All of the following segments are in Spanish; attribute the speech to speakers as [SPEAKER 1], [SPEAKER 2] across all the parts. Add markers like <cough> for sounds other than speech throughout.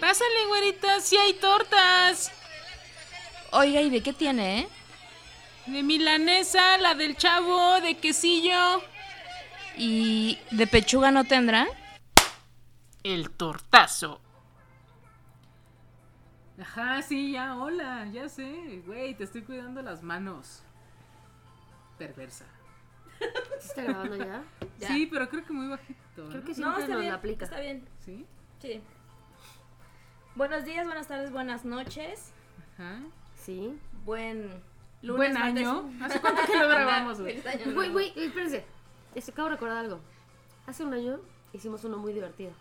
[SPEAKER 1] Pásale, güerita, si hay tortas.
[SPEAKER 2] Oiga, ¿y de qué tiene, eh?
[SPEAKER 1] De milanesa, la del chavo, de quesillo.
[SPEAKER 2] ¿Y de pechuga no tendrá?
[SPEAKER 1] El tortazo. Ajá, sí, ya, hola, ya sé. Güey, te estoy cuidando las manos. Perversa.
[SPEAKER 3] ¿Sí ¿Está grabando ya?
[SPEAKER 2] Ya.
[SPEAKER 1] Sí, pero creo que muy bajito. ¿no?
[SPEAKER 3] Creo que
[SPEAKER 2] No,
[SPEAKER 3] siempre
[SPEAKER 2] está
[SPEAKER 3] nos
[SPEAKER 2] bien.
[SPEAKER 3] la aplica.
[SPEAKER 2] Está bien.
[SPEAKER 1] Sí.
[SPEAKER 2] Sí. Buenos días, buenas tardes, buenas noches.
[SPEAKER 1] Ajá.
[SPEAKER 3] Sí.
[SPEAKER 2] Buen lunes.
[SPEAKER 1] Buen
[SPEAKER 2] martes.
[SPEAKER 1] año. ¿Hace cuánto
[SPEAKER 2] <laughs>
[SPEAKER 1] que no grabamos, güey?
[SPEAKER 2] Feliz año nuevo.
[SPEAKER 3] Güey, güey, espérense. Este, acabo de recordar algo. Hace un año hicimos uno muy divertido.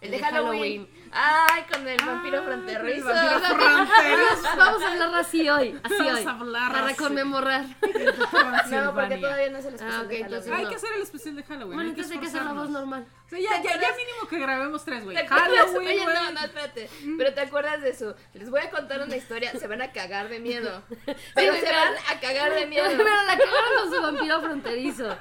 [SPEAKER 2] El de Halloween. Ay, con el vampiro fronterizo.
[SPEAKER 1] Ay, el vampiro fronterizo.
[SPEAKER 3] Vamos a hablar así hoy. Así
[SPEAKER 1] Vamos
[SPEAKER 3] hoy.
[SPEAKER 1] a hablar
[SPEAKER 3] Para
[SPEAKER 1] así. <laughs>
[SPEAKER 3] conmemorar.
[SPEAKER 2] No, porque
[SPEAKER 1] Transilvania.
[SPEAKER 2] todavía no es el especial
[SPEAKER 3] Ah, ok,
[SPEAKER 2] de Halloween.
[SPEAKER 3] entonces
[SPEAKER 1] Hay
[SPEAKER 3] no.
[SPEAKER 1] que hacer el especial de Halloween.
[SPEAKER 3] Bueno, entonces hay que hacer la voz
[SPEAKER 1] esforzarnos.
[SPEAKER 3] normal.
[SPEAKER 1] O sea, ya, ya, ya mínimo que grabemos tres, güey.
[SPEAKER 2] ¿Te acuerdas?
[SPEAKER 1] Halloween,
[SPEAKER 2] Oye,
[SPEAKER 1] güey.
[SPEAKER 2] no, no, espérate. Pero te acuerdas de su. Les voy a contar una historia. Se van a cagar de miedo. Pero se van a cagar de miedo.
[SPEAKER 3] Pero la cagaron con su vampiro fronterizo.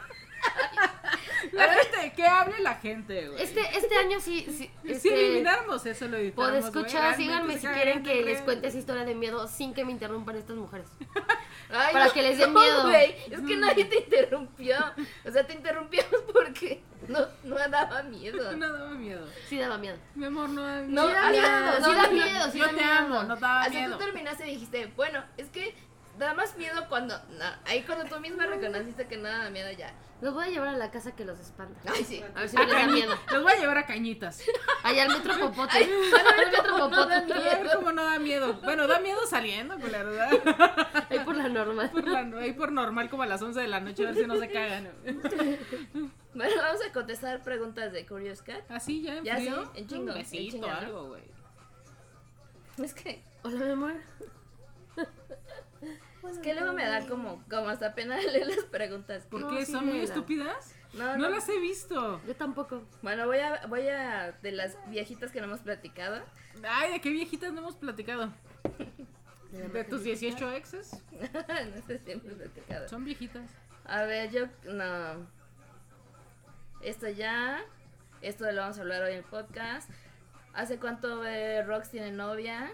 [SPEAKER 1] La gente, que hable la gente, güey.
[SPEAKER 3] Este, este año sí.
[SPEAKER 1] <laughs>
[SPEAKER 3] sí
[SPEAKER 1] Si
[SPEAKER 3] este,
[SPEAKER 1] elimináramos eso, lo editamos.
[SPEAKER 3] Puedo
[SPEAKER 1] güey.
[SPEAKER 3] escuchar,
[SPEAKER 1] Realmente
[SPEAKER 3] síganme si
[SPEAKER 1] se cagan
[SPEAKER 3] quieren que
[SPEAKER 1] de
[SPEAKER 3] les
[SPEAKER 1] miedo.
[SPEAKER 3] cuente esa historia de miedo sin que me interrumpan estas mujeres.
[SPEAKER 2] Ay,
[SPEAKER 3] Para
[SPEAKER 2] no,
[SPEAKER 3] que les dé
[SPEAKER 2] no,
[SPEAKER 3] miedo.
[SPEAKER 2] güey, es que nadie te interrumpió. O sea, te interrumpimos <laughs> porque no, no daba miedo.
[SPEAKER 1] No daba miedo.
[SPEAKER 3] Sí daba miedo.
[SPEAKER 1] Mi amor, no daba miedo.
[SPEAKER 2] No,
[SPEAKER 3] sí da
[SPEAKER 2] ah,
[SPEAKER 3] miedo,
[SPEAKER 2] no,
[SPEAKER 3] sí da
[SPEAKER 2] no,
[SPEAKER 3] miedo, sí
[SPEAKER 1] Yo
[SPEAKER 3] da
[SPEAKER 1] te
[SPEAKER 3] miedo.
[SPEAKER 1] amo, no daba
[SPEAKER 2] Hasta
[SPEAKER 1] miedo.
[SPEAKER 2] tú terminaste y dijiste, bueno, es que da más miedo cuando. no, ahí cuando tú misma reconociste que no daba miedo ya.
[SPEAKER 3] Los voy a llevar a la casa que los espanta.
[SPEAKER 2] Ay, sí.
[SPEAKER 3] A ver si
[SPEAKER 1] A
[SPEAKER 3] me les da
[SPEAKER 1] cañi-
[SPEAKER 3] miedo.
[SPEAKER 1] Los voy a llevar a
[SPEAKER 3] <laughs>
[SPEAKER 1] cañitas.
[SPEAKER 3] Allá al metro popote. <laughs>
[SPEAKER 2] Ay, van a ver
[SPEAKER 3] al metro
[SPEAKER 2] cómo no da
[SPEAKER 3] popote.
[SPEAKER 1] A ver
[SPEAKER 2] miedo.
[SPEAKER 1] cómo no da miedo. Bueno, da miedo saliendo, güey, la verdad.
[SPEAKER 3] Ahí por la normal.
[SPEAKER 1] Por la, ahí por normal, como a las 11 de la noche, a ver si no se cagan.
[SPEAKER 2] Bueno, vamos a contestar preguntas de Curious Cat.
[SPEAKER 1] Así ya en
[SPEAKER 2] Ya
[SPEAKER 1] frío.
[SPEAKER 2] sí, en chingo,
[SPEAKER 1] Un
[SPEAKER 2] en
[SPEAKER 1] besito,
[SPEAKER 2] chinga, ¿no?
[SPEAKER 1] algo, güey.
[SPEAKER 2] Es que,
[SPEAKER 3] Hola, mi amor.
[SPEAKER 2] es que luego me da como, como hasta pena <laughs> leer las preguntas.
[SPEAKER 1] ¿Por
[SPEAKER 3] No,
[SPEAKER 1] qué?
[SPEAKER 3] sí,
[SPEAKER 1] ¿Son muy
[SPEAKER 3] léela.
[SPEAKER 1] estúpidas?
[SPEAKER 2] No,
[SPEAKER 1] No
[SPEAKER 2] no.
[SPEAKER 1] las he visto.
[SPEAKER 3] Yo tampoco.
[SPEAKER 2] Bueno, voy a, voy a de las viejitas que no hemos platicado. <laughs>
[SPEAKER 1] Ay, ¿de qué viejitas no hemos platicado? ¿De tus 18 exes?
[SPEAKER 2] no sé si hemos platicado.
[SPEAKER 1] Son viejitas.
[SPEAKER 2] A ver, yo no. Esto ya. Esto lo vamos a hablar hoy en el podcast. ¿Hace cuánto eh, Rox tiene novia?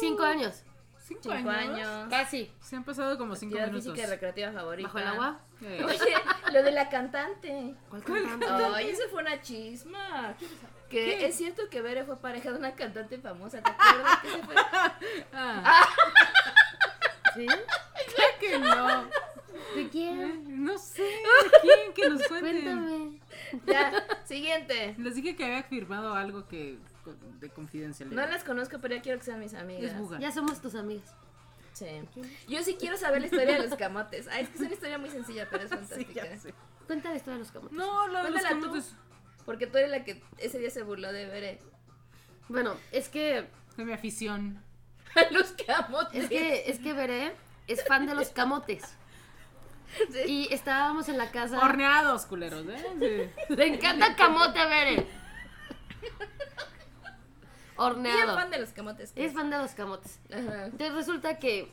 [SPEAKER 3] Cinco años.
[SPEAKER 1] Cinco,
[SPEAKER 2] Cinco
[SPEAKER 1] años.
[SPEAKER 2] años.
[SPEAKER 3] Casi.
[SPEAKER 1] Se han pasado como cinco
[SPEAKER 2] Actividad
[SPEAKER 1] minutos.
[SPEAKER 2] física y recreativa favorita.
[SPEAKER 3] Bajo el agua.
[SPEAKER 1] Eh,
[SPEAKER 2] Oye, lo de la
[SPEAKER 1] <laughs>
[SPEAKER 2] cantante.
[SPEAKER 3] ¿Cuál cantante?
[SPEAKER 2] <laughs> Ay, eso fue una chisma. Que
[SPEAKER 1] ¿Qué?
[SPEAKER 2] es cierto que Bere fue pareja de una cantante famosa, ¿te acuerdas?
[SPEAKER 1] <laughs>
[SPEAKER 2] Que se fue-
[SPEAKER 1] ah,
[SPEAKER 3] ¿Sí?
[SPEAKER 1] creo que no. Eh,
[SPEAKER 3] ¿De quién?
[SPEAKER 1] No sé. ¿de ¿Quién que nos cuenten?
[SPEAKER 3] Cuéntame.
[SPEAKER 2] Ya, siguiente.
[SPEAKER 1] Les dije que había firmado algo que de
[SPEAKER 2] No
[SPEAKER 1] confidencialidad.
[SPEAKER 2] las conozco, pero ya quiero que sean mis amigas.
[SPEAKER 1] Es buga.
[SPEAKER 3] Ya somos tus amigas.
[SPEAKER 2] Sí. Yo sí quiero saber la historia de los camotes. Ay, es que es una historia muy sencilla, pero
[SPEAKER 1] <laughs>
[SPEAKER 2] es
[SPEAKER 1] Sí,
[SPEAKER 2] fantástica.
[SPEAKER 1] ya sé.
[SPEAKER 3] Cuenta la historia de los camotes.
[SPEAKER 1] No, lo de los
[SPEAKER 2] Cuéntala tú.
[SPEAKER 1] camotes.
[SPEAKER 2] Porque tú eres la que ese día se burló de eh, <laughs> Bere.
[SPEAKER 3] Bueno, es que
[SPEAKER 1] Fue mi afición.
[SPEAKER 2] los camotes.
[SPEAKER 3] Es que, es que Veré es fan de los camotes.
[SPEAKER 2] Sí.
[SPEAKER 3] Y estábamos en la casa.
[SPEAKER 1] Horneados, culeros,
[SPEAKER 2] <laughs>
[SPEAKER 1] ¿eh? Sí.
[SPEAKER 3] Le encanta el camote a Veré.
[SPEAKER 2] Ella es
[SPEAKER 3] Horneado.
[SPEAKER 2] fan de los camotes.
[SPEAKER 3] Es fan de los camotes.
[SPEAKER 2] Ajá. <laughs>
[SPEAKER 3] Entonces resulta que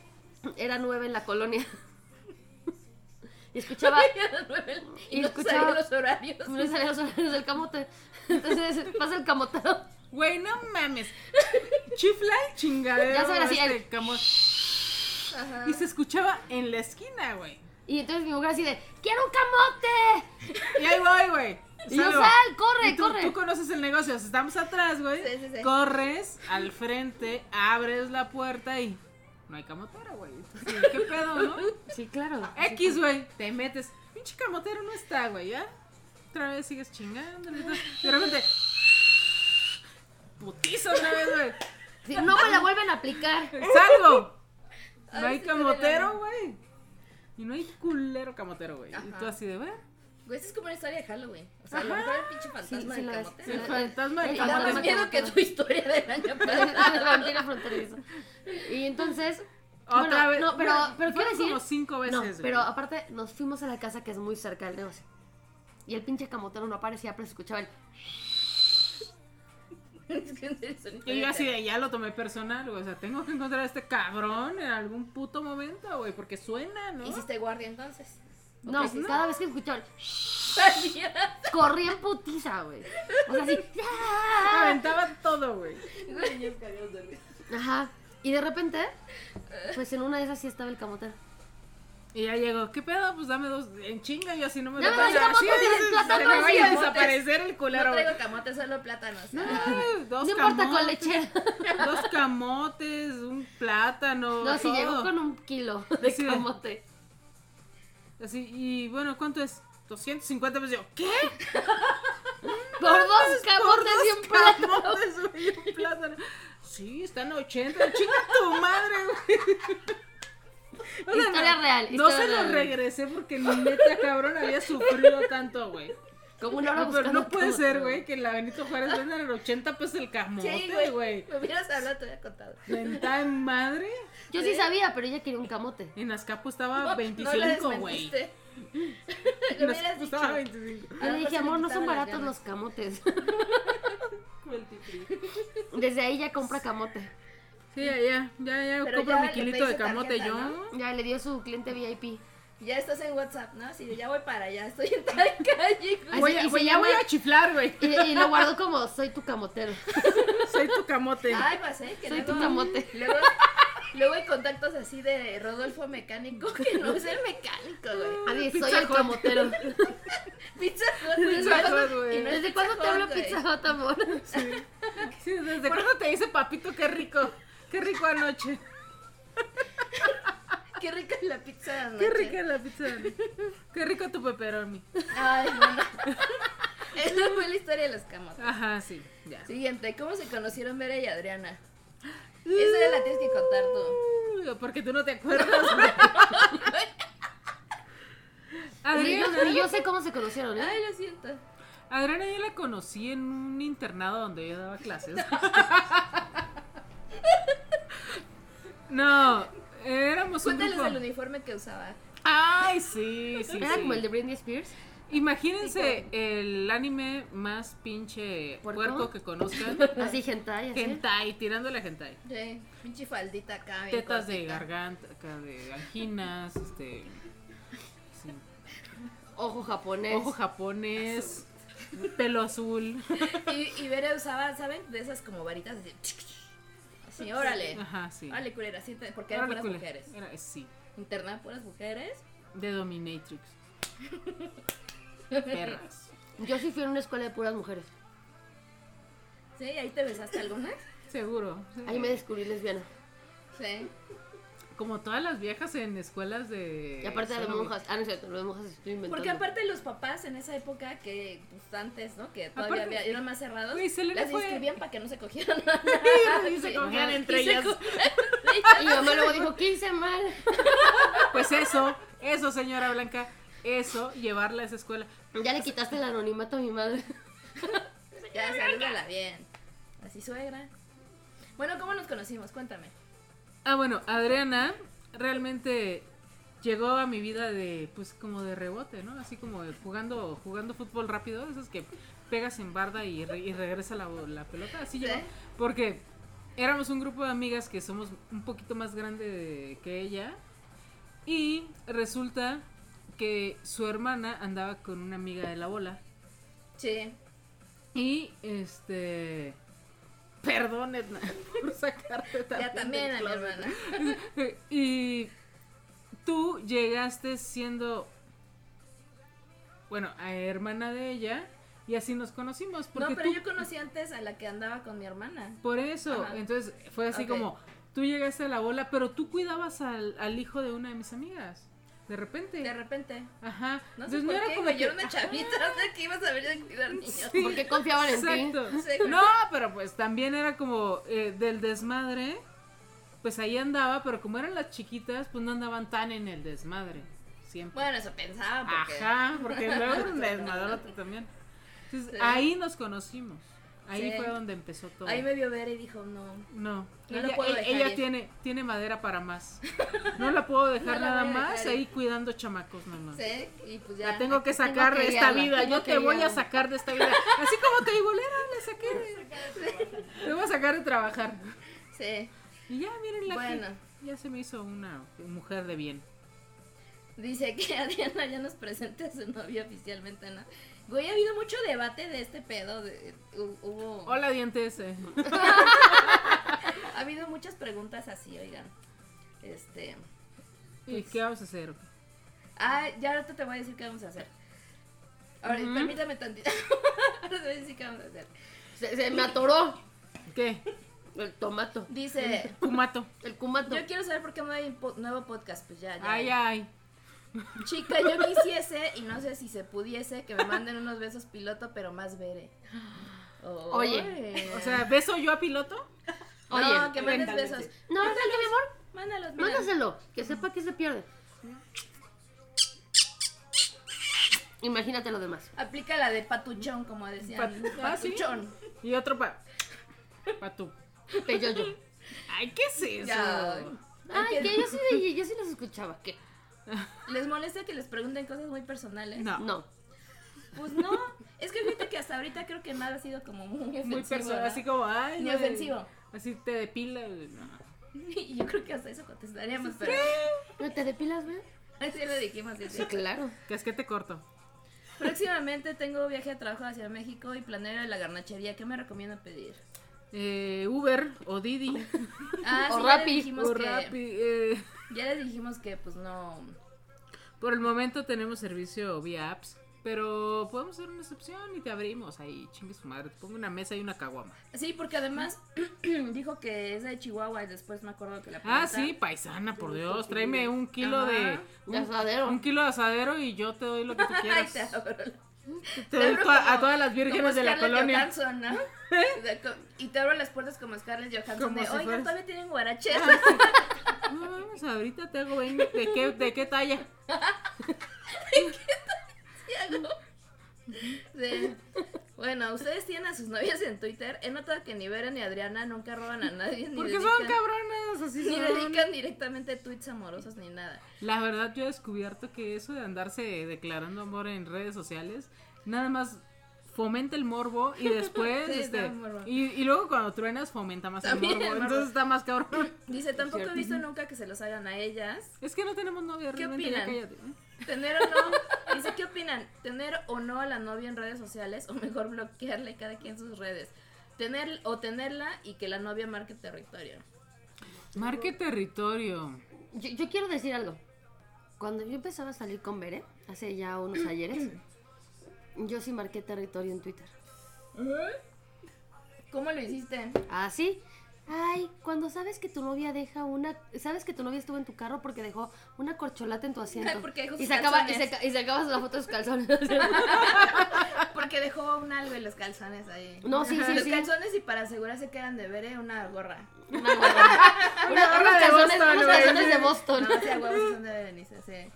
[SPEAKER 3] era nueve en la colonia. <laughs> Y <laughs> escuchaba.
[SPEAKER 2] Y
[SPEAKER 3] Y
[SPEAKER 2] no
[SPEAKER 3] escuchaba-
[SPEAKER 2] sabía los horarios. <laughs>
[SPEAKER 3] No salían los horarios del camote. <laughs> Entonces pasa el camotero.
[SPEAKER 1] Güey, no mames. <laughs> Chifla el chingadero.
[SPEAKER 3] Ya saben, así,
[SPEAKER 1] este
[SPEAKER 3] el-
[SPEAKER 1] camote.
[SPEAKER 2] Ajá.
[SPEAKER 1] Y se escuchaba en la esquina, güey.
[SPEAKER 3] Y entonces mi mujer así de: ¡Quiero un camote!
[SPEAKER 1] Y ahí voy, güey.
[SPEAKER 3] Y yo,
[SPEAKER 1] Salgo.
[SPEAKER 3] sal, corre,
[SPEAKER 1] Y tú,
[SPEAKER 3] corre.
[SPEAKER 1] Tú conoces el negocio, estamos atrás, güey.
[SPEAKER 2] Sí, sí, sí.
[SPEAKER 1] Corres al frente, abres la puerta y no hay camotero, güey. Entonces,
[SPEAKER 3] <laughs>
[SPEAKER 1] ¿Qué pedo, no?
[SPEAKER 3] Sí, claro.
[SPEAKER 1] X, güey, te metes. Pinche camotero no está, güey, ¿ya? Otra vez sigues chingando. De
[SPEAKER 3] <laughs>
[SPEAKER 1] repente, putizo otra vez, güey.
[SPEAKER 3] Sí, no me la vuelven a aplicar. <laughs>
[SPEAKER 1] Salgo.
[SPEAKER 2] A
[SPEAKER 1] No
[SPEAKER 2] ver
[SPEAKER 1] hay
[SPEAKER 2] si te
[SPEAKER 1] camotero,
[SPEAKER 2] regalan.
[SPEAKER 1] güey. Y no hay culero camotero, güey. Y
[SPEAKER 2] Ajá.
[SPEAKER 1] tú así de, güey.
[SPEAKER 2] Güey, esa Pues, es como una historia de Halloween. O sea, a lo mejor el pinche fantasma
[SPEAKER 3] Sí, sí
[SPEAKER 2] del
[SPEAKER 3] la-
[SPEAKER 2] camote.
[SPEAKER 3] sí
[SPEAKER 1] El
[SPEAKER 3] la-
[SPEAKER 1] fantasma del
[SPEAKER 3] el
[SPEAKER 2] Y da más
[SPEAKER 1] camotero.
[SPEAKER 3] fantasma.
[SPEAKER 2] miedo que tu historia del
[SPEAKER 3] <laughs>
[SPEAKER 2] año pasado.
[SPEAKER 3] El vampiro fronterizo. Y entonces.
[SPEAKER 1] Otra
[SPEAKER 3] bueno,
[SPEAKER 1] vez.
[SPEAKER 3] No, pero,
[SPEAKER 1] Güey,
[SPEAKER 3] pero quiero
[SPEAKER 1] fueron
[SPEAKER 3] decir.
[SPEAKER 1] como cinco
[SPEAKER 3] no,
[SPEAKER 1] veces,
[SPEAKER 3] pero
[SPEAKER 1] güey.
[SPEAKER 3] aparte nos fuimos a la casa que es muy cerca del negocio. Y el pinche camotero no aparecía, pero se escuchaba el.
[SPEAKER 2] Es que es una historia
[SPEAKER 1] Y yo así
[SPEAKER 2] de-
[SPEAKER 1] de, ya lo tomé personal, güey. O sea, tengo que encontrar a este cabrón en algún puto momento, güey. Porque suena, ¿no?
[SPEAKER 2] ¿Hiciste guardia entonces? <laughs>
[SPEAKER 3] No,
[SPEAKER 1] Ok, no.
[SPEAKER 3] cada vez que escuchaba el.
[SPEAKER 2] Ay, ya.
[SPEAKER 3] <laughs> Corría en putiza, güey. O sea, así. ¡ah!
[SPEAKER 1] Aventaba todo todo, güey.
[SPEAKER 3] Ajá. Y de repente, pues en una de esas sí estaba el camotero.
[SPEAKER 1] Y ya llegó, ¿qué pedo? Pues dame dos en chinga y así no me lo
[SPEAKER 3] Dame dos
[SPEAKER 1] pasa.
[SPEAKER 3] camotes
[SPEAKER 1] Sí,
[SPEAKER 3] en el
[SPEAKER 1] sí,
[SPEAKER 3] plátano,
[SPEAKER 1] se me vaya a
[SPEAKER 3] sí,
[SPEAKER 1] desaparecer el
[SPEAKER 2] No
[SPEAKER 1] culero.
[SPEAKER 3] <laughs>
[SPEAKER 2] traigo camote, solo plátanos.
[SPEAKER 1] Ay,
[SPEAKER 3] No
[SPEAKER 1] dos
[SPEAKER 3] importa con
[SPEAKER 1] camotes,
[SPEAKER 3] lechera.
[SPEAKER 1] Dos camotes, un plátano.
[SPEAKER 3] No, sí
[SPEAKER 1] todo.
[SPEAKER 3] llegó con un kilo de
[SPEAKER 1] Sí.
[SPEAKER 3] camote.
[SPEAKER 1] Así, y bueno, ¿cuánto es? 250 pesos. Yo, ¿qué?
[SPEAKER 3] Por dos
[SPEAKER 1] Por
[SPEAKER 3] camotes y
[SPEAKER 1] dos
[SPEAKER 3] un plato.
[SPEAKER 1] camotes, güey, y un plátano. Sí, están 80. Chinga tu madre, güey. O sea,
[SPEAKER 3] Historia
[SPEAKER 1] no,
[SPEAKER 3] real,
[SPEAKER 1] No
[SPEAKER 3] historia
[SPEAKER 1] se lo
[SPEAKER 3] real.
[SPEAKER 1] regresé porque mi neta cabrón había sufrido tanto, güey.
[SPEAKER 3] Como una hora
[SPEAKER 1] No, pero
[SPEAKER 3] buscando
[SPEAKER 1] no puede
[SPEAKER 3] camotero.
[SPEAKER 1] ser, güey, que en la Benito Juárez vendan el 80 pesos el
[SPEAKER 2] Sí,
[SPEAKER 1] camote,
[SPEAKER 2] güey.
[SPEAKER 1] güey.
[SPEAKER 2] Me hubieras hablado, te hubiera contado.
[SPEAKER 1] Venta en madre.
[SPEAKER 3] Yo sí sabía, pero ella quería un camote.
[SPEAKER 1] En Azcapo estaba
[SPEAKER 2] No, no le
[SPEAKER 1] 25, güey. <laughs>
[SPEAKER 2] desmentiste.
[SPEAKER 1] En
[SPEAKER 2] Lo hubieras
[SPEAKER 1] Azcapo estaba
[SPEAKER 2] dicho.
[SPEAKER 1] 25.
[SPEAKER 3] Yo le
[SPEAKER 2] mejor
[SPEAKER 3] dije,
[SPEAKER 2] se le
[SPEAKER 3] amor, no son
[SPEAKER 2] quitaban las
[SPEAKER 3] baratos
[SPEAKER 2] ganas".
[SPEAKER 3] los
[SPEAKER 1] <laughs>
[SPEAKER 3] camotes. <laughs>
[SPEAKER 1] Multiplica.
[SPEAKER 3] Desde ahí ya compra camote.
[SPEAKER 1] Sí, ya, ya, ya, ya
[SPEAKER 2] Pero
[SPEAKER 1] compro
[SPEAKER 2] ya
[SPEAKER 1] mi
[SPEAKER 2] le
[SPEAKER 1] kilito
[SPEAKER 2] pedí
[SPEAKER 1] de
[SPEAKER 2] su
[SPEAKER 1] camote
[SPEAKER 2] tarjeta,
[SPEAKER 1] yo.
[SPEAKER 2] ¿no?
[SPEAKER 3] Ya le dio su cliente VIP.
[SPEAKER 2] Ya estás en WhatsApp, ¿no? Sí, yo ya voy para allá, estoy en tal <laughs> calle,
[SPEAKER 3] Ay,
[SPEAKER 2] güey.
[SPEAKER 1] Güey,
[SPEAKER 3] sí, y
[SPEAKER 1] güey,
[SPEAKER 3] se
[SPEAKER 1] ya
[SPEAKER 3] llama-
[SPEAKER 1] voy a chiflar, güey.
[SPEAKER 3] Y, y lo guardó como, soy tu camotero.
[SPEAKER 1] <laughs> Soy tu camote.
[SPEAKER 2] Ay, pasé, que
[SPEAKER 3] Soy tu
[SPEAKER 2] luego,
[SPEAKER 3] camote.
[SPEAKER 2] Luego, luego hay contactos así de Rodolfo Mecánico, que no es el mecánico, güey.
[SPEAKER 3] Adi, soy
[SPEAKER 1] Pizza
[SPEAKER 3] el
[SPEAKER 1] Hut.
[SPEAKER 3] camotero.
[SPEAKER 2] Pizza Hut, güey.
[SPEAKER 1] Pizza
[SPEAKER 2] ¿Desde cuándo-
[SPEAKER 1] Hut, güey.
[SPEAKER 2] y no es
[SPEAKER 3] ¿Desde cuándo te
[SPEAKER 2] Hut,
[SPEAKER 3] habla
[SPEAKER 2] güey?
[SPEAKER 3] Pizza Hut,
[SPEAKER 1] <laughs>
[SPEAKER 3] amor?
[SPEAKER 1] Sí. Sí, ¿Desde cuándo te dice papito qué rico? Qué rico anoche.
[SPEAKER 2] Qué rica es la pizza de
[SPEAKER 1] Qué
[SPEAKER 2] anoche.
[SPEAKER 1] rica la pizza. Qué rico tu pepperoni.
[SPEAKER 2] Ay, bueno. <laughs> Esa fue la historia de los camotes.
[SPEAKER 1] Ajá, sí, ya.
[SPEAKER 2] Siguiente, ¿cómo se conocieron Vera y Adriana? Esa ya la tienes que contar tú.
[SPEAKER 1] Uh, Porque tú no te acuerdas.
[SPEAKER 2] <laughs>
[SPEAKER 3] Ni
[SPEAKER 1] Adriana,
[SPEAKER 3] yo, ni yo sé cómo se conocieron, ¿eh?
[SPEAKER 2] Ay, lo siento.
[SPEAKER 1] Adriana yo la conocí en un internado donde yo daba clases. No, éramos un
[SPEAKER 2] Cuéntales el
[SPEAKER 1] grupo.
[SPEAKER 2] uniforme que usaba.
[SPEAKER 1] Ay, sí, sí.
[SPEAKER 3] Era
[SPEAKER 1] sí.
[SPEAKER 3] como el de
[SPEAKER 1] <laughs>
[SPEAKER 3] Britney Spears.
[SPEAKER 1] Imagínense el anime más pinche
[SPEAKER 3] ¿Puerco?
[SPEAKER 1] puerco que conozcan.
[SPEAKER 3] Así, hentai, así.
[SPEAKER 1] Hentai, tirándole a hentai.
[SPEAKER 2] Sí, pinche faldita acá. bien
[SPEAKER 1] Tetas de
[SPEAKER 2] cortita.
[SPEAKER 1] garganta, acá de anginas, este. sí,
[SPEAKER 3] Ojo japonés.
[SPEAKER 1] Ojo japonés, pelo azul.
[SPEAKER 2] Y, y Vera usaba, ¿saben? De esas como varitas así. Así, órale.
[SPEAKER 1] Ajá, sí.
[SPEAKER 2] Órale, culera. así te- porque eran
[SPEAKER 1] Órale,
[SPEAKER 2] puras
[SPEAKER 1] culé.
[SPEAKER 2] mujeres.
[SPEAKER 1] Era- sí,
[SPEAKER 2] Internar puras mujeres.
[SPEAKER 1] de Dominatrix. Perras.
[SPEAKER 3] Yo sí fui a una escuela de puras mujeres.
[SPEAKER 2] Sí, ahí te besaste alguna.
[SPEAKER 1] Seguro.
[SPEAKER 3] Ahí me descubrí lesbiana.
[SPEAKER 2] Sí.
[SPEAKER 1] Como todas las viejas en escuelas de.
[SPEAKER 3] Y aparte de
[SPEAKER 1] solo-
[SPEAKER 3] monjas. Ah, no es cierto, lo de monjas estoy inventando.
[SPEAKER 2] Porque aparte los papás en esa época que pues, antes, ¿no? Que todavía
[SPEAKER 1] Aparte-
[SPEAKER 2] había- eran más cerrados.
[SPEAKER 1] Güey, Selena
[SPEAKER 2] las
[SPEAKER 1] fue-
[SPEAKER 2] inscribían para que no
[SPEAKER 1] <laughs>
[SPEAKER 2] se cogieran.
[SPEAKER 1] Y se
[SPEAKER 2] Sí.
[SPEAKER 1] cogían entre
[SPEAKER 2] Y se
[SPEAKER 1] ellas.
[SPEAKER 2] co-
[SPEAKER 3] <laughs> Y mi mamá luego dijo, ¿qué hice mal?
[SPEAKER 1] Pues eso, eso, señora Blanca. Eso, llevarla a esa escuela.
[SPEAKER 3] Ya le quitaste el anonimato a mi madre.
[SPEAKER 2] ya, salúdala bien. Así suegra. Bueno, ¿cómo nos conocimos? Cuéntame.
[SPEAKER 1] Ah, bueno, Adriana realmente llegó a mi vida de, pues, como de rebote, ¿no? Así como de jugando, jugando fútbol rápido, esos que pegas en barda y, re- y regresa la, bo- la pelota, así
[SPEAKER 2] Sí.
[SPEAKER 1] llegó. Porque éramos un grupo de amigas que somos un poquito más grande de- que ella y resulta que su hermana andaba con una amiga de la bola
[SPEAKER 2] Sí.
[SPEAKER 1] y, este... Perdón, Edna, <laughs> por sacarte también.
[SPEAKER 2] Ya también
[SPEAKER 1] del
[SPEAKER 2] a mi
[SPEAKER 1] closet.
[SPEAKER 2] hermana.
[SPEAKER 1] <laughs> Y tú llegaste siendo, bueno, a hermana de ella y así nos conocimos.
[SPEAKER 2] No,
[SPEAKER 1] Porque
[SPEAKER 2] pero
[SPEAKER 1] tú-
[SPEAKER 2] yo conocí antes a la que andaba con mi hermana.
[SPEAKER 1] Por eso,
[SPEAKER 2] Ajá.
[SPEAKER 1] entonces fue así
[SPEAKER 2] Ok.
[SPEAKER 1] como, tú llegaste a la bola, pero tú cuidabas al, al hijo de una de mis amigas, de repente.
[SPEAKER 2] De repente.
[SPEAKER 1] Ajá.
[SPEAKER 2] No sé
[SPEAKER 1] Entonces,
[SPEAKER 2] por
[SPEAKER 1] era
[SPEAKER 2] qué,
[SPEAKER 1] como
[SPEAKER 2] güey,
[SPEAKER 1] que-
[SPEAKER 2] yo era
[SPEAKER 1] <laughs>
[SPEAKER 2] una chavita, no sé qué ibas a ver de cuidar niños.
[SPEAKER 1] Sí.
[SPEAKER 3] Porque confiaban en ti.
[SPEAKER 1] Exacto.
[SPEAKER 2] Sí, güey.
[SPEAKER 1] No, pero pues también era como eh, del desmadre, pues ahí andaba, pero como eran las chiquitas, pues no andaban tan en el desmadre, siempre.
[SPEAKER 2] Bueno, eso pensaba porque...
[SPEAKER 1] Ajá, porque
[SPEAKER 2] <laughs>
[SPEAKER 1] luego era un desmadrote también. Entonces,
[SPEAKER 2] Sí.
[SPEAKER 1] ahí nos conocimos. Ahí
[SPEAKER 2] Sí.
[SPEAKER 1] fue donde empezó todo.
[SPEAKER 2] Ahí me vio ver y dijo, no,
[SPEAKER 1] No,
[SPEAKER 2] No
[SPEAKER 1] ella,
[SPEAKER 2] lo puedo
[SPEAKER 1] e-
[SPEAKER 2] dejar
[SPEAKER 1] ella
[SPEAKER 2] ir.
[SPEAKER 1] tiene, tiene madera para
[SPEAKER 2] <laughs>
[SPEAKER 1] más. No la puedo dejar
[SPEAKER 2] No la
[SPEAKER 1] nada
[SPEAKER 2] voy a dejar
[SPEAKER 1] más
[SPEAKER 2] ir.
[SPEAKER 1] ahí cuidando chamacos nomás.
[SPEAKER 2] Sí, y pues ya.
[SPEAKER 1] La tengo que
[SPEAKER 3] Tengo
[SPEAKER 1] sacar
[SPEAKER 3] que
[SPEAKER 1] de esta
[SPEAKER 3] guiarla,
[SPEAKER 1] vida.
[SPEAKER 3] tengo
[SPEAKER 1] Yo
[SPEAKER 3] que
[SPEAKER 1] te voy a
[SPEAKER 3] guiarla.
[SPEAKER 1] sacar de esta vida. Así como caibolera la saqué. de- Te voy a sacar de trabajar.
[SPEAKER 2] Sí.
[SPEAKER 1] Y ya, miren la
[SPEAKER 2] Bueno.
[SPEAKER 1] ya se me hizo una mujer de bien.
[SPEAKER 2] <laughs> Dice que Adriana ya nos presenta a su novio oficialmente, ¿no? Güey, ha habido mucho debate de este pedo. de- hu- hubo.
[SPEAKER 1] Hola,
[SPEAKER 2] <laughs>
[SPEAKER 1] dientes. eh.
[SPEAKER 2] Ha habido muchas preguntas así, oigan. Este.
[SPEAKER 1] ¿Y qué vamos a hacer?
[SPEAKER 2] Ah, ya ahorita te voy a decir qué vamos a hacer. Ahora,
[SPEAKER 1] Ujú.
[SPEAKER 2] permítame tantito. <laughs> Ahora te voy a decir qué vamos a hacer.
[SPEAKER 3] Se, se me atoró
[SPEAKER 1] ¿Qué?
[SPEAKER 3] el tomato,
[SPEAKER 2] Dice.
[SPEAKER 1] Kumato.
[SPEAKER 3] el cumato.
[SPEAKER 2] Yo quiero saber por qué no hay po- nuevo podcast, pues ya, ya.
[SPEAKER 1] Ay, ay.
[SPEAKER 2] Chica, yo quisiese, y no sé si se pudiese, que me manden unos besos piloto, pero
[SPEAKER 1] <gasps>
[SPEAKER 2] más vere.
[SPEAKER 3] Oye.
[SPEAKER 1] O sea, ¿beso yo a piloto?
[SPEAKER 3] Oye,
[SPEAKER 2] no, que mandes
[SPEAKER 4] cuéntales.
[SPEAKER 2] besos.
[SPEAKER 3] no, espérate, mi amor,
[SPEAKER 2] Mándalos, mira.
[SPEAKER 3] mándaselo, que sepa que se pierde. Imagínate lo demás.
[SPEAKER 2] Aplica la de patuchón, como decían.
[SPEAKER 1] Pat- ah, ¿sí?
[SPEAKER 2] patuchón.
[SPEAKER 1] Y otro para. Para tú.
[SPEAKER 3] Peyoyo.
[SPEAKER 1] Ay, ¿qué es eso?
[SPEAKER 2] Ya.
[SPEAKER 3] Ay,
[SPEAKER 2] Ay,
[SPEAKER 3] que
[SPEAKER 2] que-
[SPEAKER 3] yo sí, de- yo sí los escuchaba, ¿qué?
[SPEAKER 2] ¿Les molesta que les pregunten cosas muy personales?
[SPEAKER 1] No.
[SPEAKER 3] No.
[SPEAKER 2] Pues no. Es que fíjate que hasta ahorita creo que nada ha sido como muy ofensivo.
[SPEAKER 1] Muy personal,
[SPEAKER 2] ¿verdad?
[SPEAKER 1] así como, ay.
[SPEAKER 2] Ni
[SPEAKER 1] ay,
[SPEAKER 2] ofensivo.
[SPEAKER 1] Así te depila. no.
[SPEAKER 2] <laughs> Y yo creo que hasta eso contestaríamos, pero
[SPEAKER 3] ¿No te depilas, güey?
[SPEAKER 2] así lo dijimos. así.
[SPEAKER 3] Sí, claro.
[SPEAKER 1] Casquete corto.
[SPEAKER 2] Próximamente tengo viaje de trabajo hacia México y planeo ir a la garnachería. ¿Qué me recomiendo
[SPEAKER 1] <laughs>
[SPEAKER 2] pedir?
[SPEAKER 1] Eh, Uber o
[SPEAKER 2] <laughs>
[SPEAKER 1] Didi
[SPEAKER 2] Ah,
[SPEAKER 3] O
[SPEAKER 2] sí, ya les
[SPEAKER 3] Rappi,
[SPEAKER 2] dijimos
[SPEAKER 1] o
[SPEAKER 2] que-
[SPEAKER 1] Rappi. eh,
[SPEAKER 2] Ya les dijimos que pues no.
[SPEAKER 1] por el momento tenemos servicio vía apps. Pero podemos hacer una excepción y te abrimos ahí, chingue su madre. Te pongo una mesa y una caguama.
[SPEAKER 2] Sí, porque además <clears throat> dijo que es de Chihuahua y después me acuerdo que la
[SPEAKER 1] Ah,
[SPEAKER 2] pregunta-
[SPEAKER 1] sí, paisana, por Dios. Tráeme un kilo de.
[SPEAKER 2] Ajá.
[SPEAKER 1] Un,
[SPEAKER 3] De asadero.
[SPEAKER 1] Un kilo de asadero y yo te doy lo que tú
[SPEAKER 2] <laughs> <laughs> Ay,
[SPEAKER 1] quieras.
[SPEAKER 2] te abro la-
[SPEAKER 1] te
[SPEAKER 2] te
[SPEAKER 1] doy
[SPEAKER 2] abro
[SPEAKER 1] to- a
[SPEAKER 2] como-
[SPEAKER 1] todas las
[SPEAKER 2] como
[SPEAKER 1] vírgenes de la
[SPEAKER 2] Scarlett
[SPEAKER 1] colonia. ¿Eh?
[SPEAKER 2] Johansson,
[SPEAKER 1] <laughs>
[SPEAKER 2] ¿no? De- co- Y te abro las puertas como Scarlett Johansson.
[SPEAKER 1] Como
[SPEAKER 2] De,
[SPEAKER 1] si
[SPEAKER 2] Oiga,
[SPEAKER 1] fueras-
[SPEAKER 2] todavía tienen guaraches.
[SPEAKER 1] No mames, ahorita te hago 20. ¿De qué, de qué talla?
[SPEAKER 2] De- Bueno, ustedes tienen a sus novias en Twitter. He notado que ni Vera ni Adriana nunca roban a nadie. <laughs> Ni
[SPEAKER 1] Porque son
[SPEAKER 2] dedican-
[SPEAKER 1] cabronas, así
[SPEAKER 2] Ni
[SPEAKER 1] son.
[SPEAKER 2] dedican directamente tweets amorosos ni nada.
[SPEAKER 1] La verdad, yo he descubierto que eso de andarse declarando amor en redes sociales, nada más fomenta el morbo
[SPEAKER 2] <laughs>
[SPEAKER 1] y después,
[SPEAKER 2] Sí, da
[SPEAKER 1] este,
[SPEAKER 2] morbo.
[SPEAKER 1] y, y luego cuando truenas fomenta más
[SPEAKER 2] También
[SPEAKER 1] el morbo,
[SPEAKER 2] el morbo.
[SPEAKER 1] entonces está más
[SPEAKER 2] <laughs>
[SPEAKER 1] cabrón.
[SPEAKER 2] Dice, tampoco he
[SPEAKER 1] cierto.
[SPEAKER 2] visto nunca que se los hagan a ellas.
[SPEAKER 1] Es que no tenemos novia,
[SPEAKER 2] ¿Qué
[SPEAKER 1] realmente, ya
[SPEAKER 2] opinan?
[SPEAKER 1] cállate.
[SPEAKER 2] Tener o no. <laughs> Dice, ¿qué opinan? ¿Tener o no a la novia en redes sociales? O mejor bloquearle cada quien sus redes. Tener o tenerla y que la novia marque territorio.
[SPEAKER 1] Marque territorio.
[SPEAKER 3] Yo, yo quiero decir algo. Cuando yo empezaba a salir con Bere, hace
[SPEAKER 2] <clears throat>
[SPEAKER 3] ya unos ayeres, yo sí marqué territorio en Twitter.
[SPEAKER 2] ¿Cómo lo hiciste?
[SPEAKER 3] Así. ¿Ah, Ay, cuando sabes que tu novia deja una. Sabes que tu novia estuvo en tu carro porque dejó una corcholata en tu asiento.
[SPEAKER 2] porque dejó sus
[SPEAKER 3] y, sacaba, y,
[SPEAKER 2] calzones.
[SPEAKER 3] saca- y sacabas la foto de sus calzones.
[SPEAKER 2] Porque dejó un algo en los calzones ahí.
[SPEAKER 3] No, sí, sí,
[SPEAKER 2] los
[SPEAKER 3] sí.
[SPEAKER 2] calzones y para asegurarse que eran de Bere, una gorra.
[SPEAKER 3] Una gorra. Una-
[SPEAKER 1] gorra
[SPEAKER 3] unos
[SPEAKER 1] de
[SPEAKER 3] calzones,
[SPEAKER 1] Boston,
[SPEAKER 3] unos
[SPEAKER 1] güey.
[SPEAKER 3] calzones de Boston.
[SPEAKER 2] No, o sea, huevos sí son de Berenice, sí.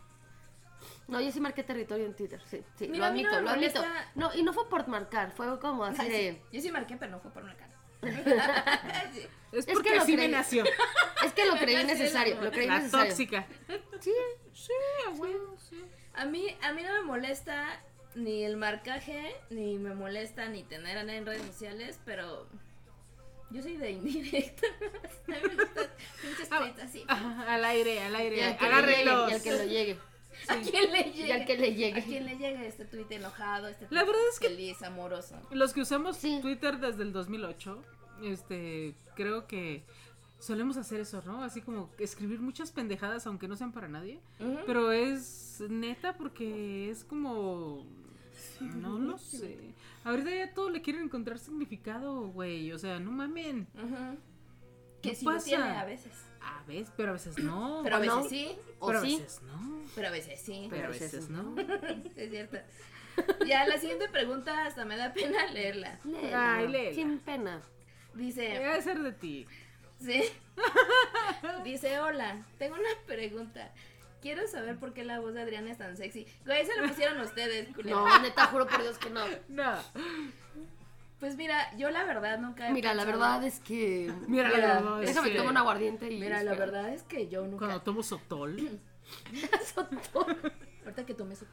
[SPEAKER 3] No, yo sí marqué territorio en Twitter. Sí, sí,
[SPEAKER 2] Mira, a
[SPEAKER 3] lo
[SPEAKER 2] mí no me
[SPEAKER 3] admito, lo admito.
[SPEAKER 2] molesta.
[SPEAKER 3] No, y no fue por marcar, fue como así
[SPEAKER 2] Ay,
[SPEAKER 3] de.
[SPEAKER 2] sí. Yo sí marqué, pero no fue por una cara. Sí.
[SPEAKER 1] Es
[SPEAKER 3] que
[SPEAKER 1] porque
[SPEAKER 3] lo
[SPEAKER 1] así
[SPEAKER 3] creí.
[SPEAKER 1] me nació.
[SPEAKER 2] <laughs>
[SPEAKER 3] Es que lo creí
[SPEAKER 2] Sí, la
[SPEAKER 3] necesario,
[SPEAKER 2] mamá.
[SPEAKER 3] lo creí
[SPEAKER 1] La
[SPEAKER 3] necesario.
[SPEAKER 1] tóxica.
[SPEAKER 3] Sí,
[SPEAKER 1] Sí, a huevo, sí.
[SPEAKER 2] A mí, a mí no me molesta ni el marcaje, ni me molesta ni tener a nadie en redes sociales, pero yo soy de indirecta. <laughs> a mí me gustan pinches
[SPEAKER 1] Ah,
[SPEAKER 2] tweets así.
[SPEAKER 1] Ajá, al aire, al
[SPEAKER 3] y
[SPEAKER 1] aire.
[SPEAKER 3] al que le llegue,
[SPEAKER 1] Agárrenlos.
[SPEAKER 3] y al que lo llegue.
[SPEAKER 2] ¿A quién le
[SPEAKER 3] Y
[SPEAKER 2] llega?
[SPEAKER 3] al que le llegue.
[SPEAKER 2] ¿A quién le llega este tweet enojado, este
[SPEAKER 1] La
[SPEAKER 2] tuit
[SPEAKER 1] verdad es que-
[SPEAKER 2] feliz, amoroso?
[SPEAKER 1] Los que usamos
[SPEAKER 3] Sí.
[SPEAKER 1] Twitter desde el 2008, este, creo que solemos hacer eso, ¿no? Así como escribir muchas pendejadas aunque no sean para nadie,
[SPEAKER 2] Ujú.
[SPEAKER 1] pero es neta porque es como no lo sé. Ahorita ya todo le quieren encontrar significado, güey, o sea, no mamen.
[SPEAKER 2] Ujú. Que
[SPEAKER 1] ¿Qué
[SPEAKER 2] sí lo
[SPEAKER 1] pasa?
[SPEAKER 2] tiene a veces.
[SPEAKER 1] A veces, pero a veces no.
[SPEAKER 2] Pero a
[SPEAKER 3] ¿O
[SPEAKER 2] veces
[SPEAKER 3] no?
[SPEAKER 2] sí,
[SPEAKER 3] O
[SPEAKER 1] Pero a
[SPEAKER 3] sí.
[SPEAKER 1] veces no.
[SPEAKER 2] pero a veces sí.
[SPEAKER 1] Pero a veces no.
[SPEAKER 2] <laughs> Es cierto. Ya, la siguiente pregunta hasta me da pena leerla.
[SPEAKER 3] Léela,
[SPEAKER 1] Ay, léela.
[SPEAKER 3] Sin pena.
[SPEAKER 2] Dice,
[SPEAKER 1] Debe ser de ti.
[SPEAKER 2] sí. <laughs> Dice, hola, tengo una pregunta. Quiero saber por qué la voz de Adriana es tan sexy. Güey, se lo pusieron ustedes, culero.
[SPEAKER 3] No, neta, juro por Dios que no.
[SPEAKER 1] No.
[SPEAKER 2] Pues mira, yo la verdad nunca he
[SPEAKER 3] Mira, la
[SPEAKER 2] pensado-
[SPEAKER 3] verdad es que.
[SPEAKER 1] Mira, este, la
[SPEAKER 2] Mira,
[SPEAKER 1] verdad es
[SPEAKER 3] Déjame
[SPEAKER 1] que
[SPEAKER 3] tomar un aguardiente y.
[SPEAKER 2] Mira, la
[SPEAKER 3] espera.
[SPEAKER 2] verdad es que yo nunca...
[SPEAKER 1] Cuando tomo sotol.
[SPEAKER 2] <laughs> Ahorita que tomé su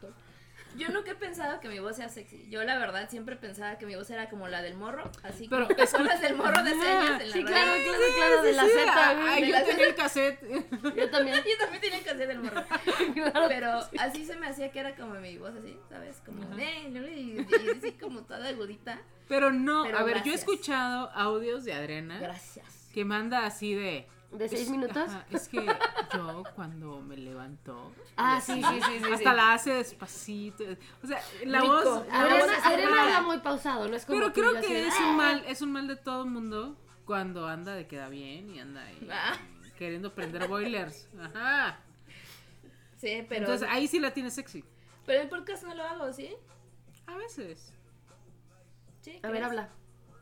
[SPEAKER 2] Yo nunca he pensado que mi voz sea sexy. Yo la verdad siempre pensaba que mi voz era como la del morro, así
[SPEAKER 1] Pero
[SPEAKER 2] como
[SPEAKER 1] escucha-
[SPEAKER 2] son las del morro de
[SPEAKER 3] <laughs>
[SPEAKER 2] señas en la
[SPEAKER 3] Sí,
[SPEAKER 2] radio.
[SPEAKER 3] claro, claro, claro, de la Z, güey.
[SPEAKER 1] Ay,
[SPEAKER 2] de
[SPEAKER 1] yo
[SPEAKER 2] la
[SPEAKER 1] tenía el cassette. <laughs>
[SPEAKER 2] <laughs>
[SPEAKER 3] Yo también.
[SPEAKER 2] <laughs> Yo también tenía que hacer del morro.
[SPEAKER 3] Claro.
[SPEAKER 2] Pero así se me hacía que era como mi voz así, ¿sabes? Como
[SPEAKER 1] Ajá.
[SPEAKER 2] "Ey, no", y, y así como toda agudita.
[SPEAKER 1] Pero no,
[SPEAKER 2] Pero
[SPEAKER 1] a ver, yo he
[SPEAKER 2] gracias.
[SPEAKER 1] escuchado audios de
[SPEAKER 3] Ah.
[SPEAKER 1] Adriana
[SPEAKER 2] Gracias.
[SPEAKER 1] que manda así de.
[SPEAKER 3] ¿De seis
[SPEAKER 1] es-
[SPEAKER 3] minutos?
[SPEAKER 1] ajá, es
[SPEAKER 3] <laughs>
[SPEAKER 1] que yo cuando me levantó.
[SPEAKER 3] Ah,
[SPEAKER 1] y
[SPEAKER 3] sí,
[SPEAKER 1] así,
[SPEAKER 3] sí, sí, sí,
[SPEAKER 1] Hasta
[SPEAKER 3] sí.
[SPEAKER 1] la hace despacito. O sea, la
[SPEAKER 2] Rico.
[SPEAKER 1] voz. la voz
[SPEAKER 2] Adriana-
[SPEAKER 3] Adriana,
[SPEAKER 1] está
[SPEAKER 3] Adriana
[SPEAKER 1] rara.
[SPEAKER 3] habla muy pausado, no es como
[SPEAKER 1] Pero
[SPEAKER 3] tú y yo
[SPEAKER 1] creo
[SPEAKER 3] así
[SPEAKER 1] que
[SPEAKER 3] de,
[SPEAKER 1] es un
[SPEAKER 3] "Ah".
[SPEAKER 1] mal, es un mal de todo mundo cuando anda de queda bien y anda ahí
[SPEAKER 2] Ah.
[SPEAKER 1] queriendo prender
[SPEAKER 3] <laughs>
[SPEAKER 1] boilers. Ajá.
[SPEAKER 2] Sí, pero
[SPEAKER 1] Entonces ahí sí la tiene sexy.
[SPEAKER 3] ah.
[SPEAKER 2] pero el podcast no lo hago, ¿sí?
[SPEAKER 1] A veces.
[SPEAKER 2] ¿Sí?
[SPEAKER 3] ah, A ver,
[SPEAKER 2] ¿crees?
[SPEAKER 3] habla.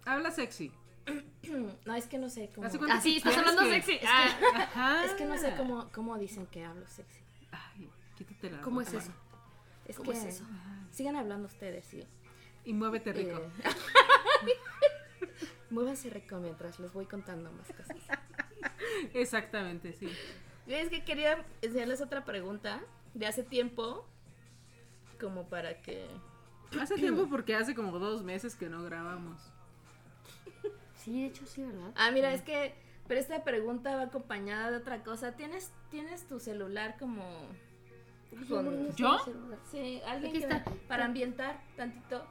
[SPEAKER 1] Habla sexy.
[SPEAKER 2] No, es que no sé cómo.
[SPEAKER 1] ¿Hace cuánto
[SPEAKER 3] Así, estás
[SPEAKER 1] quieres
[SPEAKER 3] hablando sexy. Es que-
[SPEAKER 2] Ah.
[SPEAKER 1] Ajá.
[SPEAKER 2] Es que no
[SPEAKER 3] Ah.
[SPEAKER 2] sé cómo, cómo dicen que hablo sexy.
[SPEAKER 1] Ay, quítate la
[SPEAKER 3] ¿Cómo es
[SPEAKER 1] ropa.
[SPEAKER 3] eso?
[SPEAKER 2] Es
[SPEAKER 3] ¿Cómo
[SPEAKER 2] que
[SPEAKER 3] es eso?
[SPEAKER 2] sigan hablando ustedes, sí.
[SPEAKER 1] Y muévete rico.
[SPEAKER 2] Eh, <laughs> Muévanse rico mientras les voy contando más cosas.
[SPEAKER 1] Exactamente, sí.
[SPEAKER 2] Es que quería hacerles otra pregunta de hace tiempo, como para que...
[SPEAKER 1] Hace tiempo porque hace como dos meses que no grabamos.
[SPEAKER 3] Sí, de hecho, sí, ¿verdad?
[SPEAKER 2] Ah, mira, es que... Pero esta pregunta va acompañada de otra cosa. ¿Tienes, tienes tu celular como... con-
[SPEAKER 1] ¿Yo?
[SPEAKER 2] Sí, alguien
[SPEAKER 3] Aquí
[SPEAKER 2] que me-
[SPEAKER 3] está.
[SPEAKER 2] para ambientar tantito.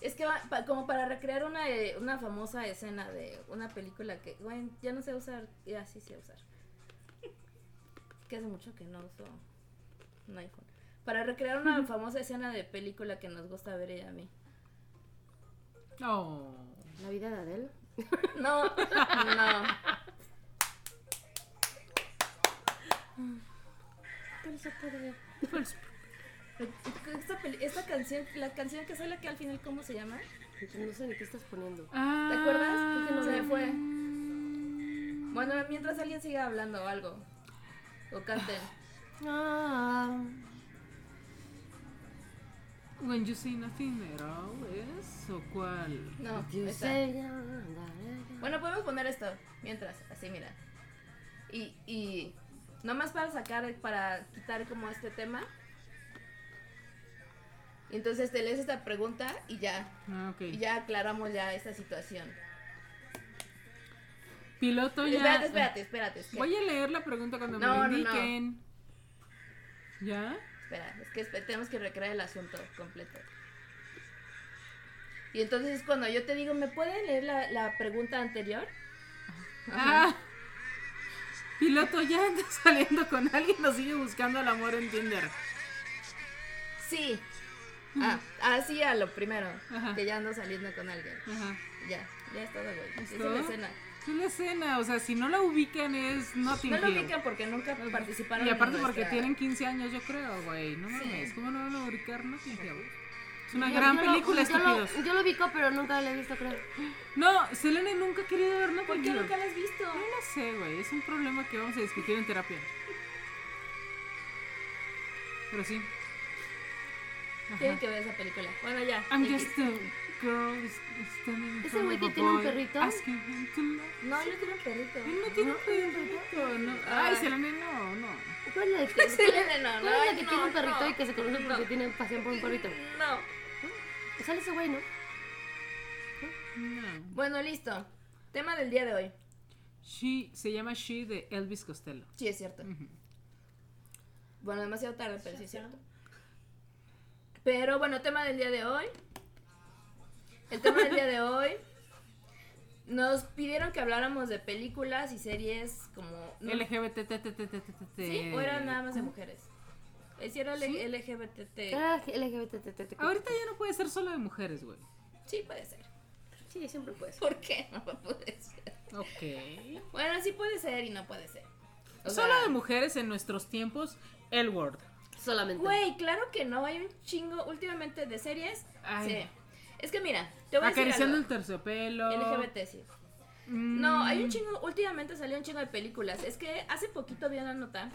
[SPEAKER 2] Es que va, pa- como para recrear una, eh, una famosa escena de una película que, bueno, ya no sé usar, ya sí sé usar. <laughs> Que hace mucho que no uso un iPhone. Para recrear
[SPEAKER 3] <laughs>
[SPEAKER 2] una famosa escena de película que nos gusta ver ella a mí.
[SPEAKER 1] No.
[SPEAKER 3] La vida de Adele.
[SPEAKER 2] No, <laughs> no.
[SPEAKER 3] Pero se puede ver.
[SPEAKER 1] Pues,
[SPEAKER 2] Esta, peli- esta canción, la canción que sale que al final, ¿cómo se llama?
[SPEAKER 3] No sé ni qué estás poniendo.
[SPEAKER 1] ah,
[SPEAKER 2] ¿Te acuerdas?
[SPEAKER 3] que no
[SPEAKER 2] Se me
[SPEAKER 3] sé.
[SPEAKER 2] fue. Bueno, mientras alguien siga hablando o algo. O canten.
[SPEAKER 3] Ah,
[SPEAKER 1] When you see nothing at all, ¿es? ¿O cuál?
[SPEAKER 2] No,
[SPEAKER 3] you
[SPEAKER 2] esta.
[SPEAKER 3] say you're under-
[SPEAKER 2] Bueno, podemos poner esto mientras, así mira. Y, y nomás para sacar, eh, para quitar como este tema. Y Entonces te lees esta pregunta y ya,
[SPEAKER 1] Ah, ok.
[SPEAKER 2] y ya aclaramos ya esta situación.
[SPEAKER 1] Piloto ya.
[SPEAKER 2] Espérate, espérate, espérate. es que-
[SPEAKER 1] Voy a leer la pregunta cuando
[SPEAKER 2] No,
[SPEAKER 1] me
[SPEAKER 2] no,
[SPEAKER 1] lo
[SPEAKER 2] no.
[SPEAKER 1] indiquen. ¿Ya?
[SPEAKER 2] Espera, es que espe- tenemos que recrear el asunto completo. Y entonces es cuando yo te digo, ¿me pueden leer la, la pregunta anterior?
[SPEAKER 1] Ah. Piloto ya anda <laughs> saliendo con alguien o sigue buscando el amor en Tinder.
[SPEAKER 2] Sí. Ah, ah, sí, a lo primero.
[SPEAKER 1] Ajá.
[SPEAKER 2] Que ya ando saliendo con alguien.
[SPEAKER 1] Ajá.
[SPEAKER 2] Ya, ya es todo, güey.
[SPEAKER 1] ¿Es
[SPEAKER 2] Esa Es
[SPEAKER 1] todo?
[SPEAKER 2] la escena.
[SPEAKER 1] Es una escena, o sea, si no la ubican es Notting
[SPEAKER 2] No lo
[SPEAKER 1] Hill.
[SPEAKER 2] ubican porque nunca participaron
[SPEAKER 1] Y
[SPEAKER 2] en
[SPEAKER 1] aparte porque
[SPEAKER 2] nuestra-
[SPEAKER 1] tienen 15 años, yo creo, güey. No
[SPEAKER 2] Sí.
[SPEAKER 1] mames, ¿cómo no van a ubicar Notting Hill? Es una
[SPEAKER 3] Yo-
[SPEAKER 1] gran
[SPEAKER 3] yo lo-
[SPEAKER 1] película,
[SPEAKER 3] yo lo-
[SPEAKER 1] estúpidos.
[SPEAKER 3] Yo lo ubico, pero nunca la he visto, creo.
[SPEAKER 1] No, Selene nunca ha querido ver Notting
[SPEAKER 2] ¿Por qué
[SPEAKER 1] Hill.
[SPEAKER 2] nunca las has visto?
[SPEAKER 1] No lo sé, güey. Es un problema que vamos a discutir en terapia. Pero sí.
[SPEAKER 2] Tienen que ver esa película. Bueno, ya.
[SPEAKER 1] I'm
[SPEAKER 2] X.
[SPEAKER 1] just a girl is- is standing in
[SPEAKER 3] ¿Ese
[SPEAKER 1] front
[SPEAKER 3] güey
[SPEAKER 1] of
[SPEAKER 3] que
[SPEAKER 1] a
[SPEAKER 3] tiene un
[SPEAKER 1] boy
[SPEAKER 3] perrito?
[SPEAKER 1] asking him to love.
[SPEAKER 2] No, yo quiero un perrito.
[SPEAKER 1] Él no tiene un perrito, no. Ay,
[SPEAKER 2] Ay.
[SPEAKER 1] Selene, no, no.
[SPEAKER 3] ¿Cuál es la de
[SPEAKER 2] <laughs>
[SPEAKER 3] que,
[SPEAKER 2] Sí, no,
[SPEAKER 3] cuál es la que
[SPEAKER 2] no,
[SPEAKER 3] tiene un perrito
[SPEAKER 2] no.
[SPEAKER 3] y que se conoce porque
[SPEAKER 2] No.
[SPEAKER 3] tiene pasión por un perrito?
[SPEAKER 2] No.
[SPEAKER 3] Sale ese güey, ¿no?
[SPEAKER 1] No.
[SPEAKER 2] Bueno, listo. Tema del día de hoy.
[SPEAKER 1] She, se llama She de Elvis Costello.
[SPEAKER 2] Sí, es cierto. Bueno, demasiado tarde, pero sí es cierto. Pero bueno, tema del día de hoy. El tema del día de hoy. Nos pidieron que habláramos de películas y series como. no-
[SPEAKER 1] LGBT, t, t, t, t, t, t.
[SPEAKER 2] ¿Sí? ¿O eran nada más de mujeres? Eh, Sí, era
[SPEAKER 1] Sí. Ah.
[SPEAKER 2] LGBT.
[SPEAKER 3] Era LGBTTT.
[SPEAKER 1] Ahorita ya no puede ser solo de mujeres, güey.
[SPEAKER 2] Sí, puede ser.
[SPEAKER 3] Sí, siempre puede ser.
[SPEAKER 2] ¿Por qué? <laughs> No puede ser.
[SPEAKER 1] Ok.
[SPEAKER 2] Bueno, sí puede ser y no puede ser. O
[SPEAKER 1] Solo
[SPEAKER 2] sea,
[SPEAKER 1] de mujeres en nuestros tiempos, el word.
[SPEAKER 3] Solamente.
[SPEAKER 2] Güey, claro que no. Hay un chingo últimamente de series.
[SPEAKER 1] Ay.
[SPEAKER 2] Sí. Es que mira, te voy a decir.
[SPEAKER 1] Acariciando el
[SPEAKER 2] algo.
[SPEAKER 1] terciopelo.
[SPEAKER 2] LGBT, sí.
[SPEAKER 1] Mm,
[SPEAKER 2] No, hay un chingo, últimamente salió un chingo de películas. Es que hace poquito vi una nota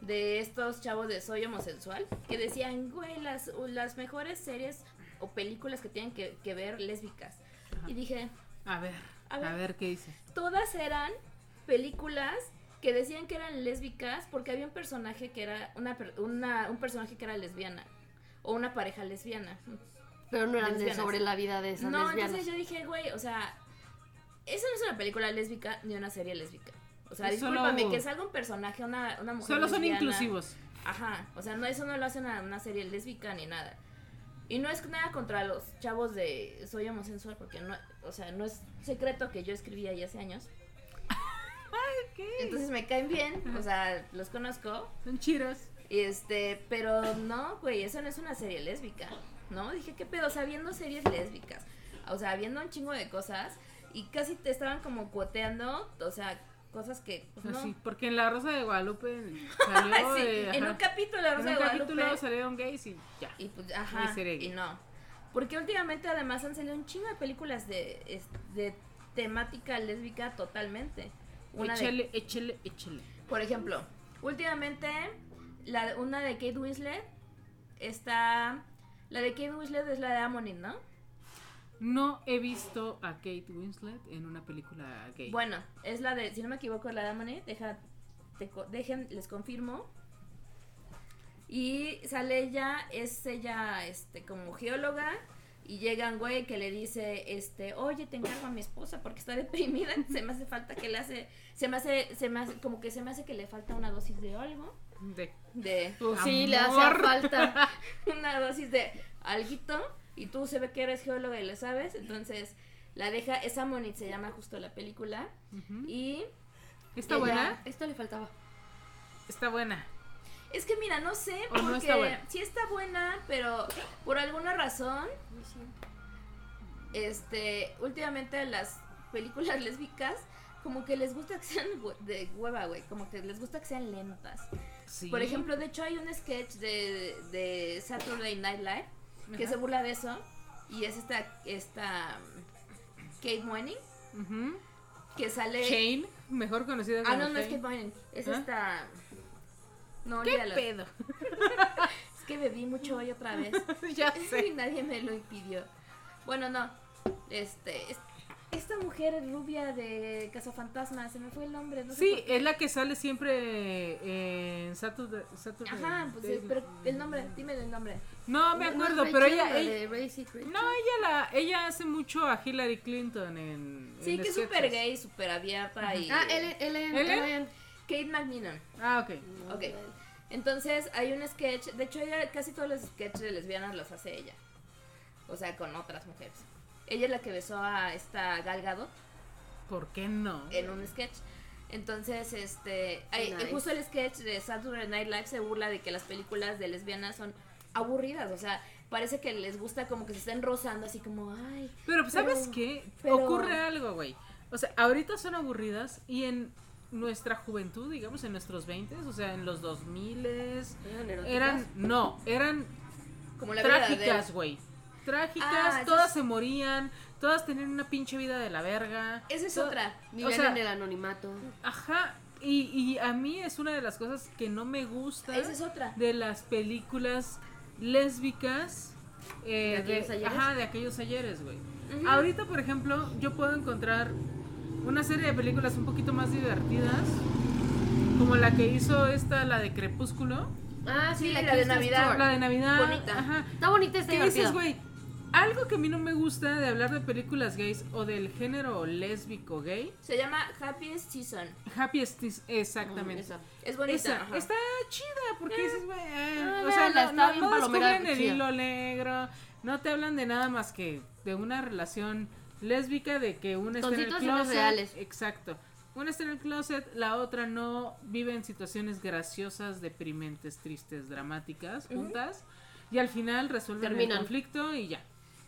[SPEAKER 2] de estos chavos de Soy Homosexual que decían, güey, las, las mejores series o películas que tienen que, que ver lésbicas. Y dije,
[SPEAKER 1] A ver,
[SPEAKER 2] A
[SPEAKER 1] a
[SPEAKER 2] ver.
[SPEAKER 1] ver qué dice.
[SPEAKER 2] todas eran películas que decían que eran lésbicas porque había un personaje que era una, per- una- un personaje que era lesbiana o una pareja lesbiana.
[SPEAKER 3] Pero no eran de
[SPEAKER 2] Lesbianas.
[SPEAKER 3] sobre la vida de esas
[SPEAKER 2] No,
[SPEAKER 3] lesbianas.
[SPEAKER 2] entonces yo dije, güey, o sea, esa no es una película lésbica ni una serie lésbica. O sea,
[SPEAKER 1] Es solo-
[SPEAKER 2] discúlpame que salga un personaje, una, una mujer.
[SPEAKER 1] Solo son
[SPEAKER 2] lesbiana.
[SPEAKER 1] inclusivos.
[SPEAKER 2] Ajá, o sea, no, eso no lo hacen a una serie lésbica ni nada. Y no es nada contra los chavos de soy homosexual, porque no, o sea, no es secreto que yo escribí ahí hace años. Entonces me caen bien, o sea, los conozco.
[SPEAKER 1] Son chidos.
[SPEAKER 2] Y este, pero no, güey, eso no es una serie lésbica, ¿no? Dije, ¿qué pedo? O sea, viendo series lésbicas, o sea, viendo un chingo de cosas y casi te estaban como cuoteando, o sea, cosas que, pues, no. <laughs>
[SPEAKER 1] Así, porque en La Rosa de Guadalupe salió
[SPEAKER 2] Sí,
[SPEAKER 1] de-
[SPEAKER 2] en
[SPEAKER 1] ajá,
[SPEAKER 2] un capítulo de
[SPEAKER 1] en
[SPEAKER 2] Rosa
[SPEAKER 1] un
[SPEAKER 2] de
[SPEAKER 1] capítulo
[SPEAKER 2] Guadalupe,
[SPEAKER 1] salieron gays y ya.
[SPEAKER 2] Y pues, ajá,
[SPEAKER 1] ser gay.
[SPEAKER 2] y no. Porque últimamente además han salido un chingo de películas de, es- de temática lésbica totalmente. Una de-
[SPEAKER 1] échele, échele, échele.
[SPEAKER 2] por ejemplo, últimamente la, una de Kate Winslet está... La de Kate Winslet es la de Amonin, ¿no?
[SPEAKER 1] No he visto a Kate Winslet en una película gay.
[SPEAKER 2] Bueno, es la de, si no me equivoco, es la de Amonin. Deja, te co- dejen, les confirmo. Y sale ella, es ella este, como geóloga. Y llega un güey que le dice, este, oye, te encargo a mi esposa porque está deprimida, <laughs> se me hace falta que le hace, se me hace, se me hace, como que se me hace que le falta una dosis de algo,
[SPEAKER 1] De-
[SPEAKER 2] de,
[SPEAKER 3] Sí, le hacía <laughs>
[SPEAKER 1] Amor.
[SPEAKER 3] falta.
[SPEAKER 2] <laughs> una dosis de alguito, y tú se ve que eres geóloga y lo sabes, entonces la deja, esa Moni se llama justo la película,
[SPEAKER 1] Ujú.
[SPEAKER 2] y
[SPEAKER 1] ¿Está
[SPEAKER 3] Ella-
[SPEAKER 1] buena?
[SPEAKER 3] Esto le faltaba.
[SPEAKER 1] Está buena.
[SPEAKER 2] Es que mira, no sé,
[SPEAKER 1] O
[SPEAKER 2] porque
[SPEAKER 1] no está buena.
[SPEAKER 2] sí está buena, pero por alguna razón, este, últimamente las películas <laughs> lésbicas como que les gusta que sean hue- de hueva, güey, como que les gusta que sean lentas.
[SPEAKER 1] Sí.
[SPEAKER 2] Por ejemplo, de hecho hay un sketch de, de Saturday Night Live que
[SPEAKER 1] Ajá.
[SPEAKER 2] se burla de eso y es esta, esta Kate Mooney
[SPEAKER 1] Ujú.
[SPEAKER 2] que sale...
[SPEAKER 1] Shane, mejor conocida como
[SPEAKER 2] Eh, Ah, no, no es Kate
[SPEAKER 1] Shane.
[SPEAKER 2] Mooney, es
[SPEAKER 1] ¿Ah?
[SPEAKER 2] esta... No,
[SPEAKER 1] ¿Qué
[SPEAKER 2] olvídalo.
[SPEAKER 1] pedo? <laughs>
[SPEAKER 2] Es que bebí mucho hoy otra vez. <laughs>
[SPEAKER 1] ya
[SPEAKER 2] Y
[SPEAKER 1] sé.
[SPEAKER 2] nadie me lo impidió. Bueno, no. Este. es- esta mujer rubia de Cazafantasmas, se me fue el nombre, no sé
[SPEAKER 1] Sí,
[SPEAKER 2] por qué.
[SPEAKER 1] es la que sale siempre en Saturday. Saturday
[SPEAKER 2] Ajá, pues
[SPEAKER 1] Day-
[SPEAKER 2] eh, pero el nombre, dime el nombre.
[SPEAKER 1] No me
[SPEAKER 3] No,
[SPEAKER 1] acuerdo,
[SPEAKER 3] Rachel,
[SPEAKER 1] pero ella,
[SPEAKER 3] la
[SPEAKER 1] ella-
[SPEAKER 3] de Raising Rachel.
[SPEAKER 1] No, ella la, ella hace mucho a Hillary Clinton en.
[SPEAKER 2] Sí,
[SPEAKER 1] en
[SPEAKER 2] que es
[SPEAKER 1] sketches.
[SPEAKER 2] súper gay, súper abierta y.
[SPEAKER 3] Ah, Ellen, Ellen,
[SPEAKER 1] ¿Ellen?
[SPEAKER 3] Ellen.
[SPEAKER 2] Kate McMinnon.
[SPEAKER 1] Ah, ok.
[SPEAKER 2] Ok. Entonces hay un sketch, de hecho ella casi todos los sketches de lesbianas los hace ella. O sea, con otras mujeres. Ella es la que besó a esta Gal Gadot.
[SPEAKER 1] ¿Por qué no?
[SPEAKER 2] en un sketch. Entonces, este, ay,
[SPEAKER 3] Nice.
[SPEAKER 2] justo el sketch de Saturday Night Live se burla de que las películas de lesbianas son aburridas, o sea, parece que les gusta como que se estén rozando así como, ay,
[SPEAKER 1] Pero, pues, ¿sabes
[SPEAKER 2] Pero-
[SPEAKER 1] qué?
[SPEAKER 2] pero-
[SPEAKER 1] Ocurre algo, güey. O sea, ahorita son aburridas y en nuestra juventud, digamos, en nuestros 20 o sea, en los 2000
[SPEAKER 3] Eran eróticas.
[SPEAKER 1] eran. No, eran
[SPEAKER 2] como la vida de
[SPEAKER 1] trágicas, güey. Trágicas,
[SPEAKER 2] Ah, eso
[SPEAKER 1] todas
[SPEAKER 2] es-
[SPEAKER 1] se morían, todas tenían una pinche vida de la verga.
[SPEAKER 2] Esa es
[SPEAKER 1] Tod-
[SPEAKER 2] otra.
[SPEAKER 3] Vivían
[SPEAKER 1] o sea,
[SPEAKER 3] en el anonimato.
[SPEAKER 1] Ajá, y, y a mí es una de las cosas que no me gusta
[SPEAKER 2] Esa es otra.
[SPEAKER 1] de las películas lésbicas eh,
[SPEAKER 3] ¿De aquellos
[SPEAKER 1] de-
[SPEAKER 3] ayeres?
[SPEAKER 1] Ajá, de aquellos ayeres, güey.
[SPEAKER 2] Ujú.
[SPEAKER 1] Ahorita, por ejemplo, yo puedo encontrar una serie de películas un poquito más divertidas, como la que hizo esta, la de Crepúsculo,
[SPEAKER 3] Ah, sí,
[SPEAKER 2] Sí,
[SPEAKER 3] la,
[SPEAKER 2] la
[SPEAKER 3] que
[SPEAKER 2] de
[SPEAKER 3] hizo
[SPEAKER 2] Navidad.
[SPEAKER 3] Stuart.
[SPEAKER 1] la de Navidad.
[SPEAKER 2] Bonita.
[SPEAKER 1] Ajá.
[SPEAKER 3] Está bonita esta
[SPEAKER 1] ¿Qué dices, güey? Algo que a mí no me gusta de hablar de películas gays o del género lésbico gay,
[SPEAKER 2] Se llama Happiest Season.
[SPEAKER 1] Happy Stis- exactamente.
[SPEAKER 2] Es bonita.
[SPEAKER 1] Esa,
[SPEAKER 2] ajá.
[SPEAKER 1] está chida, porque dices, güey, eh,
[SPEAKER 3] Ah,
[SPEAKER 1] o sea,
[SPEAKER 3] véanla,
[SPEAKER 1] no,
[SPEAKER 3] está
[SPEAKER 1] no-
[SPEAKER 3] bien
[SPEAKER 1] no
[SPEAKER 3] palomera,
[SPEAKER 1] descubren el
[SPEAKER 3] chida.
[SPEAKER 1] hilo negro, no te hablan de nada más que de una relación lésbica, de que una está en el
[SPEAKER 3] Situaciones
[SPEAKER 1] closet.
[SPEAKER 3] reales.
[SPEAKER 1] Exacto. Una está en el closet, la otra no, vive en situaciones graciosas, deprimentes, tristes, dramáticas, juntas, y al final resuelven
[SPEAKER 3] Terminan.
[SPEAKER 1] el conflicto y ya.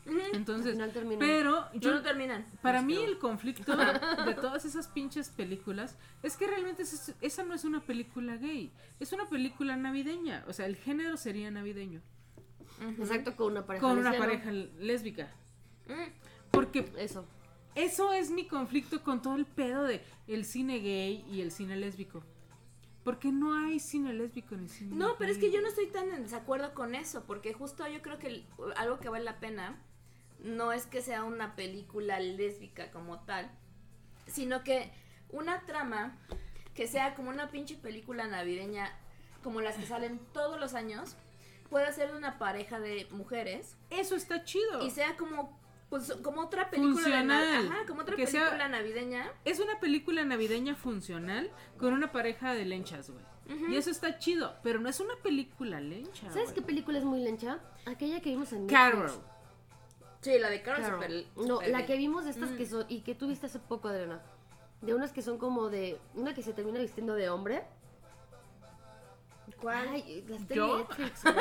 [SPEAKER 2] Ujú.
[SPEAKER 1] Entonces,
[SPEAKER 3] Al final terminan.
[SPEAKER 1] pero
[SPEAKER 2] No,
[SPEAKER 1] yo
[SPEAKER 2] no terminan.
[SPEAKER 1] para
[SPEAKER 3] Pues
[SPEAKER 1] mí
[SPEAKER 3] creo.
[SPEAKER 1] el conflicto de todas esas pinches películas es que realmente es- esa no es una película gay, es una película navideña, o sea, el género sería navideño,
[SPEAKER 2] Ujú.
[SPEAKER 3] Exacto, con una pareja.
[SPEAKER 1] con una
[SPEAKER 3] lesbiana.
[SPEAKER 1] pareja lésbica.
[SPEAKER 2] Mm.
[SPEAKER 1] Porque
[SPEAKER 3] Eso.
[SPEAKER 1] eso es mi conflicto con todo el pedo de el cine gay y el cine lésbico. Porque no hay cine lésbico en el cine.
[SPEAKER 2] No, pero es que
[SPEAKER 1] gay.
[SPEAKER 2] yo no estoy tan en desacuerdo con eso, porque justo yo creo que el- algo que vale la pena no es que sea una película lésbica como tal, sino que una trama que sea como una pinche película navideña, como las que salen todos los años, pueda ser de una pareja de mujeres
[SPEAKER 1] Eso está chido.
[SPEAKER 3] Oh.
[SPEAKER 2] y sea como pues como otra película de nav-
[SPEAKER 1] Funcional.
[SPEAKER 2] ajá, como otra
[SPEAKER 1] Que sea-
[SPEAKER 2] película navideña.
[SPEAKER 1] Es una película navideña funcional con una pareja de lenchas, güey. Y eso está chido, pero no es una película lencha.
[SPEAKER 3] ¿Sabes qué
[SPEAKER 1] güey.
[SPEAKER 3] película es muy lencha? Aquella que vimos en
[SPEAKER 1] Carol.
[SPEAKER 3] Netflix.
[SPEAKER 2] Sí, la de Carol,
[SPEAKER 3] Carol.
[SPEAKER 2] super-
[SPEAKER 3] No,
[SPEAKER 2] super-
[SPEAKER 3] la que vimos de estas
[SPEAKER 2] Mm.
[SPEAKER 3] que son y que tuviste hace poco, Adriana. De unas que son como de una que se termina vistiendo de hombre.
[SPEAKER 2] ¿Cuál?
[SPEAKER 3] Ay, las de
[SPEAKER 1] ¿Yo? <laughs>
[SPEAKER 3] Netflix. güey.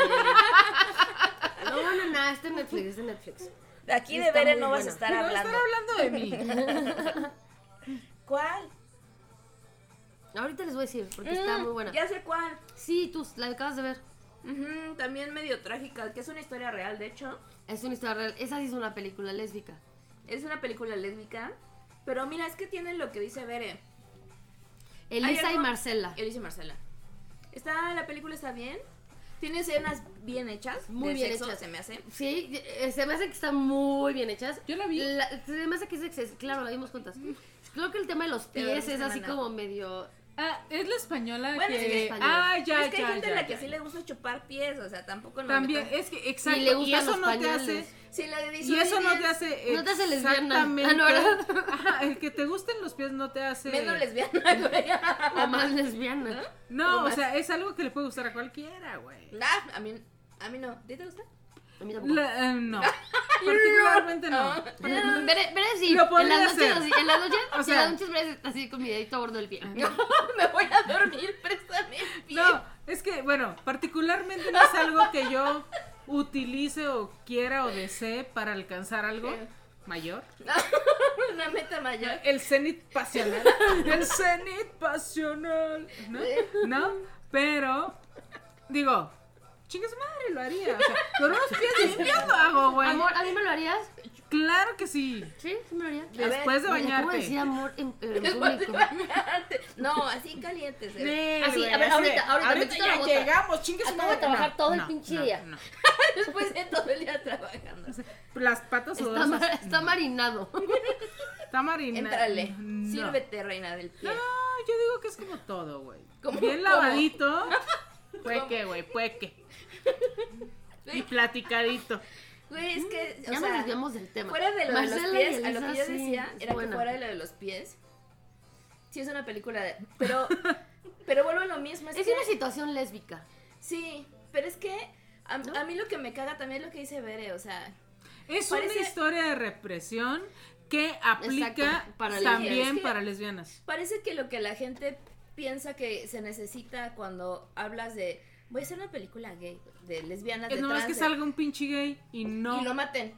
[SPEAKER 3] no, no, no, está en Netflix, está en Netflix.
[SPEAKER 2] Aquí de
[SPEAKER 3] Está
[SPEAKER 2] Beren
[SPEAKER 3] muy
[SPEAKER 2] no vas a
[SPEAKER 3] buena.
[SPEAKER 2] estar
[SPEAKER 1] Pero
[SPEAKER 2] hablando.
[SPEAKER 1] están hablando de
[SPEAKER 2] <laughs>
[SPEAKER 1] mí.
[SPEAKER 2] ¿Cuál?
[SPEAKER 3] Ahorita les voy a decir porque está
[SPEAKER 2] Mm,
[SPEAKER 3] muy buena.
[SPEAKER 2] Ya sé cuál.
[SPEAKER 3] Sí, tú la acabas de ver.
[SPEAKER 2] Ujú, también medio trágica, que es una historia real, de hecho.
[SPEAKER 3] Es una historia real. Esa sí es una película lésbica.
[SPEAKER 2] Es una película lésbica. Pero mira, es que tienen lo que dice Bere.
[SPEAKER 3] Elisa y
[SPEAKER 2] algo-
[SPEAKER 3] Marcela.
[SPEAKER 2] Él dice Marcela. Está, la película está bien. Tiene escenas bien hechas.
[SPEAKER 3] Muy
[SPEAKER 2] de
[SPEAKER 3] bien
[SPEAKER 2] sexo,
[SPEAKER 3] hechas.
[SPEAKER 2] se me hace.
[SPEAKER 3] Sí, eh, se me hace que están muy bien hechas.
[SPEAKER 1] Yo la vi. Mm.
[SPEAKER 3] La- se me hace que es exces- Claro, la vimos juntas. Creo que el tema de los
[SPEAKER 2] Pero
[SPEAKER 3] pies
[SPEAKER 2] no
[SPEAKER 3] es
[SPEAKER 2] se
[SPEAKER 3] así
[SPEAKER 2] van a-
[SPEAKER 3] como medio.
[SPEAKER 1] Ah, es la española
[SPEAKER 2] Bueno,
[SPEAKER 1] que...
[SPEAKER 2] sí, la
[SPEAKER 3] española.
[SPEAKER 1] Ah, ya,
[SPEAKER 2] es que
[SPEAKER 1] ya,
[SPEAKER 2] hay gente
[SPEAKER 1] ya,
[SPEAKER 2] a la que
[SPEAKER 1] ya,
[SPEAKER 2] sí
[SPEAKER 1] ya.
[SPEAKER 2] le gusta chupar pies, o sea, tampoco no.
[SPEAKER 1] También,
[SPEAKER 2] metan-
[SPEAKER 1] es que, exacto,
[SPEAKER 3] Y
[SPEAKER 1] y,
[SPEAKER 3] le gustan
[SPEAKER 1] eso
[SPEAKER 3] los
[SPEAKER 1] no
[SPEAKER 3] pañales.
[SPEAKER 1] te hace...
[SPEAKER 2] Si la de
[SPEAKER 1] Y eso no te hace...
[SPEAKER 3] No te hace lesbiana.
[SPEAKER 1] exactamente-
[SPEAKER 3] Ah, no, ¿verdad?
[SPEAKER 1] <laughs> Ajá, el que te gusten los pies no te hace...
[SPEAKER 2] Menos lesbiana, <laughs> güey.
[SPEAKER 3] O <laughs> más lesbiana.
[SPEAKER 1] Ah, No,
[SPEAKER 2] o
[SPEAKER 1] o
[SPEAKER 2] más.
[SPEAKER 1] sea, es algo que le puede gustar a cualquiera, güey.
[SPEAKER 2] Nah, a mí, a mí no. ¿A ti te gusta?
[SPEAKER 3] A mí tampoco.
[SPEAKER 1] La- eh,
[SPEAKER 2] <laughs>
[SPEAKER 1] no, particularmente no.
[SPEAKER 2] Ah.
[SPEAKER 3] Mm, Veré, veré
[SPEAKER 1] Lo
[SPEAKER 3] si en las
[SPEAKER 1] podría
[SPEAKER 3] noches
[SPEAKER 1] hacer.
[SPEAKER 3] así, en las noches,
[SPEAKER 1] <laughs> O
[SPEAKER 3] en
[SPEAKER 1] sea-
[SPEAKER 3] las noches veré así con mi dedito a bordo del pie.
[SPEAKER 2] <laughs> me voy a dormir, préstame el pie.
[SPEAKER 1] No, es que, bueno, particularmente no es algo que yo utilice o quiera o desee para alcanzar
[SPEAKER 2] <laughs>
[SPEAKER 1] algo
[SPEAKER 2] ¿Qué?
[SPEAKER 1] mayor.
[SPEAKER 2] <laughs> Una meta mayor.
[SPEAKER 1] El cenit pasional. El cenit pasional. ¿No? ¿No? Pero, digo, chingas madre, lo haría. O sea, con unos pies limpios lo hago, güey.
[SPEAKER 3] Amor, ¿a mí me lo harías?
[SPEAKER 1] Claro que sí.
[SPEAKER 3] Sí, sí me lo haría.
[SPEAKER 2] ver,
[SPEAKER 1] Después de
[SPEAKER 3] Oye, ¿Cómo
[SPEAKER 1] bañarte.
[SPEAKER 3] decir amor en,
[SPEAKER 2] <laughs>
[SPEAKER 3] en
[SPEAKER 2] Después de
[SPEAKER 3] público?
[SPEAKER 2] bañarte. No, así caliente. se ve.
[SPEAKER 1] Sí,
[SPEAKER 3] Así,
[SPEAKER 1] güey,
[SPEAKER 3] a ver,
[SPEAKER 1] así
[SPEAKER 3] ahorita,
[SPEAKER 1] de,
[SPEAKER 3] ahorita, me quito la
[SPEAKER 1] ya
[SPEAKER 3] bota.
[SPEAKER 1] llegamos, chingue su
[SPEAKER 3] Acabo
[SPEAKER 1] madre.
[SPEAKER 3] de trabajar
[SPEAKER 1] No,
[SPEAKER 3] todo el
[SPEAKER 1] no,
[SPEAKER 3] pinche
[SPEAKER 1] no,
[SPEAKER 3] día.
[SPEAKER 1] no.
[SPEAKER 2] <laughs> Después de todo el día trabajando.
[SPEAKER 1] Las patas
[SPEAKER 3] Está,
[SPEAKER 1] sudorosas.
[SPEAKER 3] ma- está <laughs> marinado.
[SPEAKER 1] Está marina.
[SPEAKER 2] Entrale.
[SPEAKER 1] No.
[SPEAKER 2] Sírvete, reina del pie.
[SPEAKER 1] No, yo digo que es como todo, güey.
[SPEAKER 2] ¿Cómo?
[SPEAKER 1] Bien
[SPEAKER 2] ¿Cómo?
[SPEAKER 1] lavadito.
[SPEAKER 2] <laughs>
[SPEAKER 1] Pueque, güey, pueque. Y platicadito.
[SPEAKER 2] Güey, es que. O
[SPEAKER 3] Mm, Ya nos
[SPEAKER 2] sea,
[SPEAKER 3] desviamos del tema.
[SPEAKER 2] Fuera de lo de los
[SPEAKER 3] Marcela y
[SPEAKER 2] pies, a lo que
[SPEAKER 3] Elisa,
[SPEAKER 2] yo
[SPEAKER 3] sí,
[SPEAKER 2] decía
[SPEAKER 3] es
[SPEAKER 2] era que
[SPEAKER 3] buena.
[SPEAKER 2] fuera de lo de los pies. Sí, es una película de.
[SPEAKER 3] <laughs>
[SPEAKER 2] Pero. pero vuelvo a lo mismo. Es,
[SPEAKER 3] Es
[SPEAKER 2] que,
[SPEAKER 3] una situación lésbica.
[SPEAKER 2] Sí, pero es que. A, a mí lo que me caga también es lo que dice Bere, o sea.
[SPEAKER 1] Es
[SPEAKER 2] Parece-
[SPEAKER 1] una historia de represión que aplica
[SPEAKER 3] Exacto, para
[SPEAKER 1] también
[SPEAKER 2] lesbianas. Es que-
[SPEAKER 1] para lesbianas.
[SPEAKER 2] Parece que lo que la gente piensa que se necesita cuando hablas de. Voy a hacer una película gay, de lesbianas,
[SPEAKER 1] Es
[SPEAKER 2] de
[SPEAKER 1] nomás
[SPEAKER 2] trans,
[SPEAKER 1] que
[SPEAKER 2] de-
[SPEAKER 1] salga un pinche gay y no.
[SPEAKER 2] Y lo maten.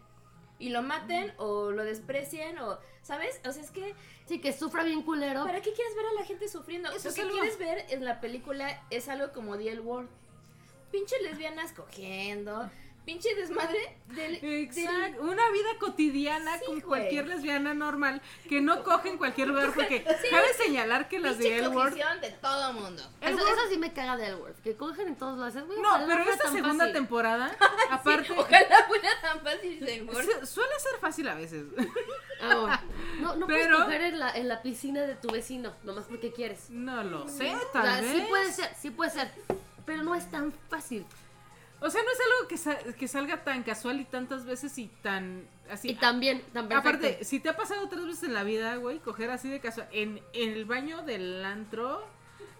[SPEAKER 2] Y lo maten o lo desprecien o. ¿Sabes? O sea, es que.
[SPEAKER 3] Sí, que sufra bien culero.
[SPEAKER 2] ¿Para qué quieres ver a la gente sufriendo?
[SPEAKER 1] Eso
[SPEAKER 2] Lo
[SPEAKER 1] es
[SPEAKER 2] que
[SPEAKER 1] algo-
[SPEAKER 2] quieres ver en la película es algo como The L Word. Pinche lesbianas cogiendo. Pinche desmadre del. del-
[SPEAKER 1] Exacto. Una vida cotidiana
[SPEAKER 2] Sí,
[SPEAKER 1] con
[SPEAKER 2] güey.
[SPEAKER 1] cualquier lesbiana normal que no coge en cualquier lugar porque cabe señalar que las de
[SPEAKER 2] pinche
[SPEAKER 1] Elworth
[SPEAKER 2] cogición de todo mundo.
[SPEAKER 3] Eso,
[SPEAKER 1] Elwood-
[SPEAKER 3] eso sí me caga de Elwood. Que cogen en todos lados. Güey,
[SPEAKER 1] No,
[SPEAKER 3] ojalá
[SPEAKER 1] pero
[SPEAKER 3] fuera
[SPEAKER 1] esta
[SPEAKER 3] tan
[SPEAKER 1] segunda
[SPEAKER 2] <laughs>
[SPEAKER 3] fácil.
[SPEAKER 1] temporada, aparte,
[SPEAKER 2] Ojalá fuera tan fácil
[SPEAKER 1] <laughs>
[SPEAKER 2] del Word.
[SPEAKER 1] su- suele ser fácil a veces.
[SPEAKER 3] Ah, bueno. No, no
[SPEAKER 1] Pero-
[SPEAKER 3] puedes coger en la, en la piscina de tu vecino, nomás porque quieres.
[SPEAKER 1] No lo sé,
[SPEAKER 3] O
[SPEAKER 1] tal
[SPEAKER 3] sea,
[SPEAKER 1] vez.
[SPEAKER 3] sí puede ser, sí puede ser. Pero no es tan fácil.
[SPEAKER 1] O sea, no es algo que, sa- que salga tan casual y tantas veces y tan así.
[SPEAKER 3] Y también, también.
[SPEAKER 1] Aparte, si te ha pasado tres veces en la vida, güey, coger así de casual en, en el baño del antro,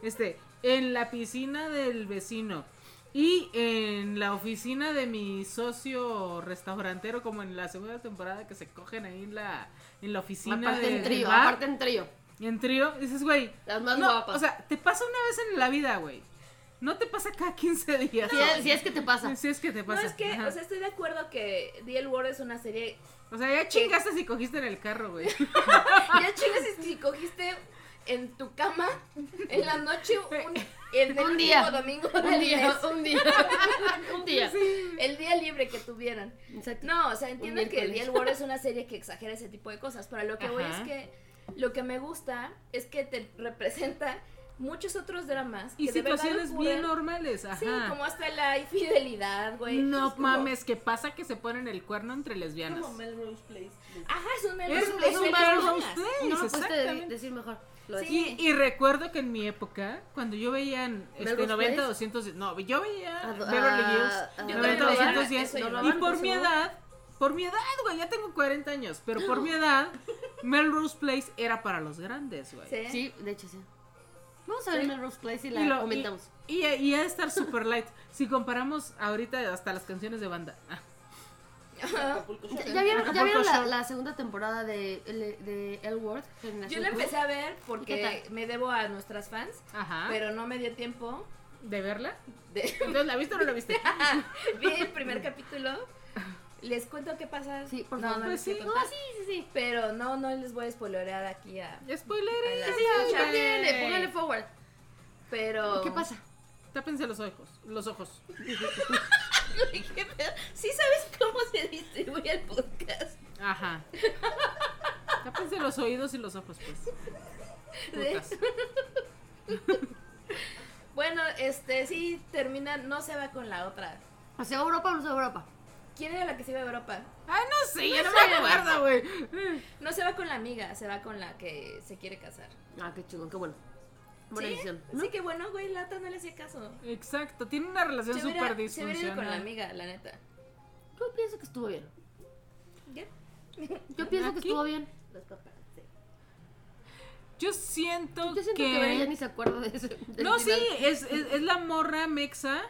[SPEAKER 1] este, en la piscina del vecino y en la oficina de mi socio restaurantero, como en la segunda temporada que se cogen ahí en la, en la oficina
[SPEAKER 3] aparte
[SPEAKER 1] de-
[SPEAKER 3] en
[SPEAKER 1] del
[SPEAKER 3] trío,
[SPEAKER 1] bar.
[SPEAKER 3] aparte en trío.
[SPEAKER 1] Y en trío, dices, güey.
[SPEAKER 3] Las más
[SPEAKER 1] no,
[SPEAKER 3] guapas.
[SPEAKER 1] O sea, te pasa una vez en la vida, güey. No te pasa cada 15 días.
[SPEAKER 3] Si es, si es que te pasa.
[SPEAKER 1] Si es que te
[SPEAKER 2] No,
[SPEAKER 1] pasa.
[SPEAKER 2] es que,
[SPEAKER 1] ajá.
[SPEAKER 2] o sea, estoy de acuerdo que The L Word es una serie.
[SPEAKER 1] O sea, ya chingaste si cogiste en el carro,
[SPEAKER 2] <laughs>
[SPEAKER 1] güey.
[SPEAKER 2] Ya chingas si- si cogiste en tu cama en la noche un, el del
[SPEAKER 3] Un día.
[SPEAKER 2] último domingo
[SPEAKER 3] Un
[SPEAKER 2] del
[SPEAKER 3] día,
[SPEAKER 2] mes.
[SPEAKER 3] un día. <laughs> un día.
[SPEAKER 2] El día libre que tuvieran.
[SPEAKER 3] Exacto.
[SPEAKER 2] No, o sea, entiendo que
[SPEAKER 3] miércoles.
[SPEAKER 2] The L Word es una serie que exagera ese tipo de cosas, pero a lo que voy es
[SPEAKER 1] Ajá.
[SPEAKER 2] que lo que me gusta es que te representa muchos otros dramas.
[SPEAKER 1] Y
[SPEAKER 2] que de verdad
[SPEAKER 1] situaciones
[SPEAKER 2] ocurren.
[SPEAKER 1] bien normales, ajá.
[SPEAKER 2] Sí, como hasta la infidelidad, güey.
[SPEAKER 1] no
[SPEAKER 2] Es como-
[SPEAKER 1] mames, ¿qué pasa que se ponen el cuerno entre
[SPEAKER 4] Es
[SPEAKER 1] lesbianas?
[SPEAKER 4] como Melrose Place.
[SPEAKER 2] Ajá, es un
[SPEAKER 1] Es,
[SPEAKER 2] Melrose
[SPEAKER 1] es
[SPEAKER 2] Place,
[SPEAKER 1] un
[SPEAKER 2] pero
[SPEAKER 1] Melrose
[SPEAKER 2] dramas.
[SPEAKER 1] Place,
[SPEAKER 3] No pues lo
[SPEAKER 1] exactamente.
[SPEAKER 3] pudiste decir mejor. Lo
[SPEAKER 2] Sí.
[SPEAKER 1] Y, y recuerdo que en mi época, cuando yo veía en, este,
[SPEAKER 3] Melrose
[SPEAKER 1] 90,
[SPEAKER 3] Place.
[SPEAKER 1] 200, no, yo veía
[SPEAKER 3] A-
[SPEAKER 1] Beverly
[SPEAKER 3] a-
[SPEAKER 1] Hills,
[SPEAKER 3] a-
[SPEAKER 2] Ah, Yo
[SPEAKER 1] 90,
[SPEAKER 2] también veía
[SPEAKER 1] 210,
[SPEAKER 2] eso, yo
[SPEAKER 1] y
[SPEAKER 2] lo
[SPEAKER 1] por
[SPEAKER 3] banco,
[SPEAKER 1] mi
[SPEAKER 3] ¿no?
[SPEAKER 1] edad, por mi edad, güey, ya tengo 40 años, pero por mi edad, Melrose Place era para los grandes, güey.
[SPEAKER 2] Sí.
[SPEAKER 3] Sí, de hecho sí. ¿eh? Vamos a ver
[SPEAKER 2] Sí.
[SPEAKER 3] Melrose Place y
[SPEAKER 1] Y
[SPEAKER 3] la
[SPEAKER 1] lo-
[SPEAKER 3] comentamos.
[SPEAKER 1] Y, y- y ha de estar super light. Si comparamos ahorita hasta las canciones de banda. Ah,
[SPEAKER 4] Acapulco Shore.
[SPEAKER 3] <laughs> ¿Ya, ya vieron, ya
[SPEAKER 1] Acapulco
[SPEAKER 3] vieron la,
[SPEAKER 1] Shore.
[SPEAKER 3] la segunda temporada de, L- de L Word?
[SPEAKER 2] Yo
[SPEAKER 3] Generación
[SPEAKER 2] la
[SPEAKER 3] Q?
[SPEAKER 2] empecé a ver
[SPEAKER 3] ¿Y qué
[SPEAKER 2] porque me debo a nuestras fans,
[SPEAKER 3] Ah.
[SPEAKER 1] Ajá.
[SPEAKER 2] pero no me dio tiempo.
[SPEAKER 1] ¿De verla?
[SPEAKER 2] de- <laughs>
[SPEAKER 1] Entonces, ¿la viste o no la viste?
[SPEAKER 2] Vi el primer capítulo. Les cuento qué pasa.
[SPEAKER 3] Sí, por
[SPEAKER 2] no,
[SPEAKER 3] favor.
[SPEAKER 2] No,
[SPEAKER 1] Pues
[SPEAKER 2] les
[SPEAKER 1] sí.
[SPEAKER 2] voy a
[SPEAKER 3] No,
[SPEAKER 2] contar.
[SPEAKER 3] sí, sí, sí.
[SPEAKER 2] Pero no, no les voy a spoilear aquí a.
[SPEAKER 1] Spoiler.
[SPEAKER 2] a la
[SPEAKER 3] Sí,
[SPEAKER 2] escucha,
[SPEAKER 3] ya viene, póngale forward.
[SPEAKER 2] Pero.
[SPEAKER 3] ¿Qué pasa?
[SPEAKER 1] Tápense los ojos. Los ojos.
[SPEAKER 2] Güey, <laughs> qué pedo. Sí sabes cómo se distribuye el podcast.
[SPEAKER 3] <laughs>
[SPEAKER 1] Ajá. Tápense los oídos y los ojos, pues. Putas.
[SPEAKER 2] Bueno, este sí termina, no se va con la otra.
[SPEAKER 3] ¿Hacia Europa o no hacia Europa?
[SPEAKER 2] ¿Quién era la que se iba a Europa?
[SPEAKER 1] Ah, no sé, ya no
[SPEAKER 3] <laughs>
[SPEAKER 2] No sé.
[SPEAKER 1] me acuerdo, güey.
[SPEAKER 2] No se va con la amiga, se va con la que se quiere casar.
[SPEAKER 3] Ah, qué chingón, qué bueno. Buena
[SPEAKER 2] ¿Sí?
[SPEAKER 3] decisión.
[SPEAKER 2] Así que bueno, güey, Lata no le hacía caso.
[SPEAKER 1] Exacto, tiene una relación
[SPEAKER 2] Se hubiera-
[SPEAKER 1] súper
[SPEAKER 2] se hubiera ido con la
[SPEAKER 1] disfuncional.
[SPEAKER 2] amiga, la neta.
[SPEAKER 3] Yo pienso que estuvo bien.
[SPEAKER 2] ¿Qué?
[SPEAKER 3] Yo pienso
[SPEAKER 1] ¿Aquí?
[SPEAKER 3] que estuvo bien.
[SPEAKER 2] Los papás, sí.
[SPEAKER 1] Yo siento,
[SPEAKER 3] Yo siento que, Vera ya ni se acuerda de eso.
[SPEAKER 1] No, sí, es, es, es la morra mexa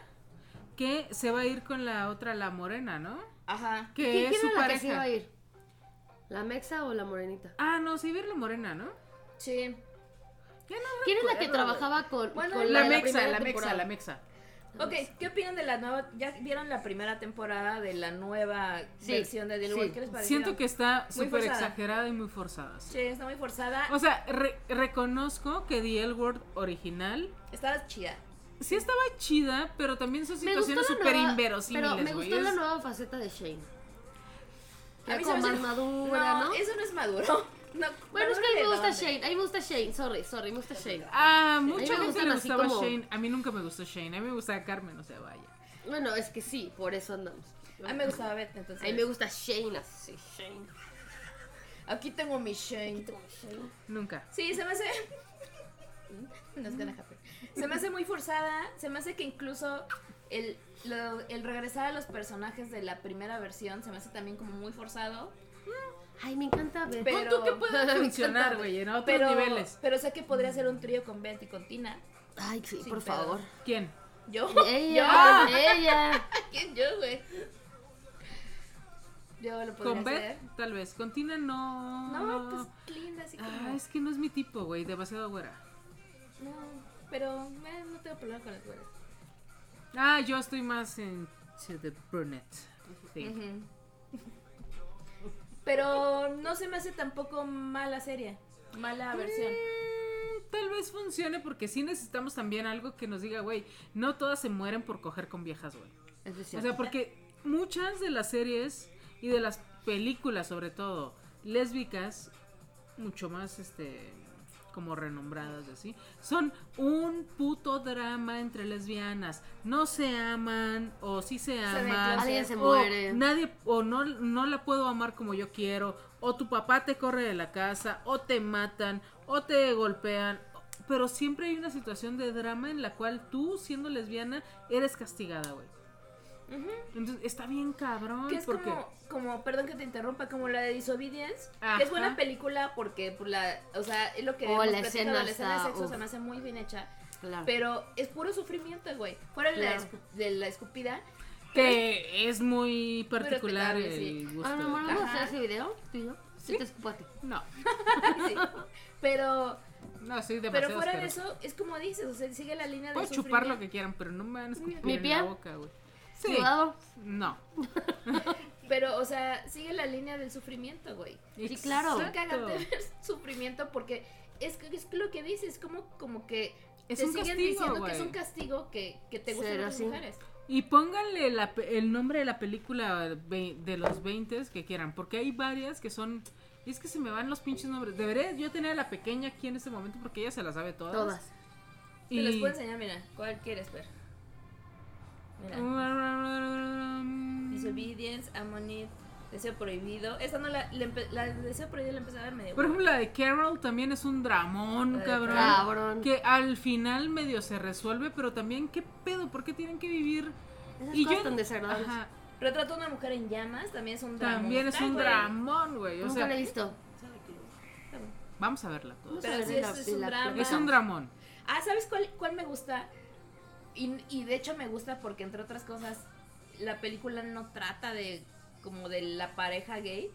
[SPEAKER 1] que se va a ir con la otra, la morena, ¿no?
[SPEAKER 2] Ajá.
[SPEAKER 1] Que
[SPEAKER 3] ¿Quién,
[SPEAKER 1] es
[SPEAKER 3] quién
[SPEAKER 1] su
[SPEAKER 3] era la que
[SPEAKER 1] pareja.
[SPEAKER 3] se iba a ir? ¿La mexa o la morenita?
[SPEAKER 1] Ah, no, se iba a ir la morena, ¿no?
[SPEAKER 2] Sí.
[SPEAKER 1] Ya no
[SPEAKER 3] ¿Quién es la que
[SPEAKER 1] recuerdo,
[SPEAKER 3] trabajaba con,
[SPEAKER 2] Bueno,
[SPEAKER 3] con
[SPEAKER 1] güey. La
[SPEAKER 3] de
[SPEAKER 1] mexa,
[SPEAKER 3] primera
[SPEAKER 1] la mexa,
[SPEAKER 3] temporada?
[SPEAKER 1] la mexa.
[SPEAKER 2] Ok, ¿qué opinan de la nueva? ¿Ya vieron la primera temporada de la nueva
[SPEAKER 3] Sí,
[SPEAKER 2] versión de Deal
[SPEAKER 3] sí.
[SPEAKER 2] ¿Qué les pareció?
[SPEAKER 1] Siento que está
[SPEAKER 2] Muy
[SPEAKER 1] súper
[SPEAKER 2] forzada.
[SPEAKER 1] exagerada y muy forzada. sí.
[SPEAKER 2] Sí, está muy forzada.
[SPEAKER 3] Oh.
[SPEAKER 1] O sea, re- reconozco que The L Word original
[SPEAKER 2] Estaba chida.
[SPEAKER 1] sí estaba chida, pero también son situaciones
[SPEAKER 3] la
[SPEAKER 1] súper
[SPEAKER 3] nueva-
[SPEAKER 1] inverosímiles,
[SPEAKER 3] Pero me
[SPEAKER 1] güey,
[SPEAKER 3] gustó la
[SPEAKER 1] es-
[SPEAKER 3] nueva faceta de Shane.
[SPEAKER 2] A
[SPEAKER 3] Ya
[SPEAKER 2] mí
[SPEAKER 3] como
[SPEAKER 2] se me
[SPEAKER 3] más
[SPEAKER 2] hace-
[SPEAKER 3] madura, ¿no?
[SPEAKER 2] eso no es maduro. <laughs> No,
[SPEAKER 3] Bueno, es que
[SPEAKER 2] maduro
[SPEAKER 3] a mí
[SPEAKER 2] de
[SPEAKER 3] me gusta
[SPEAKER 2] dónde.
[SPEAKER 3] Shane. A mí me gusta Shane. Sorry, sorry, me gusta Shane.
[SPEAKER 1] Ah,
[SPEAKER 3] a mí
[SPEAKER 1] mucha
[SPEAKER 3] me
[SPEAKER 1] gente
[SPEAKER 3] gustan
[SPEAKER 1] le
[SPEAKER 3] así
[SPEAKER 1] gustaba
[SPEAKER 3] como-
[SPEAKER 1] Shane. A mí nunca me gustó Shane. A mí me gustaba Carmen, o sea, vaya.
[SPEAKER 3] Bueno, es que sí, por eso andamos.
[SPEAKER 2] A mí me gustaba Beth, entonces.
[SPEAKER 3] A mí me gusta Shane así, Shane.
[SPEAKER 2] Aquí tengo mi Shane.
[SPEAKER 1] Nunca.
[SPEAKER 2] Sí, se me
[SPEAKER 3] <laughs>
[SPEAKER 2] hace. No es gonna happen. Se me hace muy forzada. Se me hace que incluso el, lo- el regresar a los personajes de la primera versión se me hace también como muy forzado.
[SPEAKER 3] Ay, me encanta ver.
[SPEAKER 2] Pero-
[SPEAKER 1] Pon tú que <laughs>
[SPEAKER 3] Me
[SPEAKER 1] puede
[SPEAKER 3] encanta,
[SPEAKER 1] funcionar, güey, en otros
[SPEAKER 2] Pero,
[SPEAKER 1] niveles.
[SPEAKER 2] pero sé que podría ser un trío con Beth y con Tina.
[SPEAKER 3] Ay, sí,
[SPEAKER 2] Sin
[SPEAKER 3] por
[SPEAKER 2] pedo.
[SPEAKER 3] favor.
[SPEAKER 1] ¿Quién?
[SPEAKER 2] Yo. <laughs>
[SPEAKER 3] Ella,
[SPEAKER 1] Ah.
[SPEAKER 3] ella.
[SPEAKER 2] Yo. ¿Quién yo, güey? Yo lo podría
[SPEAKER 1] ¿Con
[SPEAKER 2] hacer.
[SPEAKER 1] Beth? Tal vez. Con Tina no.
[SPEAKER 2] No, pues linda, así como.
[SPEAKER 1] Ah, es que no es mi tipo, güey. Demasiado güera.
[SPEAKER 2] No, pero eh, no tengo problema con las güeras.
[SPEAKER 1] Ah, yo estoy más en to the brunette. Sí.
[SPEAKER 2] Ujú. Pero no se me hace tampoco mala serie, mala versión.
[SPEAKER 1] Mm, Tal vez funcione porque sí necesitamos también algo que nos diga, güey, no todas se mueren por coger con viejas, güey.
[SPEAKER 3] Es
[SPEAKER 1] O sea, porque muchas de las series y de las películas, sobre todo, lésbicas, mucho más este como renombradas y así, son un puto drama entre lesbianas. No se aman o sí se
[SPEAKER 2] Se
[SPEAKER 1] aman.
[SPEAKER 2] declaran.
[SPEAKER 3] alguien se
[SPEAKER 1] o
[SPEAKER 3] muere.
[SPEAKER 1] nadie o no no la puedo amar como yo quiero o tu papá te corre de la casa o te matan o te golpean pero siempre hay una situación de drama en la cual tú siendo lesbiana eres castigada güey entonces está bien cabrón
[SPEAKER 2] Que es
[SPEAKER 1] porque
[SPEAKER 2] como, como, perdón que te interrumpa, como la de Disobedience,
[SPEAKER 1] Ajá.
[SPEAKER 2] que es buena película porque por la, o sea, es lo que
[SPEAKER 3] Oh,
[SPEAKER 2] hemos
[SPEAKER 3] la
[SPEAKER 2] platicado,
[SPEAKER 3] escena
[SPEAKER 2] la escena de
[SPEAKER 3] está-
[SPEAKER 2] sexo
[SPEAKER 3] uf.
[SPEAKER 2] se me hace muy bien hecha,
[SPEAKER 3] Claro.
[SPEAKER 2] pero es puro sufrimiento, güey. Fuera de, la,
[SPEAKER 3] Claro.
[SPEAKER 2] escu- de la escupida, <laughs>
[SPEAKER 1] que es muy particular
[SPEAKER 2] respetable, sí.
[SPEAKER 1] el gusto
[SPEAKER 3] Ah,
[SPEAKER 1] de
[SPEAKER 3] no, amor,
[SPEAKER 1] cada-
[SPEAKER 3] vamos a hacer ese video, tú y yo. Sí, te escupate.
[SPEAKER 1] no
[SPEAKER 2] sí, pero
[SPEAKER 1] no soy
[SPEAKER 2] pero
[SPEAKER 1] demasiado
[SPEAKER 2] fuera de
[SPEAKER 1] asquerosa.
[SPEAKER 2] eso es como dices, o sea, sigue la línea de
[SPEAKER 1] puedo chupar lo que quieran pero no me van a escupir
[SPEAKER 3] ¿Mi
[SPEAKER 1] en
[SPEAKER 3] pie?
[SPEAKER 1] la boca güey sí
[SPEAKER 3] Sudado.
[SPEAKER 1] no
[SPEAKER 2] Pero, o sea, sigue la línea del sufrimiento, güey.
[SPEAKER 3] Sí, claro.
[SPEAKER 2] Son cagante
[SPEAKER 1] Exacto.
[SPEAKER 2] ver <laughs> sufrimiento porque es, que- es lo que dices, como, como que
[SPEAKER 1] Es
[SPEAKER 2] te
[SPEAKER 1] un
[SPEAKER 2] siguen
[SPEAKER 1] castigo,
[SPEAKER 2] diciendo
[SPEAKER 1] güey.
[SPEAKER 2] que es un castigo que, que te gustan
[SPEAKER 3] Será
[SPEAKER 2] las
[SPEAKER 3] así.
[SPEAKER 2] mujeres.
[SPEAKER 1] Y pónganle la pe- el nombre de la película ve- de los 20 que quieran, porque hay varias que son... y Es que se me van los pinches nombres. Debería yo tener a la pequeña aquí en este momento porque ella se la sabe todas.
[SPEAKER 3] Todas.
[SPEAKER 2] Te los puedo enseñar, mira. ¿Cuál quieres ver?
[SPEAKER 1] Mm.
[SPEAKER 2] Mira. Disobedience, Ammonit, Deseo Prohibido. Esa no la, la, empe- la de Deseo Prohibido la empecé a ver medio.
[SPEAKER 1] Por ejemplo, la de Carol también es un
[SPEAKER 2] La
[SPEAKER 1] dramón,
[SPEAKER 2] de
[SPEAKER 1] cabrón.
[SPEAKER 3] Cabrón.
[SPEAKER 1] Que al final medio se resuelve, pero también, ¿qué pedo? ¿Por qué tienen que vivir?
[SPEAKER 3] Esas
[SPEAKER 1] Y
[SPEAKER 3] cosas
[SPEAKER 1] yo-
[SPEAKER 3] tan desagradables.
[SPEAKER 1] Ajá,
[SPEAKER 2] Retrato a una mujer en llamas, también es un drama.
[SPEAKER 1] también es un dramón, güey. O
[SPEAKER 3] Nunca
[SPEAKER 1] sea,
[SPEAKER 3] la he visto.
[SPEAKER 1] vamos a verla todos.
[SPEAKER 2] Pero sí,
[SPEAKER 3] Vamos a
[SPEAKER 2] es,
[SPEAKER 3] ver
[SPEAKER 2] es
[SPEAKER 3] la-
[SPEAKER 2] un
[SPEAKER 3] la-
[SPEAKER 2] drama.
[SPEAKER 1] Es un dramón.
[SPEAKER 2] Ah, ¿sabes cuál, cuál me gusta? Y, y de hecho me gusta porque, entre otras cosas, la película no trata de como de la pareja gay.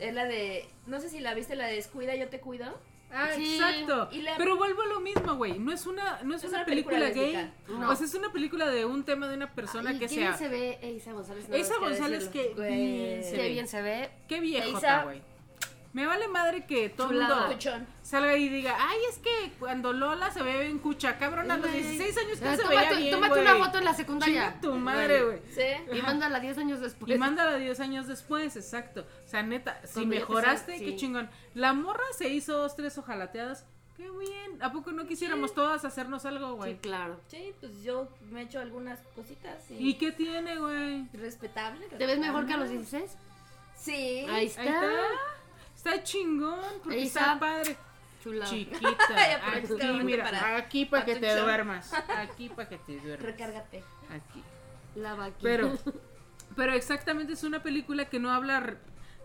[SPEAKER 2] Es la de, no sé si la viste, la de Descuida, yo te cuido.
[SPEAKER 1] Ah,
[SPEAKER 3] Sí.
[SPEAKER 1] exacto.
[SPEAKER 2] Y la-
[SPEAKER 1] Pero vuelvo a lo mismo, güey. No es una, no es una, película, gay.
[SPEAKER 2] lésbica.
[SPEAKER 3] No.
[SPEAKER 1] O sea, es una película de un tema de una persona
[SPEAKER 3] ¿Y
[SPEAKER 1] que
[SPEAKER 3] quién
[SPEAKER 1] sea.
[SPEAKER 3] se ve Eiza González? Nada
[SPEAKER 1] Esa
[SPEAKER 3] más que
[SPEAKER 1] González
[SPEAKER 3] decirlo.
[SPEAKER 1] que bien se
[SPEAKER 3] Qué
[SPEAKER 1] ve.
[SPEAKER 3] bien se ve.
[SPEAKER 1] Qué viejota,
[SPEAKER 3] Eiza.
[SPEAKER 1] güey. Me vale madre que todo el
[SPEAKER 3] Chulada.
[SPEAKER 1] mundo
[SPEAKER 2] Cuchón.
[SPEAKER 1] salga y diga, ay, es que cuando Lola se ve en cucha, cabrón, a los
[SPEAKER 3] Güey.
[SPEAKER 1] 16 años
[SPEAKER 3] Ah,
[SPEAKER 1] que se
[SPEAKER 3] tómate
[SPEAKER 1] veía bien,
[SPEAKER 3] tómate
[SPEAKER 1] güey.
[SPEAKER 3] una foto en la secundaria.
[SPEAKER 1] Chinga tu madre, güey.
[SPEAKER 2] Sí.
[SPEAKER 3] Y mándala 10 años
[SPEAKER 1] Y
[SPEAKER 2] Pues.
[SPEAKER 3] después.
[SPEAKER 1] mándala 10 años después, exacto. O sea, neta, si
[SPEAKER 3] Cuando ya te
[SPEAKER 1] mejoraste,
[SPEAKER 3] sal-
[SPEAKER 1] qué
[SPEAKER 3] sí.
[SPEAKER 1] chingón. La morra se hizo dos, tres ojalateadas. Qué bien. ¿A poco no quisiéramos todas hacernos algo,
[SPEAKER 3] Sí,
[SPEAKER 1] güey?
[SPEAKER 3] claro.
[SPEAKER 2] Sí, pues yo me echo algunas cositas.
[SPEAKER 1] ¿Y qué tiene, güey?
[SPEAKER 2] Respetable.
[SPEAKER 3] ¿Te ves mejor que a los
[SPEAKER 2] respetable.
[SPEAKER 3] 16?
[SPEAKER 2] Sí.
[SPEAKER 3] Ahí
[SPEAKER 1] Ahí está.
[SPEAKER 3] está.
[SPEAKER 1] Está chingón, porque
[SPEAKER 3] Ahí
[SPEAKER 1] está,
[SPEAKER 3] está.
[SPEAKER 1] padre.
[SPEAKER 2] <laughs>
[SPEAKER 3] Chula.
[SPEAKER 2] Ya,
[SPEAKER 1] Chiquita,
[SPEAKER 2] pero es que
[SPEAKER 1] aquí,
[SPEAKER 2] obviamente
[SPEAKER 1] mira,
[SPEAKER 2] para-
[SPEAKER 1] aquí para
[SPEAKER 2] para
[SPEAKER 1] que
[SPEAKER 2] tu
[SPEAKER 1] te
[SPEAKER 2] show. <laughs>
[SPEAKER 1] duermas, aquí para que te duermas,
[SPEAKER 2] Recárgate.
[SPEAKER 1] aquí.
[SPEAKER 3] La vaquita.
[SPEAKER 2] <laughs>
[SPEAKER 1] Pero, pero exactamente es una película que no habla r-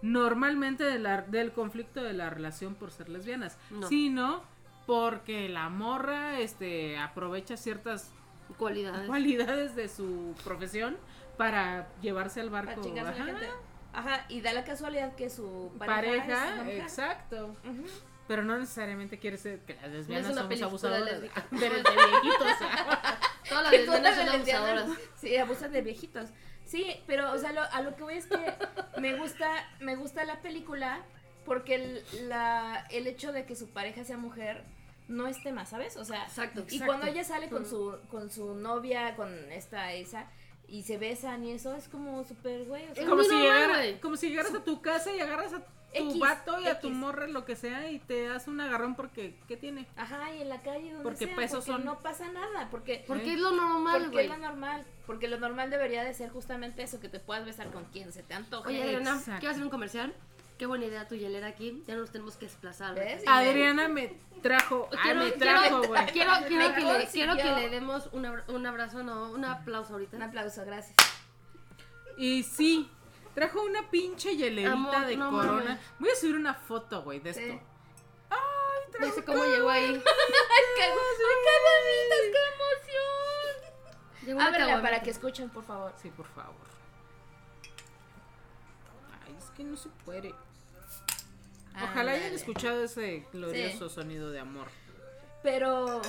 [SPEAKER 1] normalmente de la- del conflicto de la relación por ser lesbianas,
[SPEAKER 3] No.
[SPEAKER 1] sino porque la morra este, aprovecha ciertas
[SPEAKER 3] Cualidades.
[SPEAKER 1] cualidades de su profesión para llevarse al
[SPEAKER 2] Para
[SPEAKER 1] barco.
[SPEAKER 2] chingarse a
[SPEAKER 1] ajá,
[SPEAKER 2] la gente. Ajá, y da la casualidad que su pareja.
[SPEAKER 1] pareja,
[SPEAKER 2] es una mujer.
[SPEAKER 1] exacto.
[SPEAKER 2] Ujú.
[SPEAKER 1] Pero no necesariamente quiere ser que las lesbianas
[SPEAKER 3] una
[SPEAKER 1] somos
[SPEAKER 3] película
[SPEAKER 1] abusadoras <laughs> de,
[SPEAKER 3] lésbica.
[SPEAKER 1] de- de viejitos.
[SPEAKER 3] Todas
[SPEAKER 1] <laughs>
[SPEAKER 3] las
[SPEAKER 2] <laughs> Que todas
[SPEAKER 3] lesbianas Ah, son
[SPEAKER 2] las lesbianas,
[SPEAKER 3] abusadoras.
[SPEAKER 2] Sí, abusan de viejitos. Sí, pero o sea, lo- a lo que voy es que me gusta, me gusta la película porque el, la, el hecho de que su pareja sea mujer no es tema, ¿sabes? O sea,
[SPEAKER 3] Exacto,
[SPEAKER 2] y
[SPEAKER 3] exacto.
[SPEAKER 2] cuando ella sale con su con su novia, con esta esa y se besan y eso es como súper güey, o sea,
[SPEAKER 3] Es
[SPEAKER 1] como,
[SPEAKER 3] muy
[SPEAKER 1] si
[SPEAKER 3] normal,
[SPEAKER 1] llegara-
[SPEAKER 3] güey.
[SPEAKER 1] como si llegaras a tu casa y agarras a tu
[SPEAKER 2] X,
[SPEAKER 1] vato y a tu
[SPEAKER 2] X.
[SPEAKER 1] morra, lo que sea, y te das un agarrón porque, ¿qué tiene?
[SPEAKER 2] ajá, y en la calle donde
[SPEAKER 1] Porque
[SPEAKER 2] sea,
[SPEAKER 1] pesos
[SPEAKER 2] porque
[SPEAKER 1] son-
[SPEAKER 2] no pasa nada, porque
[SPEAKER 3] Porque es lo normal,
[SPEAKER 2] porque es
[SPEAKER 3] güey.
[SPEAKER 2] lo normal, porque lo normal debería de ser justamente eso que te puedas besar con quien se te antoje.
[SPEAKER 3] Oye, Adriana,
[SPEAKER 1] Exacto.
[SPEAKER 3] quiero hacer un comercial. Qué buena idea tu hielera aquí. Ya nos tenemos que desplazar. güey.
[SPEAKER 2] ¿Ves?
[SPEAKER 1] Adriana me trajo, ah,
[SPEAKER 3] Quiero,
[SPEAKER 1] me
[SPEAKER 3] quiero,
[SPEAKER 1] trajo, güey.
[SPEAKER 3] <laughs> quiero, quiero
[SPEAKER 2] Me
[SPEAKER 3] que le,
[SPEAKER 2] consiguió.
[SPEAKER 3] quiero que le demos un, abra- un abrazo, no, un aplauso ahorita.
[SPEAKER 2] Un aplauso, gracias.
[SPEAKER 1] Y sí, trajo una pinche hielerita
[SPEAKER 3] Amor,
[SPEAKER 1] de
[SPEAKER 3] no
[SPEAKER 1] corona.
[SPEAKER 3] mames.
[SPEAKER 1] Voy a subir una foto, güey, de
[SPEAKER 2] Sí.
[SPEAKER 1] esto.
[SPEAKER 3] No sé cómo llegó ahí.
[SPEAKER 2] ¡Qué, ay, qué bonitas, qué emoción!
[SPEAKER 3] Llegó una
[SPEAKER 2] Ábrela
[SPEAKER 3] caguamita.
[SPEAKER 2] para que escuchen, por favor.
[SPEAKER 1] Sí, por favor. Ay, es que no se puede. Ojalá hayan
[SPEAKER 2] Ándale.
[SPEAKER 1] escuchado ese glorioso
[SPEAKER 2] Sí.
[SPEAKER 1] sonido de amor.
[SPEAKER 2] Pero.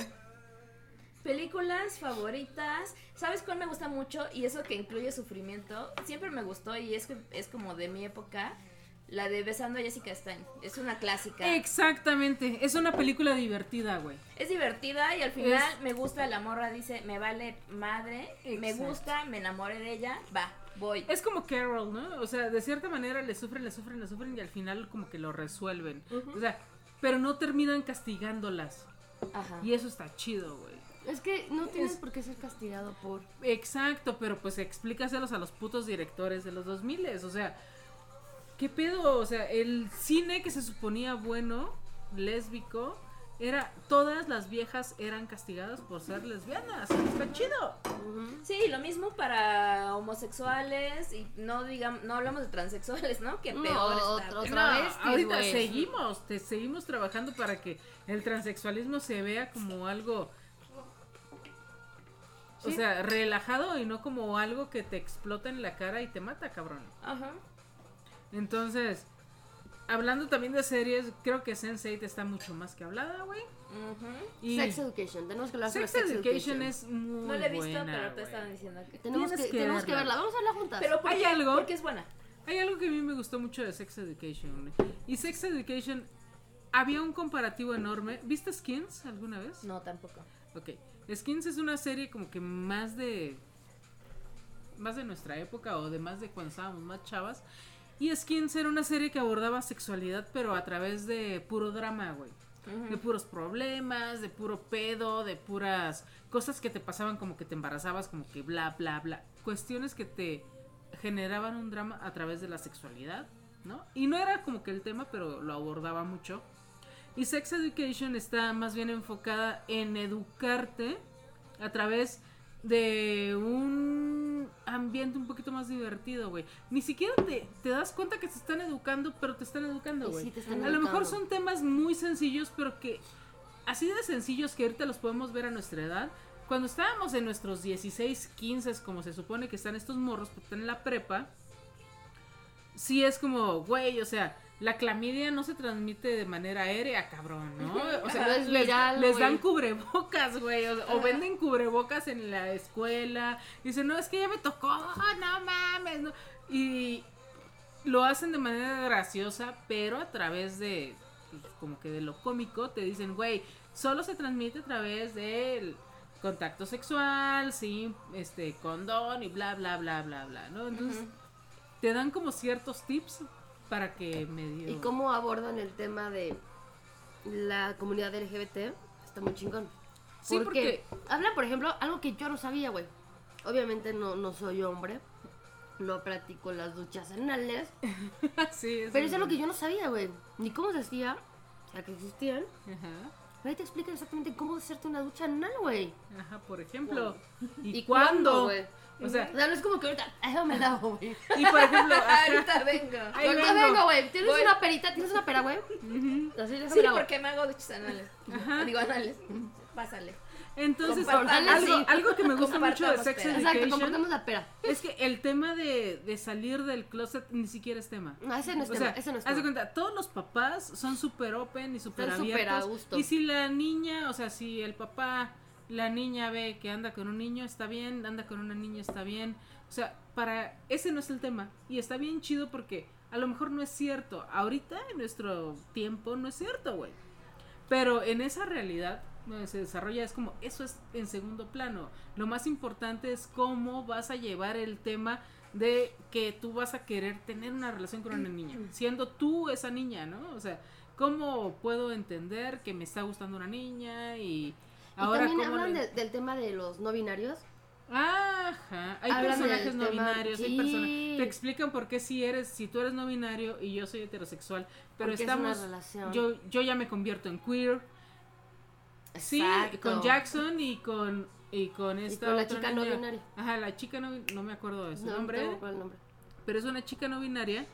[SPEAKER 2] Películas favoritas. ¿Sabes cuál me gusta mucho? Y eso que incluye sufrimiento. Siempre me gustó y es, que- es como de mi época. La de Besando a Jessica Stein. Es una clásica.
[SPEAKER 1] Exactamente, es una película divertida, güey.
[SPEAKER 2] Es divertida y al final
[SPEAKER 1] Es-
[SPEAKER 2] me gusta la morra. Dice, me vale madre. Me
[SPEAKER 1] Exacto.
[SPEAKER 2] gusta, me enamoré de ella. Va, voy.
[SPEAKER 1] Es como Carol, ¿no? O sea, de cierta manera le sufren, le sufren, le sufren y al final como que lo resuelven. O sea, pero no terminan castigándolas.
[SPEAKER 2] Ajá.
[SPEAKER 1] Y eso está chido, güey.
[SPEAKER 3] Es que no tienes por qué ser castigado por.
[SPEAKER 1] Exacto, pero pues explícaselos a los putos directores de los 2000. O sea, ¿qué pedo? O sea, el cine que se suponía bueno, lésbico, era. Todas las viejas eran castigadas por ser lesbianas. Está chido.
[SPEAKER 2] Sí, lo mismo para homosexuales y no digamos, no hablamos de transexuales, ¿no? Que
[SPEAKER 3] No,
[SPEAKER 2] peor está.
[SPEAKER 3] otro-
[SPEAKER 2] peor.
[SPEAKER 3] otro. Travestis,
[SPEAKER 1] Ah, ahorita
[SPEAKER 3] güey.
[SPEAKER 1] seguimos, te seguimos trabajando para que el transexualismo se vea como algo. O
[SPEAKER 3] Sí.
[SPEAKER 1] sea, relajado y no como algo que te explota en la cara y te mata, cabrón.
[SPEAKER 2] Ajá.
[SPEAKER 1] Entonces, hablando también de series, creo que Sense8 está mucho más que hablada, güey.
[SPEAKER 2] ujú.
[SPEAKER 1] Y
[SPEAKER 3] Sex Education. Tenemos que hablar sobre
[SPEAKER 1] Sex
[SPEAKER 3] Sex
[SPEAKER 1] Education es muy
[SPEAKER 2] No la he visto,
[SPEAKER 1] buena,
[SPEAKER 2] pero te
[SPEAKER 1] güey.
[SPEAKER 2] estaban diciendo que.
[SPEAKER 3] Tenemos, que,
[SPEAKER 1] Tienes que
[SPEAKER 3] tenemos que
[SPEAKER 1] verla.
[SPEAKER 3] verla. Vamos a verla juntas.
[SPEAKER 2] Pero ¿por
[SPEAKER 1] ¿Hay
[SPEAKER 2] qué?
[SPEAKER 1] algo?
[SPEAKER 2] Porque es buena.
[SPEAKER 1] Hay algo que a mí me gustó mucho de Sex Education. güey. Y Sex Education, había un comparativo enorme. ¿Viste Skins alguna vez?
[SPEAKER 2] No, tampoco.
[SPEAKER 1] Ok. Skins es una serie como que más de. Más de nuestra época o de más de cuando estábamos más chavas. Y Skins era una serie que abordaba sexualidad, pero a través de puro drama, güey.
[SPEAKER 2] Ujú.
[SPEAKER 1] de puros problemas, de puro pedo, de puras cosas que te pasaban como que te embarazabas, como que bla, bla, bla. Cuestiones que te generaban un drama a través de la sexualidad, ¿no? Y no era como que el tema, pero lo abordaba mucho. Y Sex Education está más bien enfocada en educarte a través de un ambiente un poquito más divertido, güey. Ni siquiera te, te das cuenta que te están educando, pero te están educando,
[SPEAKER 3] Y
[SPEAKER 1] güey.
[SPEAKER 3] sí te están
[SPEAKER 1] a lo
[SPEAKER 3] educando.
[SPEAKER 1] mejor son temas muy sencillos, pero que así de sencillos que ahorita los podemos ver a nuestra edad. Cuando estábamos en nuestros 16, 15, como se supone que están estos morros, porque están en la prepa, sí es como, güey, o sea, la clamidia no se transmite de manera aérea, cabrón,
[SPEAKER 3] <laughs>
[SPEAKER 1] ¿no? O sea,
[SPEAKER 3] No es
[SPEAKER 1] les,
[SPEAKER 3] viral,
[SPEAKER 1] les
[SPEAKER 3] güey.
[SPEAKER 1] dan cubrebocas, güey, o, o venden cubrebocas en la escuela. Dicen, no, es que ya me tocó, ah, no mames, no. Y lo hacen de manera graciosa, pero a través de, pues, como que de lo cómico, te dicen, güey, solo se transmite a través del contacto sexual, sin este condón y bla bla bla bla bla, ¿no? Entonces te dan como ciertos tips para que medio
[SPEAKER 3] ¿Y cómo abordan el tema de la comunidad LGBT? Está muy chingón.
[SPEAKER 1] Sí, porque-
[SPEAKER 3] hablan, por ejemplo, algo que yo no sabía, güey. Obviamente no, no soy hombre, no practico las
[SPEAKER 1] <laughs>
[SPEAKER 3] duchas anales,
[SPEAKER 1] Ah, sí,
[SPEAKER 3] pero eso es lo que yo no sabía, güey. Ni cómo se hacía, o sea, que existían.
[SPEAKER 1] Ajá.
[SPEAKER 3] Pero ahí te explican exactamente cómo hacerte una ducha anal, güey.
[SPEAKER 1] Ajá, por ejemplo. ¿Y,
[SPEAKER 3] ¿Y
[SPEAKER 1] cuándo?
[SPEAKER 3] cuándo, güey?
[SPEAKER 1] o sea,
[SPEAKER 3] O sea, no es como que ahorita, ay, no me lavo, güey.
[SPEAKER 1] y por
[SPEAKER 3] <laughs>
[SPEAKER 1] ejemplo, ajá,
[SPEAKER 2] <laughs> Ahorita vengo.
[SPEAKER 1] <laughs> ahí
[SPEAKER 3] Ahorita
[SPEAKER 1] vengo.
[SPEAKER 3] vengo, güey. ¿Tienes
[SPEAKER 2] Voy.
[SPEAKER 3] una perita? ¿Tienes una pera, güey?
[SPEAKER 1] Ujú.
[SPEAKER 3] Así déjame
[SPEAKER 2] Sí,
[SPEAKER 3] la hago.
[SPEAKER 2] porque me hago duchas anales. Digo anales.
[SPEAKER 1] <laughs>
[SPEAKER 2] Pásale.
[SPEAKER 1] Entonces,
[SPEAKER 2] Compartamos,
[SPEAKER 1] algo,
[SPEAKER 3] sí.
[SPEAKER 1] algo que me gusta mucho de
[SPEAKER 2] Compartamos,
[SPEAKER 1] Sex
[SPEAKER 2] pero-
[SPEAKER 3] Exacto,
[SPEAKER 1] Education
[SPEAKER 3] compartamos la pera.
[SPEAKER 1] es que el tema de, de salir del closet ni siquiera es tema.
[SPEAKER 3] No, ese no es
[SPEAKER 1] O
[SPEAKER 3] tema,
[SPEAKER 1] sea,
[SPEAKER 3] ese no es
[SPEAKER 1] haz de
[SPEAKER 3] tema.
[SPEAKER 1] cuenta, todos los papás son súper open y súper
[SPEAKER 3] Están súper
[SPEAKER 1] abiertos.
[SPEAKER 3] a gusto.
[SPEAKER 1] Y si la niña, o sea, si el papá, la niña ve que anda con un niño, está bien, anda con una niña, está bien. O sea, para ese no es el tema. Y está bien chido porque a lo mejor no es cierto. Ahorita, en nuestro tiempo, no es cierto, güey. Pero en esa realidad donde se desarrolla es como, eso es en segundo plano. Lo más importante es cómo vas a llevar el tema de que tú vas a querer tener una relación con
[SPEAKER 3] Mm.
[SPEAKER 1] una niña, siendo tú esa niña, ¿no? O sea, ¿cómo puedo entender que me está gustando una niña y ahora
[SPEAKER 3] y también
[SPEAKER 1] cómo
[SPEAKER 3] hablan
[SPEAKER 1] lo-
[SPEAKER 3] de- del tema de los no binarios.
[SPEAKER 1] Ajá, hay
[SPEAKER 3] Hablan
[SPEAKER 1] personajes
[SPEAKER 3] del
[SPEAKER 1] no
[SPEAKER 3] tema-
[SPEAKER 1] binarios, hay
[SPEAKER 3] sí.
[SPEAKER 1] personas te explican por qué si eres, si tú eres no binario y yo soy heterosexual, pero
[SPEAKER 3] porque
[SPEAKER 1] estamos
[SPEAKER 3] Es una relación.
[SPEAKER 1] yo yo ya me convierto en queer, Sí,
[SPEAKER 3] Exacto.
[SPEAKER 1] con Jackson y con y con
[SPEAKER 3] Y
[SPEAKER 1] esta
[SPEAKER 3] con la
[SPEAKER 1] otra
[SPEAKER 3] chica no
[SPEAKER 1] niña.
[SPEAKER 3] binaria.
[SPEAKER 1] Ajá, la chica no no me acuerdo de su
[SPEAKER 3] No,
[SPEAKER 1] nombre,
[SPEAKER 3] no me acuerdo el nombre.
[SPEAKER 1] pero es una chica no binaria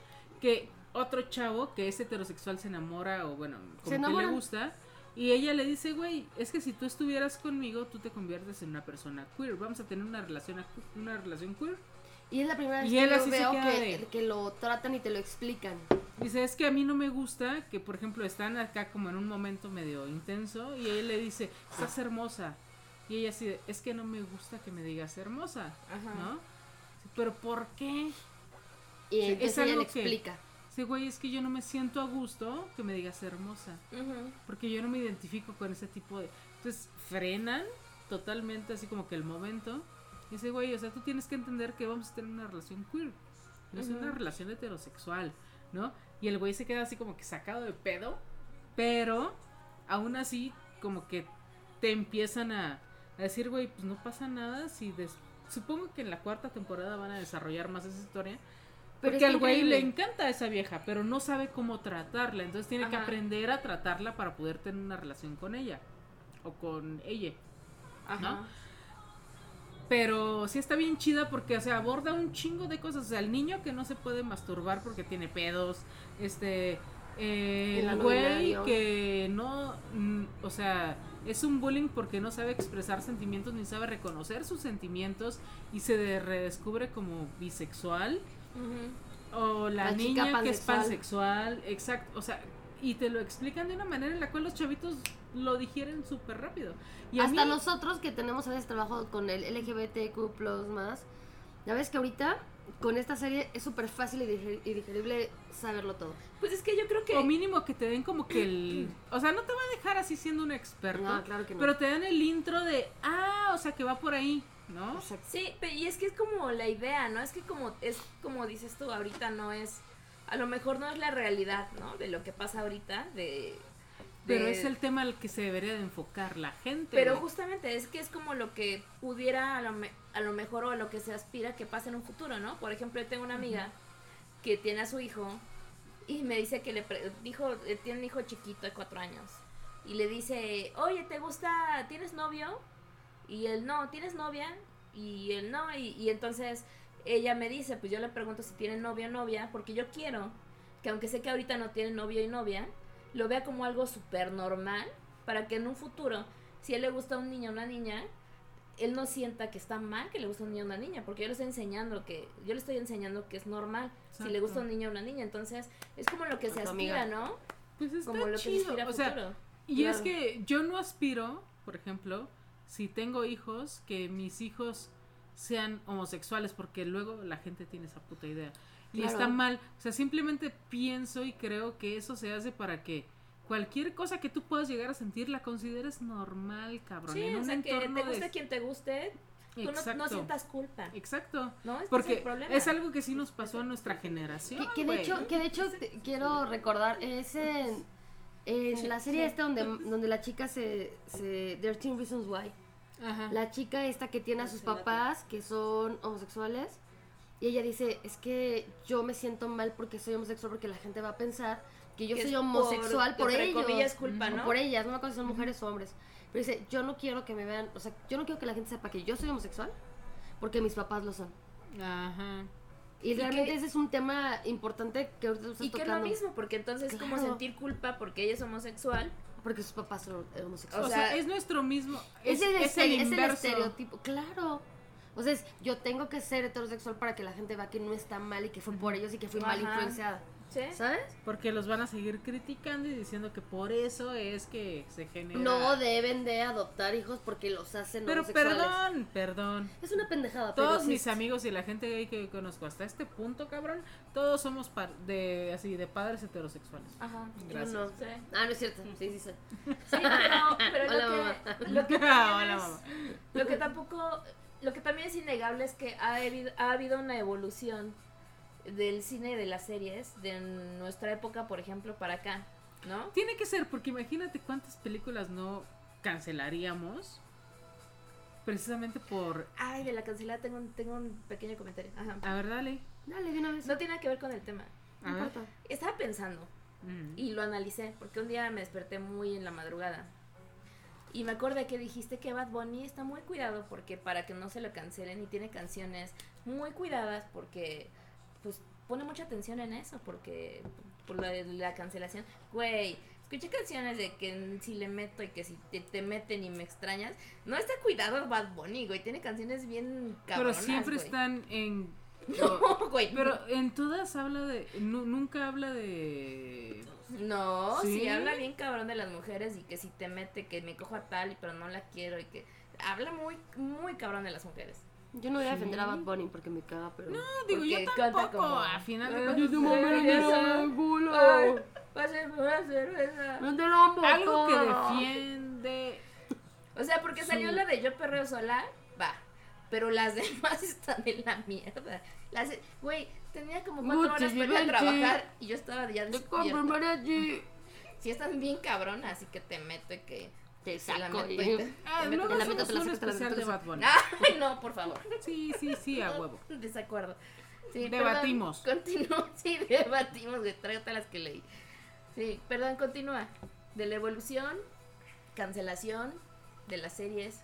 [SPEAKER 1] que otro chavo que es heterosexual se enamora o bueno,
[SPEAKER 3] Se
[SPEAKER 1] como que le
[SPEAKER 3] enamoran.
[SPEAKER 1] gusta y ella le dice, "Güey, es que si tú estuvieras conmigo, tú te conviertes en una persona queer, vamos a tener una relación ac- una relación queer."
[SPEAKER 3] Y es la primera vez
[SPEAKER 1] Y
[SPEAKER 3] que
[SPEAKER 1] él
[SPEAKER 3] yo
[SPEAKER 1] así se
[SPEAKER 3] veo
[SPEAKER 1] queda
[SPEAKER 3] que,
[SPEAKER 1] de-
[SPEAKER 3] que lo tratan y te lo explican.
[SPEAKER 1] Dice, es que a mí no me gusta que, por ejemplo, están acá como en un momento medio intenso y él le dice, estás hermosa. Y ella así, de, es que no me gusta que me digas hermosa,
[SPEAKER 2] Ajá.
[SPEAKER 3] Ah.
[SPEAKER 1] ¿no? Dice, Pero ¿por qué?
[SPEAKER 3] Y
[SPEAKER 1] es
[SPEAKER 3] entonces ella
[SPEAKER 1] algo
[SPEAKER 3] le
[SPEAKER 1] que-
[SPEAKER 3] explica.
[SPEAKER 1] Dice, güey, es que yo no me siento a gusto que me digas hermosa,
[SPEAKER 2] Ujú.
[SPEAKER 1] porque yo no me identifico con ese tipo de... Entonces, frenan totalmente así como que el momento. Y dice, güey, o sea, tú tienes que entender que vamos a tener una relación queer. No es una
[SPEAKER 2] Ujú.
[SPEAKER 1] relación heterosexual, ¿no? Y el güey se queda así como que sacado de pedo, pero aún así como que te empiezan a, a decir, güey, pues no pasa nada si... des- Supongo que en la cuarta temporada van a desarrollar más esa historia.
[SPEAKER 3] Pero
[SPEAKER 1] porque
[SPEAKER 3] está
[SPEAKER 1] al güey le
[SPEAKER 3] increíble.
[SPEAKER 1] encanta esa vieja, pero no sabe cómo tratarla. Entonces tiene que
[SPEAKER 2] Ajá.
[SPEAKER 1] aprender a tratarla para poder tener una relación con ella. O con ella.
[SPEAKER 2] Ajá.
[SPEAKER 1] Pero sí está bien chida porque, o sea, aborda un chingo de cosas. O sea, el niño que no se puede masturbar porque tiene pedos. Este. eh,
[SPEAKER 3] El
[SPEAKER 1] el
[SPEAKER 3] no
[SPEAKER 1] güey
[SPEAKER 3] binario.
[SPEAKER 1] que no. mm, o sea, es un bullying porque no sabe expresar sentimientos ni sabe reconocer sus sentimientos y se de- redescubre como bisexual.
[SPEAKER 2] Ujú.
[SPEAKER 1] O la,
[SPEAKER 3] La chica
[SPEAKER 1] niña que es
[SPEAKER 3] pansexual.
[SPEAKER 1] pansexual. Exacto. O sea, y te lo explican de una manera en la cual los chavitos lo digieren súper rápido. Y a
[SPEAKER 3] Hasta
[SPEAKER 1] mí-
[SPEAKER 3] nosotros que tenemos a veces trabajo con el LGBTQ más. Ya ves que ahorita con esta serie es súper fácil y diger- y digerible saberlo todo.
[SPEAKER 2] Pues es que yo creo que.
[SPEAKER 1] O mínimo que te den como que el... O sea, no te va a dejar así siendo un experto.
[SPEAKER 3] No, claro que no.
[SPEAKER 1] Pero te dan el intro de... Ah, o sea, que va por ahí, ¿no?
[SPEAKER 3] Exacto.
[SPEAKER 2] Sí, pe- y es que es como la idea, ¿no? Es que como es como dices tú ahorita no es a lo mejor no es la realidad, ¿no? De lo que pasa ahorita de
[SPEAKER 1] Pero
[SPEAKER 2] de-
[SPEAKER 1] es el tema al que se debería de enfocar la gente.
[SPEAKER 2] Pero
[SPEAKER 1] güey.
[SPEAKER 2] justamente es que es como lo que pudiera a lo, me- a lo mejor o a lo que se aspira que pase en un futuro, ¿no? Por ejemplo, yo tengo una amiga que tiene a su hijo y me dice que le pre- dijo, eh, tiene un hijo chiquito de cuatro años y le dice, oye, ¿te gusta? ¿Tienes novio? Y él no, ¿tienes novia? Y él no, y, y entonces ella me dice, pues yo le pregunto si tiene novio o novia, porque yo quiero que aunque sé que ahorita no tiene novio y novia, lo vea como algo súper normal para que en un futuro, si a él le gusta un niño o una niña, él no sienta que está mal que le gusta un niño o una niña, porque yo le estoy enseñando que, yo le estoy enseñando que es normal si le gusta
[SPEAKER 1] Exacto.
[SPEAKER 2] un niño o una niña, entonces es como lo que se
[SPEAKER 3] Con tu
[SPEAKER 2] aspira,
[SPEAKER 3] amiga.
[SPEAKER 2] ¿no?
[SPEAKER 1] Pues está
[SPEAKER 2] Como lo que se
[SPEAKER 1] chido.
[SPEAKER 2] aspira a
[SPEAKER 1] o sea,
[SPEAKER 2] futuro.
[SPEAKER 1] Y es
[SPEAKER 3] Claro.
[SPEAKER 1] que yo no aspiro, por ejemplo, si tengo hijos, que mis hijos sean homosexuales, porque luego la gente tiene esa puta idea. Y
[SPEAKER 3] Claro.
[SPEAKER 1] está mal. O sea, simplemente pienso y creo que eso se hace para que cualquier cosa que tú puedas llegar a sentir la consideres normal, cabrón.
[SPEAKER 2] Sí,
[SPEAKER 1] en
[SPEAKER 2] o
[SPEAKER 1] un
[SPEAKER 2] sea, que te
[SPEAKER 1] entorno de-
[SPEAKER 2] guste quien te guste, tú no- no,
[SPEAKER 1] Exacto.
[SPEAKER 2] sientas culpa,
[SPEAKER 1] Exacto.
[SPEAKER 2] ¿no? Este es el
[SPEAKER 1] Porque
[SPEAKER 2] problema.
[SPEAKER 1] es algo que sí nos pasó a nuestra generación.
[SPEAKER 3] Que, que de
[SPEAKER 1] güey.
[SPEAKER 3] hecho, que de hecho te- quiero recordar, es en, en
[SPEAKER 2] Sí,
[SPEAKER 3] la
[SPEAKER 2] sí.
[SPEAKER 3] serie esta donde, donde la chica se, se... 13 Reasons Why.
[SPEAKER 1] Ajá.
[SPEAKER 3] La chica esta que tiene a sus
[SPEAKER 4] Senato.
[SPEAKER 3] papás que son homosexuales y ella dice, es que yo me siento mal porque soy homosexual porque la gente va a pensar que yo
[SPEAKER 2] Que
[SPEAKER 3] soy
[SPEAKER 2] es
[SPEAKER 3] homosexual por,
[SPEAKER 2] entre
[SPEAKER 3] ellos.
[SPEAKER 2] comillas, culpa,
[SPEAKER 3] o
[SPEAKER 2] ¿no?
[SPEAKER 3] por ellas, no me acuerdo si son mujeres o hombres. Pero dice, yo no quiero que me vean, o sea, yo no quiero que la gente sepa que yo soy homosexual porque mis papás lo son.
[SPEAKER 1] Ajá.
[SPEAKER 3] Y,
[SPEAKER 2] Y
[SPEAKER 3] realmente
[SPEAKER 2] que-
[SPEAKER 3] ese es un tema importante que ahorita tú estás
[SPEAKER 2] Y que es lo
[SPEAKER 3] tocando.
[SPEAKER 2] mismo, porque entonces es como
[SPEAKER 3] Claro.
[SPEAKER 2] sentir culpa porque ella es homosexual.
[SPEAKER 3] Porque sus papás son eh,
[SPEAKER 1] O,
[SPEAKER 3] homosexuales.
[SPEAKER 1] sea,
[SPEAKER 2] sea,
[SPEAKER 1] es nuestro mismo. Es,
[SPEAKER 3] es,
[SPEAKER 1] es
[SPEAKER 3] el,
[SPEAKER 1] el
[SPEAKER 3] estere- es el
[SPEAKER 1] inverso.
[SPEAKER 3] estereotipo, claro. O sea, es, yo tengo que ser heterosexual para que la gente vea que no está mal y que fue por ellos y que fui mal
[SPEAKER 2] Ajá.
[SPEAKER 3] influenciada.
[SPEAKER 2] ¿Sí?
[SPEAKER 3] ¿Sabes?
[SPEAKER 1] Porque los van a seguir criticando y diciendo que por eso es que se genera.
[SPEAKER 3] No deben de adoptar hijos porque los hacen
[SPEAKER 1] Pero
[SPEAKER 3] homosexuales.
[SPEAKER 1] perdón, perdón.
[SPEAKER 3] Es una pendejada. pero
[SPEAKER 1] Todos
[SPEAKER 3] sí.
[SPEAKER 1] mis amigos y la gente gay que conozco hasta este punto, cabrón, todos somos par- de así de padres heterosexuales.
[SPEAKER 2] Ajá.
[SPEAKER 3] Yo
[SPEAKER 1] Gracias.
[SPEAKER 3] no.
[SPEAKER 2] Sí.
[SPEAKER 3] Ah, no es cierto. Sí, sí, sí.
[SPEAKER 2] Sí, no, pero
[SPEAKER 3] Hola,
[SPEAKER 2] lo, que,
[SPEAKER 1] <laughs>
[SPEAKER 2] lo que
[SPEAKER 1] Ah,
[SPEAKER 2] también
[SPEAKER 1] hola,
[SPEAKER 2] es-
[SPEAKER 1] mamá.
[SPEAKER 2] lo que tampoco, lo que también es innegable es que ha habido, ha habido una evolución del cine y de las series de nuestra época, por ejemplo, para acá, ¿no?
[SPEAKER 1] Tiene que ser, porque imagínate cuántas películas no cancelaríamos precisamente por.
[SPEAKER 2] Ay, de la cancelada tengo un, tengo un pequeño comentario. Ajá.
[SPEAKER 1] A ver, dale.
[SPEAKER 3] Dale, de una vez.
[SPEAKER 2] No tiene nada que ver con el tema.
[SPEAKER 1] A
[SPEAKER 3] No
[SPEAKER 1] ver.
[SPEAKER 3] importa.
[SPEAKER 2] Estaba pensando
[SPEAKER 1] Mm.
[SPEAKER 2] y lo analicé porque un día me desperté muy en la madrugada. Y me acordé que dijiste que Bad Bunny está muy cuidado porque para que no se lo cancelen y tiene canciones muy cuidadas porque pues pone mucha atención en eso porque por lo de la cancelación, güey, escuché canciones de que si le meto y que si te, te meten y me extrañas, no está cuidado Bad Bunny, güey, tiene canciones bien
[SPEAKER 1] Pero
[SPEAKER 2] cabronas,
[SPEAKER 1] siempre
[SPEAKER 2] güey.
[SPEAKER 1] están en.
[SPEAKER 2] <laughs> No, güey.
[SPEAKER 1] Pero en todas habla de. nu- nunca habla de.
[SPEAKER 2] No, si
[SPEAKER 1] ¿Sí?
[SPEAKER 2] habla bien cabrón de las mujeres y que si te mete que me cojo a tal pero no la quiero y que habla muy muy cabrón de las mujeres.
[SPEAKER 3] Yo no voy a defender a
[SPEAKER 1] Sí.
[SPEAKER 3] Bad Bunny porque me caga, pero.
[SPEAKER 1] No, digo, yo
[SPEAKER 2] Porque canta
[SPEAKER 1] tampoco.
[SPEAKER 2] como-
[SPEAKER 1] A final de
[SPEAKER 2] Eh,
[SPEAKER 1] cuentas,
[SPEAKER 2] yo de
[SPEAKER 1] eh,
[SPEAKER 2] momento
[SPEAKER 1] eso-
[SPEAKER 2] no.
[SPEAKER 3] culo.
[SPEAKER 2] Ay, pásenme una cerveza.
[SPEAKER 3] No te lo han
[SPEAKER 1] algo que
[SPEAKER 3] botado.
[SPEAKER 1] defiende.
[SPEAKER 2] O sea, porque salió
[SPEAKER 1] Sí.
[SPEAKER 2] la de yo perreo sola, va. Pero las <laughs> demás están en la mierda. Las, güey, tenía como cuatro
[SPEAKER 3] Gucci,
[SPEAKER 2] horas para ir a
[SPEAKER 3] Givenchy.
[SPEAKER 2] trabajar y yo estaba ya
[SPEAKER 3] Te
[SPEAKER 2] despierta.
[SPEAKER 3] compraré allí.
[SPEAKER 2] Si están bien cabronas, así que te meto y que
[SPEAKER 3] Te
[SPEAKER 2] te la
[SPEAKER 3] saco.
[SPEAKER 2] meto y
[SPEAKER 3] y-
[SPEAKER 2] te-
[SPEAKER 1] Ah,
[SPEAKER 2] te meto
[SPEAKER 1] luego
[SPEAKER 2] y
[SPEAKER 3] la
[SPEAKER 2] la
[SPEAKER 1] hacemos
[SPEAKER 3] meto, te la
[SPEAKER 1] un
[SPEAKER 3] saco, te la
[SPEAKER 1] especial
[SPEAKER 3] meto,
[SPEAKER 1] de
[SPEAKER 3] te la
[SPEAKER 1] Bad Bunny.
[SPEAKER 2] <laughs>
[SPEAKER 1] Ah,
[SPEAKER 2] Ay, no, por favor.
[SPEAKER 1] Sí, sí, sí, a huevo.
[SPEAKER 2] <laughs> Desacuerdo. Sí,
[SPEAKER 1] Debatimos.
[SPEAKER 2] perdón, continúa, <laughs> sí, debatimos, güey, traigo todas las que leí. Sí, perdón, continúa. De la evolución, cancelación de las series.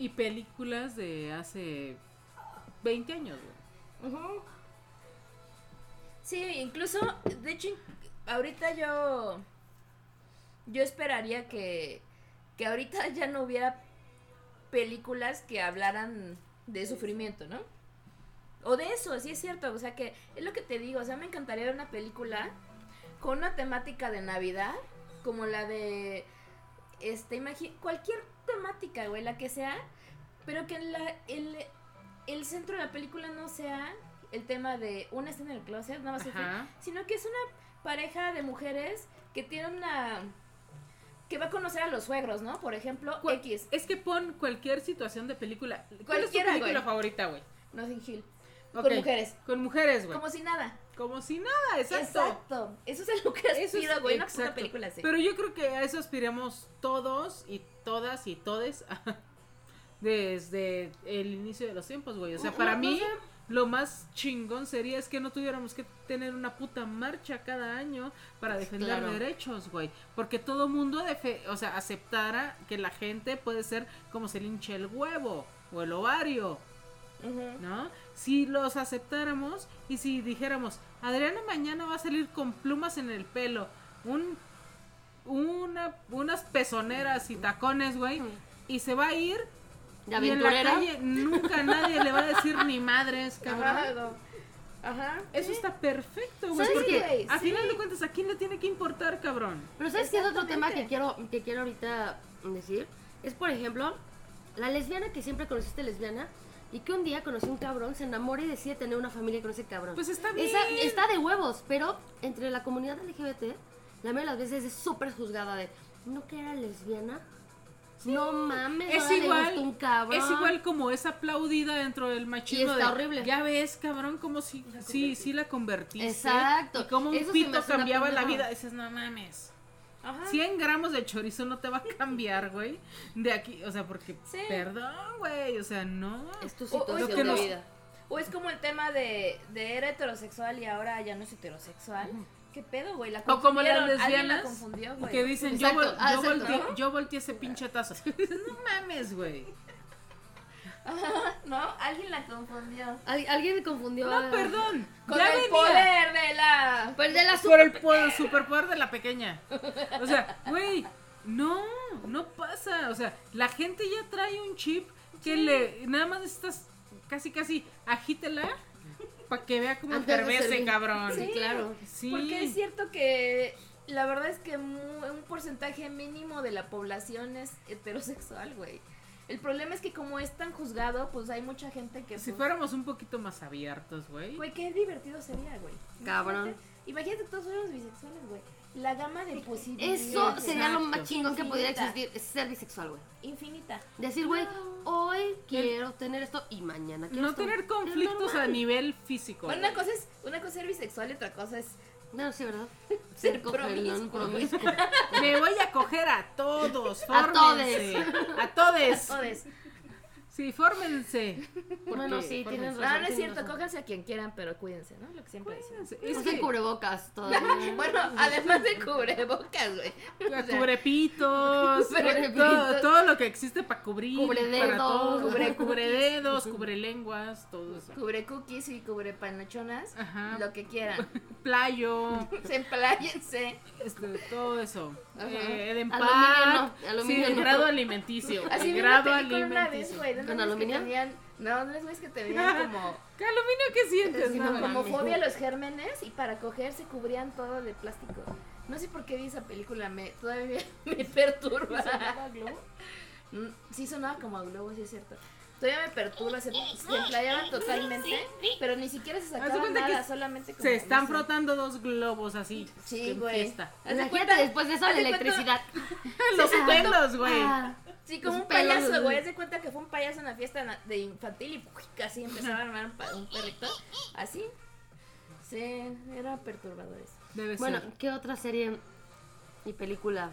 [SPEAKER 1] Y películas de hace 20 años, güey.
[SPEAKER 2] Sí, incluso, de hecho, ahorita yo, yo esperaría que, que ahorita ya no hubiera películas que hablaran de sufrimiento, ¿no? O de eso, sí es cierto, o sea que es lo que te digo, o sea, me encantaría ver una película con una temática de Navidad, como la de, este, imagi- cualquier temática, güey, la que sea, pero que la, el, el centro de la película no sea el tema de una está en el closet, nada más sufre,
[SPEAKER 1] Ajá.
[SPEAKER 2] sino que es una pareja de mujeres que tiene una que va a conocer a los suegros, ¿no? Por ejemplo,
[SPEAKER 1] Cu-
[SPEAKER 2] X,
[SPEAKER 1] Es que pon cualquier situación de película. ¿Cuál es tu
[SPEAKER 2] Cualquiera,
[SPEAKER 1] película
[SPEAKER 2] güey.
[SPEAKER 1] favorita, güey?
[SPEAKER 2] Nothing Hill,
[SPEAKER 1] Ok,
[SPEAKER 2] con mujeres,
[SPEAKER 1] Con mujeres, güey.
[SPEAKER 2] como si nada.
[SPEAKER 1] Como si nada, exacto.
[SPEAKER 2] Eso es a lo que has
[SPEAKER 1] Eso es-
[SPEAKER 2] sido, güey. Una puta
[SPEAKER 1] exacto.
[SPEAKER 2] película así.
[SPEAKER 1] Pero yo creo que a eso aspiramos todos y todas y todes <laughs> desde el inicio de los tiempos, güey. O sea,
[SPEAKER 3] No,
[SPEAKER 1] para
[SPEAKER 3] no
[SPEAKER 1] mí
[SPEAKER 3] sé.
[SPEAKER 1] lo más chingón sería es que no tuviéramos que tener una puta marcha cada año para defender
[SPEAKER 3] Pues, claro.
[SPEAKER 1] derechos, güey. Porque todo mundo, defe- o sea, aceptara que la gente puede ser como se le hinche el huevo o el ovario.
[SPEAKER 2] Ujú.
[SPEAKER 1] ¿no? Si los aceptáramos y si dijéramos, Adriana mañana va a salir con plumas en el pelo, un, una, unas pezoneras y tacones, güey, y se va a ir
[SPEAKER 3] De
[SPEAKER 1] y en la
[SPEAKER 3] aventurera.
[SPEAKER 1] calle
[SPEAKER 2] <laughs>
[SPEAKER 1] nunca nadie le va a decir ni madres,
[SPEAKER 2] Ajá.
[SPEAKER 1] cabrón.
[SPEAKER 2] no. Ajá.
[SPEAKER 1] Eso está perfecto, güey,
[SPEAKER 3] ¿Sabes
[SPEAKER 1] porque
[SPEAKER 2] qué, güey?
[SPEAKER 1] a
[SPEAKER 2] Sí.
[SPEAKER 1] final de cuentas, ¿a quién le tiene que importar, cabrón?
[SPEAKER 3] Pero ¿sabes qué es otro tema que
[SPEAKER 2] Exactamente.
[SPEAKER 3] quiero, que quiero ahorita decir? Es, por ejemplo, la lesbiana que siempre conociste lesbiana y que un día conoció un cabrón, se enamora y decide tener una familia con ese cabrón.
[SPEAKER 1] Pues está bien.
[SPEAKER 3] Esa- está de huevos, pero entre la comunidad LGBT, la mayoría de las veces es súper juzgada de, ¿no que era lesbiana? No mames,
[SPEAKER 1] Es
[SPEAKER 3] ahora le
[SPEAKER 1] igual-
[SPEAKER 3] gusta un cabrón.
[SPEAKER 1] Es igual como es aplaudida dentro del machismo.
[SPEAKER 3] Y
[SPEAKER 1] de,
[SPEAKER 3] está horrible.
[SPEAKER 1] Ya ves, cabrón, como si sí, sí la convertiste.
[SPEAKER 3] Exacto.
[SPEAKER 1] Y como un
[SPEAKER 3] Eso se me
[SPEAKER 1] pito
[SPEAKER 3] hace una
[SPEAKER 1] cambiaba la
[SPEAKER 3] pendejada.
[SPEAKER 1] vida.
[SPEAKER 3] Ah.
[SPEAKER 1] Dices, no mames.
[SPEAKER 2] Ajá.
[SPEAKER 1] 100 gramos de chorizo no te va a cambiar, güey. De aquí, o sea, porque.
[SPEAKER 2] Sí.
[SPEAKER 1] Perdón, güey. O sea, no.
[SPEAKER 3] Es tu
[SPEAKER 2] O- o
[SPEAKER 3] situación
[SPEAKER 1] es que
[SPEAKER 3] de
[SPEAKER 1] nos-
[SPEAKER 3] vida.
[SPEAKER 2] O es como el tema de, de era heterosexual y ahora ya no es heterosexual. ¿Qué pedo, güey? La
[SPEAKER 1] O como las
[SPEAKER 2] confundieron, alguien
[SPEAKER 1] lesbianas
[SPEAKER 2] la confundió, güey.
[SPEAKER 1] que dicen,
[SPEAKER 3] Exacto,
[SPEAKER 1] yo, vol-
[SPEAKER 3] ah,
[SPEAKER 1] yo
[SPEAKER 3] exacto.
[SPEAKER 1] volteé,
[SPEAKER 2] Ajá.
[SPEAKER 1] yo volteé ese pinche tazo. Dices, no mames,
[SPEAKER 3] <laughs>
[SPEAKER 1] güey.
[SPEAKER 2] <laughs> ¿No? Alguien la confundió.
[SPEAKER 3] Al- alguien confundió
[SPEAKER 1] No,
[SPEAKER 3] a-
[SPEAKER 1] perdón.
[SPEAKER 2] Con
[SPEAKER 1] ya
[SPEAKER 2] el
[SPEAKER 1] venía.
[SPEAKER 2] poder de la...
[SPEAKER 3] Pues de la
[SPEAKER 1] por
[SPEAKER 3] super-
[SPEAKER 1] el po- superpoder de la pequeña. O sea, güey, no, no pasa. O sea, la gente ya trae un chip que le nada más estás casi casi agítela para que vea cómo
[SPEAKER 3] Antes de
[SPEAKER 1] perverse,
[SPEAKER 3] servir.
[SPEAKER 1] cabrón.
[SPEAKER 3] Sí,
[SPEAKER 1] Sí.
[SPEAKER 3] claro.
[SPEAKER 2] Porque es cierto que la verdad es que mu- un porcentaje mínimo de la población es heterosexual, güey. El problema es que como es tan juzgado, pues hay mucha gente que...
[SPEAKER 1] Si
[SPEAKER 2] pues,
[SPEAKER 1] fuéramos un poquito más abiertos, güey.
[SPEAKER 2] Güey, qué divertido sería, güey.
[SPEAKER 3] Cabrón.
[SPEAKER 2] Imagínate, imagínate que todos fuéramos bisexuales, güey. La gama de posibilidades.
[SPEAKER 3] Eso sería lo
[SPEAKER 1] Exacto.
[SPEAKER 3] más chingón que pudiera
[SPEAKER 2] Infinita.
[SPEAKER 3] existir, es ser bisexual, güey.
[SPEAKER 2] Infinita.
[SPEAKER 3] Decir, güey,
[SPEAKER 2] No.
[SPEAKER 3] hoy quiero tener esto y mañana quiero
[SPEAKER 1] No
[SPEAKER 3] esto.
[SPEAKER 1] tener
[SPEAKER 3] Es
[SPEAKER 1] conflictos a
[SPEAKER 3] normal.
[SPEAKER 1] nivel físico.
[SPEAKER 2] Bueno, una
[SPEAKER 1] güey.
[SPEAKER 2] cosa es una cosa es ser bisexual y otra cosa es
[SPEAKER 3] No, sí, ¿verdad?
[SPEAKER 2] Ser
[SPEAKER 3] Ser cogelón,
[SPEAKER 2] promiscuo.
[SPEAKER 3] promiscuo.
[SPEAKER 1] Me voy a coger a todos,
[SPEAKER 3] A
[SPEAKER 1] fórmense. A todes.
[SPEAKER 2] todes.
[SPEAKER 1] Sí, fórmense.
[SPEAKER 3] Bueno,
[SPEAKER 1] Porque- fórmense.
[SPEAKER 3] sí, tienes razón.
[SPEAKER 2] Ah, No, no es
[SPEAKER 3] tienes
[SPEAKER 2] cierto,
[SPEAKER 3] razón.
[SPEAKER 2] cójanse a quien quieran, pero cuídense, ¿no? Lo que siempre decimos.
[SPEAKER 1] Fórmense. Es
[SPEAKER 3] Usen
[SPEAKER 1] que
[SPEAKER 3] cubrebocas todavía.
[SPEAKER 2] Bueno, además de cubrebocas, güey.
[SPEAKER 1] Ya,
[SPEAKER 2] O sea,
[SPEAKER 1] cubrepitos,
[SPEAKER 2] <laughs> Cubrepitos.
[SPEAKER 1] Todo, todo lo que existe para cubrir,
[SPEAKER 3] Cubrededos.
[SPEAKER 1] para todo,
[SPEAKER 2] Cubre-
[SPEAKER 1] cubre, cubrededos, cubrelenguas, todo eso.
[SPEAKER 2] Cubre cookies y cubre panachonas,
[SPEAKER 1] Ajá.
[SPEAKER 2] lo que quieran. <laughs>
[SPEAKER 1] Playo,
[SPEAKER 2] Se empláyense.
[SPEAKER 1] este, todo eso.
[SPEAKER 2] Ajá.
[SPEAKER 1] Eh, el empaque,
[SPEAKER 3] Aluminio no, aluminio
[SPEAKER 1] sí, el
[SPEAKER 3] no.
[SPEAKER 1] grado alimenticio,
[SPEAKER 2] Así
[SPEAKER 1] el
[SPEAKER 2] vi
[SPEAKER 1] grado
[SPEAKER 2] una película una vez,
[SPEAKER 1] alimenticio.
[SPEAKER 2] güey, de unos
[SPEAKER 3] ¿Con
[SPEAKER 2] güeyes que
[SPEAKER 3] aluminio?
[SPEAKER 2] tenían, no, de unos güeyes que tenían
[SPEAKER 1] <laughs>
[SPEAKER 2] como,
[SPEAKER 1] ¿Qué aluminio que sientes?
[SPEAKER 3] Sí, no,
[SPEAKER 1] No,
[SPEAKER 2] como
[SPEAKER 3] mames.
[SPEAKER 2] fobia a los gérmenes y para coger se cubrían todo de plástico. No sé por qué vi esa película, me, todavía <laughs> me perturba. Mm, Sí sonaba como a globo, sí es cierto. Todavía me perturba, se, se emplayaban totalmente, pero ni siquiera se
[SPEAKER 1] Haz de
[SPEAKER 2] sacaban
[SPEAKER 1] cuenta
[SPEAKER 2] nada,
[SPEAKER 1] que
[SPEAKER 2] solamente como...
[SPEAKER 1] se están
[SPEAKER 2] no sé.
[SPEAKER 1] frotando dos globos así.
[SPEAKER 2] Sí,
[SPEAKER 1] en
[SPEAKER 2] güey. <laughs>
[SPEAKER 1] fiesta. <laughs>
[SPEAKER 2] Haz de
[SPEAKER 3] Imagínate
[SPEAKER 2] cuenta-
[SPEAKER 3] después de eso
[SPEAKER 2] haz
[SPEAKER 3] la
[SPEAKER 2] de cuenta-
[SPEAKER 3] electricidad.
[SPEAKER 1] Los
[SPEAKER 3] Ah,
[SPEAKER 1] pelos, güey.
[SPEAKER 3] ah.
[SPEAKER 2] Sí, como
[SPEAKER 3] Los
[SPEAKER 2] un
[SPEAKER 3] pelos,
[SPEAKER 2] payaso,
[SPEAKER 3] los-
[SPEAKER 2] güey. Se cuenta que fue un payaso en la fiesta na- de infantil y ¡pui! casi empezaba a armar un, pa- un perrito. Así. Sí, era perturbador eso.
[SPEAKER 1] Debe
[SPEAKER 3] Bueno,
[SPEAKER 1] ser.
[SPEAKER 3] ¿qué otra serie y película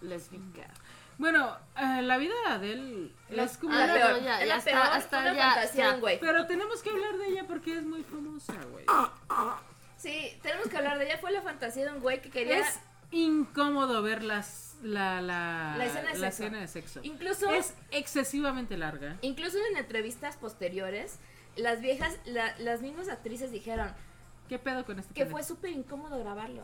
[SPEAKER 3] lesbica?
[SPEAKER 1] Bueno, eh, la vida de Adele es como
[SPEAKER 3] Ah,
[SPEAKER 1] una-
[SPEAKER 3] no,
[SPEAKER 2] peor,
[SPEAKER 3] ya,
[SPEAKER 2] es
[SPEAKER 3] ya
[SPEAKER 2] la
[SPEAKER 3] está,
[SPEAKER 2] peor,
[SPEAKER 3] hasta
[SPEAKER 2] una
[SPEAKER 3] ya,
[SPEAKER 2] fantasía,
[SPEAKER 3] ya.
[SPEAKER 2] güey.
[SPEAKER 1] Pero tenemos que hablar de ella porque es muy famosa, güey.
[SPEAKER 2] Ah. Sí, tenemos que hablar de ella. Fue la fantasía de un güey que quería.
[SPEAKER 1] Es incómodo ver las, la, la,
[SPEAKER 2] La escena de sexo.
[SPEAKER 1] escena de sexo.
[SPEAKER 2] Incluso,
[SPEAKER 1] Es excesivamente larga.
[SPEAKER 2] incluso en entrevistas posteriores, las viejas, la- las mismas actrices dijeron
[SPEAKER 1] ¿Qué pedo con este
[SPEAKER 2] que fue
[SPEAKER 1] pendejo?
[SPEAKER 2] súper incómodo grabarlo.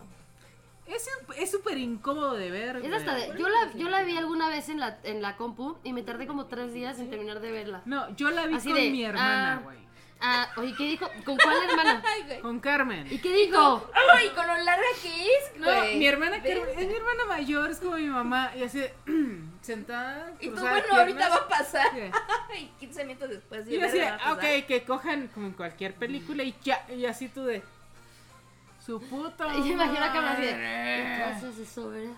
[SPEAKER 1] Es es súper incómodo de ver.
[SPEAKER 3] Es
[SPEAKER 1] güey.
[SPEAKER 3] hasta de, yo la, yo la vi alguna vez en la, en la compu y me tardé como tres días en terminar de verla.
[SPEAKER 1] No, yo la vi
[SPEAKER 3] Así
[SPEAKER 1] con
[SPEAKER 3] de,
[SPEAKER 1] mi
[SPEAKER 3] ah.
[SPEAKER 1] hermana, güey.
[SPEAKER 3] Ah, oye, ¿qué dijo? ¿Con cuál hermana?
[SPEAKER 2] Ay, güey.
[SPEAKER 1] Con Carmen.
[SPEAKER 3] ¿Y qué dijo?
[SPEAKER 2] Ay, con lo larga que es,
[SPEAKER 1] No,
[SPEAKER 2] güey.
[SPEAKER 1] mi hermana
[SPEAKER 2] pues, Ve.
[SPEAKER 1] Carmen, es mi hermana mayor, es como mi mamá. Y así <clears throat> de, sentada.
[SPEAKER 2] Y tú,
[SPEAKER 1] cruzada de
[SPEAKER 2] bueno, ahorita va
[SPEAKER 1] piernas.
[SPEAKER 2] a pasar.
[SPEAKER 1] Sí.
[SPEAKER 2] Y 15 minutos después.
[SPEAKER 1] Y
[SPEAKER 2] ya
[SPEAKER 1] así,
[SPEAKER 2] va a pasar.
[SPEAKER 1] ok, que cojan como en cualquier película y ya, y así tú de su puto.
[SPEAKER 3] Y yo imagino a Carmen así de, <laughs>
[SPEAKER 1] madre.
[SPEAKER 3] Entonces eso, ¿verdad?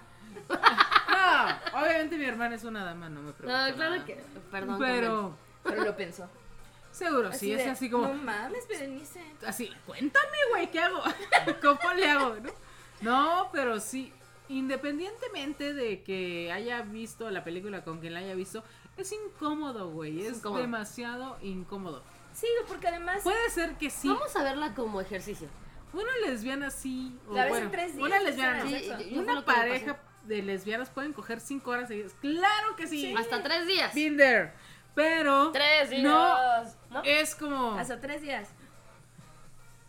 [SPEAKER 1] No, obviamente mi hermana es una dama, no me preocupa.
[SPEAKER 3] No, claro
[SPEAKER 1] nada.
[SPEAKER 3] que. Perdón.
[SPEAKER 1] Pero,
[SPEAKER 2] Pero lo pensó.
[SPEAKER 1] Seguro,
[SPEAKER 2] Así
[SPEAKER 1] sí, es
[SPEAKER 2] de,
[SPEAKER 1] así como,
[SPEAKER 2] No mames, Berenice.
[SPEAKER 1] así, cuéntame, güey, ¿qué hago? <laughs> ¿Cómo le hago? ¿no? No, pero sí, independientemente de que haya visto la película con quien la haya visto, es incómodo, güey, es,
[SPEAKER 3] incómodo.
[SPEAKER 1] demasiado incómodo.
[SPEAKER 2] Sí, porque además.
[SPEAKER 1] Puede ser que sí,
[SPEAKER 3] Vamos a verla como ejercicio.
[SPEAKER 1] una lesbiana sí, o
[SPEAKER 2] La ves
[SPEAKER 1] bueno,
[SPEAKER 2] en tres días,
[SPEAKER 1] una
[SPEAKER 2] o sea,
[SPEAKER 1] lesbiana no,
[SPEAKER 2] sí,
[SPEAKER 3] yo- yo fue lo
[SPEAKER 1] una
[SPEAKER 3] que me
[SPEAKER 1] pareja de lesbianas pueden coger cinco horas seguidas, claro que sí,
[SPEAKER 3] Hasta tres días.
[SPEAKER 1] been there, pero
[SPEAKER 3] Tres días.
[SPEAKER 1] No.
[SPEAKER 3] ¿No?
[SPEAKER 1] es como,
[SPEAKER 2] Hasta tres días.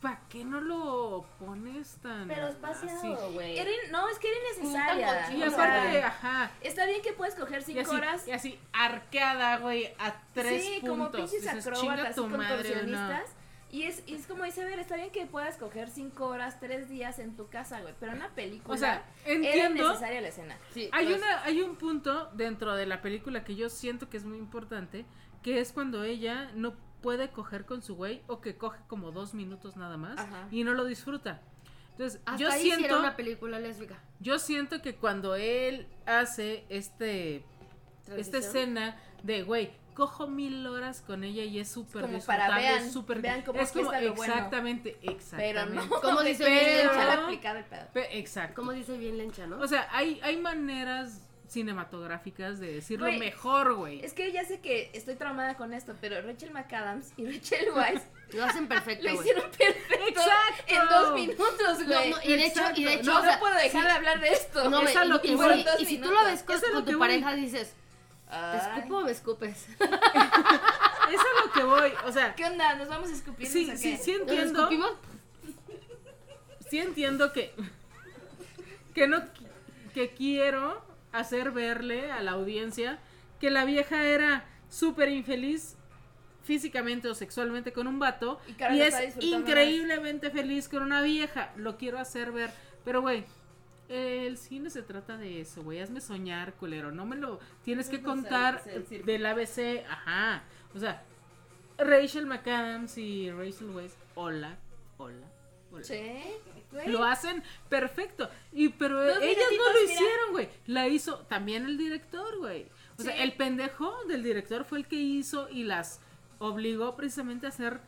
[SPEAKER 1] ¿para qué no lo pones tan
[SPEAKER 3] Pero es
[SPEAKER 1] así?
[SPEAKER 3] paseado, güey.
[SPEAKER 2] Era in- no, es que era
[SPEAKER 3] Ni tan
[SPEAKER 2] innecesaria.
[SPEAKER 3] cochino,
[SPEAKER 1] Y
[SPEAKER 2] o
[SPEAKER 1] aparte,
[SPEAKER 2] sea,
[SPEAKER 1] ajá.
[SPEAKER 2] está bien que puedes coger
[SPEAKER 1] Y
[SPEAKER 2] cinco
[SPEAKER 1] así,
[SPEAKER 2] horas.
[SPEAKER 1] y así, arqueada, güey, a tres
[SPEAKER 2] sí, como
[SPEAKER 1] puntos.
[SPEAKER 2] pinches
[SPEAKER 1] Dices,
[SPEAKER 2] acróbatas
[SPEAKER 1] "Chinga
[SPEAKER 2] y
[SPEAKER 1] tu madre, no".
[SPEAKER 2] contorsionistas. Y es, y es como dice, a ver, está bien que puedas coger cinco horas, tres días en tu casa, güey. Pero en una película
[SPEAKER 1] O sea,
[SPEAKER 2] era
[SPEAKER 1] entiendo.
[SPEAKER 2] innecesaria la escena.
[SPEAKER 3] Sí,
[SPEAKER 1] Hay,
[SPEAKER 3] pues,
[SPEAKER 1] una, hay un punto dentro de la película que yo siento que es muy importante, que es cuando ella no puede coger con su güey o que coge como dos minutos nada más
[SPEAKER 2] Ajá.
[SPEAKER 1] y no lo disfruta. Entonces,
[SPEAKER 3] Hasta
[SPEAKER 1] yo
[SPEAKER 3] ahí sí
[SPEAKER 1] siento...
[SPEAKER 3] era una película lésbica.
[SPEAKER 1] Yo siento que cuando él hace este esta
[SPEAKER 3] Transición.
[SPEAKER 1] escena de güey, cojo mil horas con ella y es súper
[SPEAKER 2] como para
[SPEAKER 1] disfrutable,
[SPEAKER 2] vean-
[SPEAKER 1] es súper
[SPEAKER 2] vean cómo
[SPEAKER 1] es
[SPEAKER 2] aquí
[SPEAKER 1] como
[SPEAKER 2] está lo bueno.
[SPEAKER 1] exactamente,
[SPEAKER 2] Pero
[SPEAKER 1] exactamente.
[SPEAKER 2] no. <laughs>
[SPEAKER 3] Como
[SPEAKER 2] güey,
[SPEAKER 3] dice
[SPEAKER 2] pero-
[SPEAKER 3] bien
[SPEAKER 2] mal
[SPEAKER 3] lencha.
[SPEAKER 2] aplicado el pedo.
[SPEAKER 1] Pe- exacto.
[SPEAKER 3] Como dice bien lencha, ¿no?
[SPEAKER 1] O sea, hay hay maneras cinematográficas de decirlo
[SPEAKER 2] Güey,
[SPEAKER 1] mejor, güey.
[SPEAKER 2] Es que ya sé que estoy traumada con esto, pero Rachel McAdams y
[SPEAKER 3] <laughs>
[SPEAKER 2] Rachel Weisz
[SPEAKER 3] Lo hacen perfecto,
[SPEAKER 2] lo
[SPEAKER 3] güey.
[SPEAKER 2] hicieron perfecto
[SPEAKER 1] Exacto.
[SPEAKER 2] en dos minutos, güey.
[SPEAKER 3] No, no, y de hecho, y de
[SPEAKER 1] Exacto.
[SPEAKER 3] hecho,
[SPEAKER 2] No,
[SPEAKER 3] o sea,
[SPEAKER 2] no puedo dejar de hablar de esto.
[SPEAKER 3] no,
[SPEAKER 1] Es
[SPEAKER 3] güey,
[SPEAKER 1] a lo
[SPEAKER 3] y-
[SPEAKER 1] que
[SPEAKER 3] y,
[SPEAKER 1] voy.
[SPEAKER 3] si- y si tú lo ves con,
[SPEAKER 1] Es a lo
[SPEAKER 3] con
[SPEAKER 1] que
[SPEAKER 3] tu
[SPEAKER 1] voy.
[SPEAKER 3] pareja, dices, ¿te escupo o me escupes?
[SPEAKER 1] Es a lo que voy, o sea,
[SPEAKER 2] ¿Qué onda? ¿Nos vamos a escupir?
[SPEAKER 1] sí
[SPEAKER 2] ¿No sé
[SPEAKER 1] sí
[SPEAKER 2] qué?
[SPEAKER 1] sí
[SPEAKER 3] ¿Nos
[SPEAKER 1] entiendo,
[SPEAKER 3] escupimos?
[SPEAKER 1] sí entiendo que que no qui- que quiero hacer verle a la audiencia que la vieja era súper infeliz físicamente o sexualmente con un vato
[SPEAKER 2] Y
[SPEAKER 1] y,
[SPEAKER 2] Carol lo está
[SPEAKER 1] es
[SPEAKER 2] disfrutando
[SPEAKER 1] increíblemente feliz con una vieja. Lo quiero hacer ver, pero güey, el cine se trata de eso, güey. Hazme soñar, culero. No me lo tienes
[SPEAKER 4] No
[SPEAKER 1] que
[SPEAKER 4] sé,
[SPEAKER 1] contar
[SPEAKER 4] es el circo.
[SPEAKER 1] del ABC, ajá. O sea, Rachel McAdams y Rachel Weisz, hola, hola, hola.
[SPEAKER 2] Che, güey.
[SPEAKER 1] Lo hacen perfecto. Y pero ellas no
[SPEAKER 2] minutitos,
[SPEAKER 1] lo
[SPEAKER 2] mira.
[SPEAKER 1] hicieron, güey. La hizo también el director, güey. O
[SPEAKER 2] Sí.
[SPEAKER 1] sea, el pendejo del director fue el que hizo y las obligó precisamente a hacer.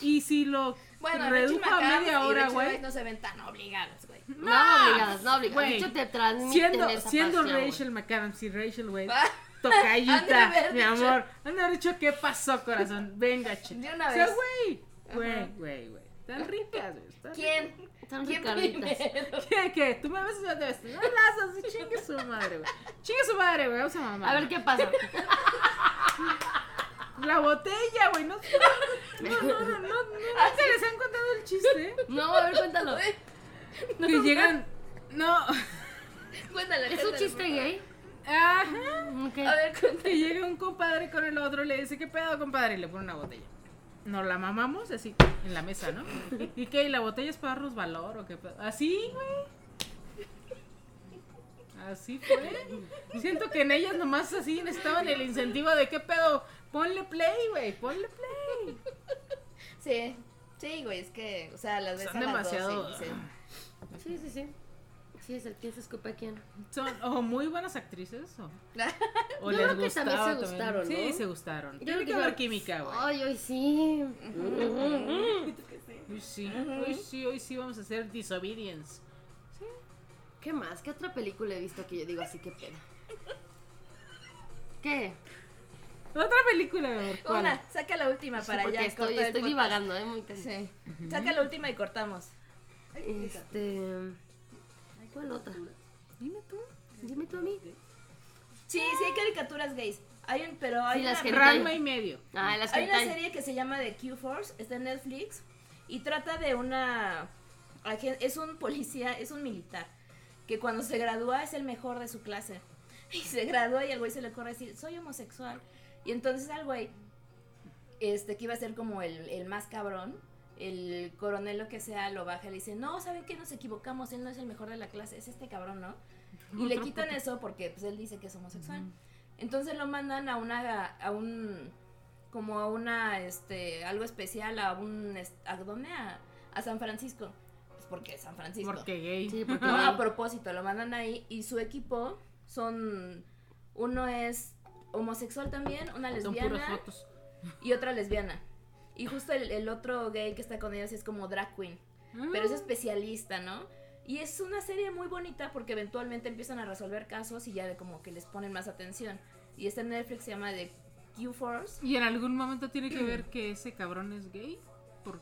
[SPEAKER 1] Y si lo
[SPEAKER 2] Bueno, Rachel
[SPEAKER 1] redujo a
[SPEAKER 2] McAdams
[SPEAKER 1] media
[SPEAKER 2] y
[SPEAKER 1] hora,
[SPEAKER 2] Rachel Weisz
[SPEAKER 1] güey.
[SPEAKER 2] no se ven tan obligados, güey.
[SPEAKER 3] No, obligadas, no obligadas. De
[SPEAKER 1] Güey,
[SPEAKER 3] hecho, te transmiten
[SPEAKER 1] Siendo,
[SPEAKER 3] esa
[SPEAKER 1] siendo
[SPEAKER 3] pasión, güey.
[SPEAKER 1] Rachel McAdams y Rachel Weisz,
[SPEAKER 2] Ah, <laughs> Han de
[SPEAKER 1] tocallita,
[SPEAKER 2] haber
[SPEAKER 1] mi
[SPEAKER 2] dicho-
[SPEAKER 1] amor. Han de haber dicho, ¿qué pasó, corazón? Venga, che.
[SPEAKER 2] De una
[SPEAKER 1] O sea,
[SPEAKER 2] vez.
[SPEAKER 1] güey.
[SPEAKER 2] Ajá.
[SPEAKER 1] Güey, güey, güey. Están ricas, güey. están
[SPEAKER 2] ¿Quién? <laughs>
[SPEAKER 3] Están
[SPEAKER 2] ¿Quién
[SPEAKER 3] ricarditas.
[SPEAKER 2] <laughs> primero?
[SPEAKER 1] ¿Qué? ¿Qué? Tú me ves y yo te ves. No las así, chingue su madre, güey. Chingue su madre, güey. Vamos a mamar.
[SPEAKER 3] A ver
[SPEAKER 2] <laughs>
[SPEAKER 3] qué pasa.
[SPEAKER 1] La botella, güey. No, no, no, no, no, no. ¿Nunca les han contado el chiste?
[SPEAKER 3] No, a ver, cuéntalo.
[SPEAKER 1] que llegan. No.
[SPEAKER 2] Cuéntale.
[SPEAKER 3] ¿Es un
[SPEAKER 2] cuéntale,
[SPEAKER 3] chiste
[SPEAKER 2] por favor.
[SPEAKER 3] gay?
[SPEAKER 1] Ajá.
[SPEAKER 3] Ok.
[SPEAKER 2] A ver, cuéntale.
[SPEAKER 1] Que llega un compadre con el otro y le dice, ¿qué pedo, compadre? Y le pone una botella. Nos la mamamos así en la mesa, ¿no? ¿Y qué? ¿Y la botella es para darnos valor o qué pedo? Así, güey. Así fue. Siento que en ellas nomás así estaban el incentivo de qué pedo. Ponle play, güey. Ponle play.
[SPEAKER 2] Sí, sí, güey, es que, o sea,
[SPEAKER 3] Pues
[SPEAKER 2] las ves
[SPEAKER 1] Son
[SPEAKER 2] a las dos y
[SPEAKER 1] demasiado-
[SPEAKER 2] dices,
[SPEAKER 3] Sí, sí, sí. Sí, es el quién se escupe a quién.
[SPEAKER 1] Son o muy buenas actrices o,
[SPEAKER 2] "Ah".
[SPEAKER 1] o
[SPEAKER 3] Yo
[SPEAKER 1] les
[SPEAKER 3] creo que
[SPEAKER 1] gustaba
[SPEAKER 3] también se gustaron,
[SPEAKER 1] Sí,
[SPEAKER 3] ¿no?
[SPEAKER 1] se gustaron.
[SPEAKER 3] Yo
[SPEAKER 1] Tiene
[SPEAKER 3] creo
[SPEAKER 1] que
[SPEAKER 3] que
[SPEAKER 1] haber
[SPEAKER 3] yo-
[SPEAKER 1] química, güey.
[SPEAKER 3] Ay, hoy sí.
[SPEAKER 2] Mm.
[SPEAKER 1] Hoy sí, hoy sí, hoy sí vamos a hacer disobedience.
[SPEAKER 3] ¿Qué más? ¿Qué otra película he visto que yo digo así que pena? ¿Qué?
[SPEAKER 1] Otra película, mi amor, ¿cuál?
[SPEAKER 2] Una, saca la última para
[SPEAKER 3] Porque
[SPEAKER 2] ya.
[SPEAKER 3] estoy,
[SPEAKER 2] cortar el
[SPEAKER 3] estoy
[SPEAKER 2] podcast.
[SPEAKER 3] divagando, ¿eh? Muy cansada.
[SPEAKER 2] Sí. Saca la última y cortamos.
[SPEAKER 3] Este. ¿Cuál otra?
[SPEAKER 1] Dime tú.
[SPEAKER 3] Dime tú a mí.
[SPEAKER 2] Sí, sí hay caricaturas gays. Hay un, pero hay
[SPEAKER 3] Sí,
[SPEAKER 2] una,
[SPEAKER 3] las que-
[SPEAKER 1] Ranma y medio.
[SPEAKER 3] Ah, las
[SPEAKER 2] hay una
[SPEAKER 3] hentai.
[SPEAKER 2] serie que se llama The Q-Force, está en Netflix, y trata de una, agen- es un policía, es un militar, que cuando se gradúa es el mejor de su clase. <laughs> Y se gradúa y al güey se le ocurre decir, soy homosexual. Y entonces al güey, este, que iba a ser como el, el más cabrón, el coronel lo que sea, lo baja y le dice, no, ¿saben qué? Nos equivocamos, él no es el mejor de la clase, es este cabrón, ¿no? Y le quitan eso porque pues, él dice que es homosexual. Entonces lo mandan a una, a un, como a una, este, algo especial, a un, es- ¿a dónde? A, a San Francisco. Pues porque San Francisco.
[SPEAKER 1] Porque gay.
[SPEAKER 3] Sí,
[SPEAKER 2] <laughs>
[SPEAKER 3] porque.
[SPEAKER 2] No, a propósito, lo mandan ahí y su equipo son, uno es homosexual también, una
[SPEAKER 1] Son
[SPEAKER 2] lesbiana.
[SPEAKER 1] puros fotos.
[SPEAKER 2] y otra lesbiana. Y justo el, el otro gay que está con ellos es como drag queen, Mm. pero es especialista, ¿no? Y es una serie muy bonita porque eventualmente empiezan a resolver casos y ya de como que les ponen más atención. Y esta en Netflix se llama The Q-Force.
[SPEAKER 1] ¿Y en algún momento tiene que
[SPEAKER 2] <clears throat>
[SPEAKER 1] ver que ese cabrón es gay? Por...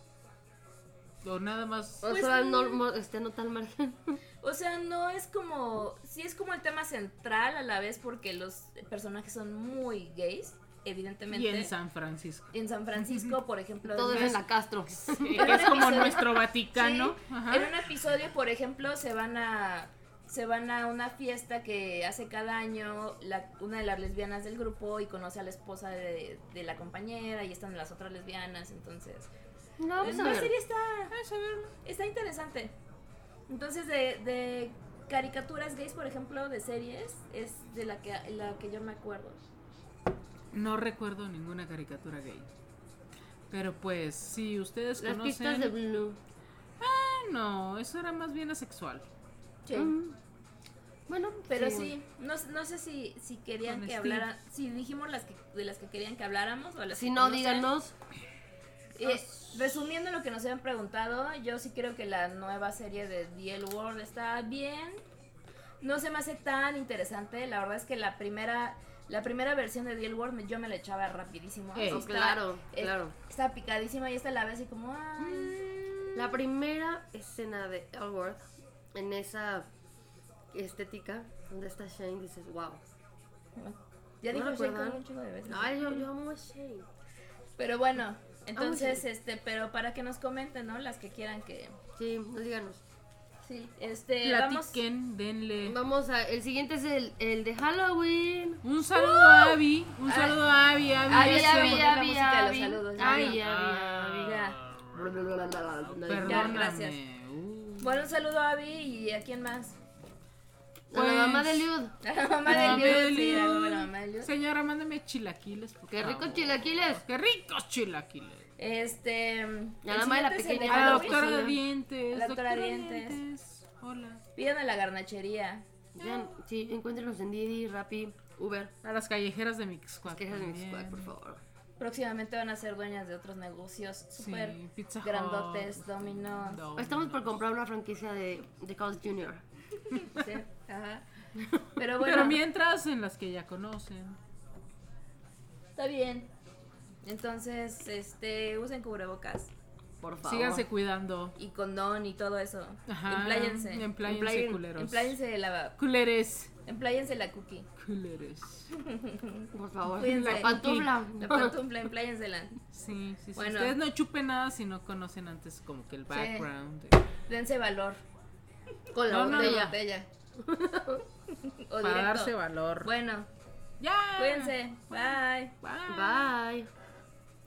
[SPEAKER 1] O nada más...
[SPEAKER 3] O sea, Pues no, mo- este, no tan margen.
[SPEAKER 2] O sea, no es como... Sí es como el tema central a la vez porque los personajes son muy gays, evidentemente.
[SPEAKER 1] Y en San
[SPEAKER 2] <laughs>
[SPEAKER 1] Francisco.
[SPEAKER 2] En San Francisco, por ejemplo.
[SPEAKER 3] Todo es
[SPEAKER 2] en-
[SPEAKER 3] en la Castro.
[SPEAKER 1] Sí,
[SPEAKER 2] Pero
[SPEAKER 1] que es
[SPEAKER 2] en
[SPEAKER 1] como
[SPEAKER 2] episodio-
[SPEAKER 1] nuestro Vaticano.
[SPEAKER 2] Sí,
[SPEAKER 1] Ajá.
[SPEAKER 2] En un episodio, por ejemplo, se van a se van a una fiesta que hace cada año la- una de las lesbianas del grupo y conoce a la esposa de, de la compañera y están las otras lesbianas, entonces
[SPEAKER 3] No, vamos a
[SPEAKER 2] la
[SPEAKER 3] ver.
[SPEAKER 2] serie está, está interesante. Entonces de, de caricaturas gays, por ejemplo, de series es de la que la que yo me acuerdo.
[SPEAKER 1] No recuerdo ninguna caricatura gay. Pero pues, si ustedes
[SPEAKER 3] Las
[SPEAKER 1] conocen...
[SPEAKER 3] pistas de Blue.
[SPEAKER 1] Ah, No, eso era más bien asexual.
[SPEAKER 3] Mm. Bueno,
[SPEAKER 2] Pero sí, no, no sé si, si querían
[SPEAKER 1] Con
[SPEAKER 2] que
[SPEAKER 1] Steve.
[SPEAKER 2] hablara, si dijimos las que, de las que querían que habláramos o las
[SPEAKER 3] Si
[SPEAKER 2] que
[SPEAKER 3] no,
[SPEAKER 2] conocen.
[SPEAKER 3] díganos.
[SPEAKER 2] Eh, resumiendo lo que nos habían preguntado, yo sí creo que la nueva serie de The L World está bien. No se me hace tan interesante. La verdad es que la primera, la primera versión de The L World me- yo me la echaba rapidísimo.
[SPEAKER 1] Eh,
[SPEAKER 2] Así
[SPEAKER 3] Oh, claro,
[SPEAKER 2] eh,
[SPEAKER 3] claro. Mm.
[SPEAKER 2] Está picadísima y esta la vez así como. ay.
[SPEAKER 3] La primera escena de Elworth en esa estética donde está Shane, dices, wow.
[SPEAKER 2] Ya
[SPEAKER 3] ¿No
[SPEAKER 2] dijo Shane
[SPEAKER 3] recuerdan?
[SPEAKER 2] Cohen un chingo de veces.
[SPEAKER 3] Ay, yo, yo amo a Shane.
[SPEAKER 2] Pero bueno, entonces,
[SPEAKER 3] sí.
[SPEAKER 2] este, pero para que nos comenten, ¿no? Las que quieran que.
[SPEAKER 3] Sí, no díganos.
[SPEAKER 2] Sí. Este, vamos.
[SPEAKER 1] Platiquen, denle...
[SPEAKER 3] Vamos a. El siguiente es el, el de Halloween.
[SPEAKER 1] Un saludo a Abby. Un
[SPEAKER 2] Ay.
[SPEAKER 1] saludo a Abby. Abby
[SPEAKER 2] Ay,
[SPEAKER 1] es,
[SPEAKER 2] Ah. ya
[SPEAKER 1] eh,
[SPEAKER 2] vi, ya vi, ya vi.
[SPEAKER 3] Ay,
[SPEAKER 2] Ay,
[SPEAKER 1] Ah,
[SPEAKER 2] Ya,
[SPEAKER 1] Perdóname.
[SPEAKER 2] gracias.
[SPEAKER 1] Uh.
[SPEAKER 2] Bueno, un saludo a Abby y a quién más.
[SPEAKER 3] A
[SPEAKER 1] Pues-
[SPEAKER 3] la mamá de Liud.
[SPEAKER 2] A la mamá
[SPEAKER 1] Mamá
[SPEAKER 2] de Liu. Sí,
[SPEAKER 1] Liu.
[SPEAKER 2] a la mamá de Liu.
[SPEAKER 1] Señora, mándame chilaquiles. por
[SPEAKER 3] Qué ricos
[SPEAKER 1] favor.
[SPEAKER 3] chilaquiles.
[SPEAKER 1] Qué ricos chilaquiles.
[SPEAKER 2] Este.
[SPEAKER 3] la mamá de la pequeña.
[SPEAKER 1] A la
[SPEAKER 3] Halloween.
[SPEAKER 1] doctora de
[SPEAKER 3] Cocina.
[SPEAKER 1] dientes.
[SPEAKER 2] La doctora
[SPEAKER 1] doctora
[SPEAKER 2] de
[SPEAKER 1] dientes.
[SPEAKER 2] dientes.
[SPEAKER 1] Hola.
[SPEAKER 2] Pidan a la garnachería.
[SPEAKER 3] Vean, sí, encuéntrenos en Didi, Rappi, Uber.
[SPEAKER 1] A las callejeras de Mixcuac.
[SPEAKER 3] Quejas de mi squad,
[SPEAKER 1] también.
[SPEAKER 3] por favor.
[SPEAKER 2] Próximamente van a ser dueñas de otros negocios
[SPEAKER 1] Sí,
[SPEAKER 2] súper
[SPEAKER 1] Pizza Hut, este,
[SPEAKER 2] grandotes, dominos.
[SPEAKER 1] Domino's.
[SPEAKER 3] Estamos por comprar una franquicia de, de Carl's Jr.
[SPEAKER 2] sí, ajá. Pero bueno,
[SPEAKER 1] Pero mientras en las que ya conocen.
[SPEAKER 2] está bien. Entonces, este, usen cubrebocas
[SPEAKER 3] Por favor.
[SPEAKER 1] Síganse cuidando.
[SPEAKER 2] y condón y todo eso.
[SPEAKER 1] Ajá.
[SPEAKER 2] Empláyense.
[SPEAKER 1] Empláyense,
[SPEAKER 3] Emplayen-
[SPEAKER 1] culeros.
[SPEAKER 2] Empláyense la,
[SPEAKER 1] Culeres.
[SPEAKER 2] empláyense la cookie.
[SPEAKER 1] Culeres.
[SPEAKER 3] Por favor.
[SPEAKER 2] Cuídense.
[SPEAKER 3] La pantufla.
[SPEAKER 2] La pantufla, empláyensela.
[SPEAKER 1] Sí, sí, sí.
[SPEAKER 2] Bueno.
[SPEAKER 1] Ustedes no chupen nada si no conocen antes como que el background.
[SPEAKER 2] Dense valor.
[SPEAKER 3] Con la
[SPEAKER 1] No, no,
[SPEAKER 3] botella.
[SPEAKER 2] Botella. o
[SPEAKER 1] Para darse
[SPEAKER 2] directo.
[SPEAKER 1] valor.
[SPEAKER 2] Bueno,
[SPEAKER 1] ya.
[SPEAKER 2] cuídense. Bye.
[SPEAKER 1] Bye.
[SPEAKER 3] Bye.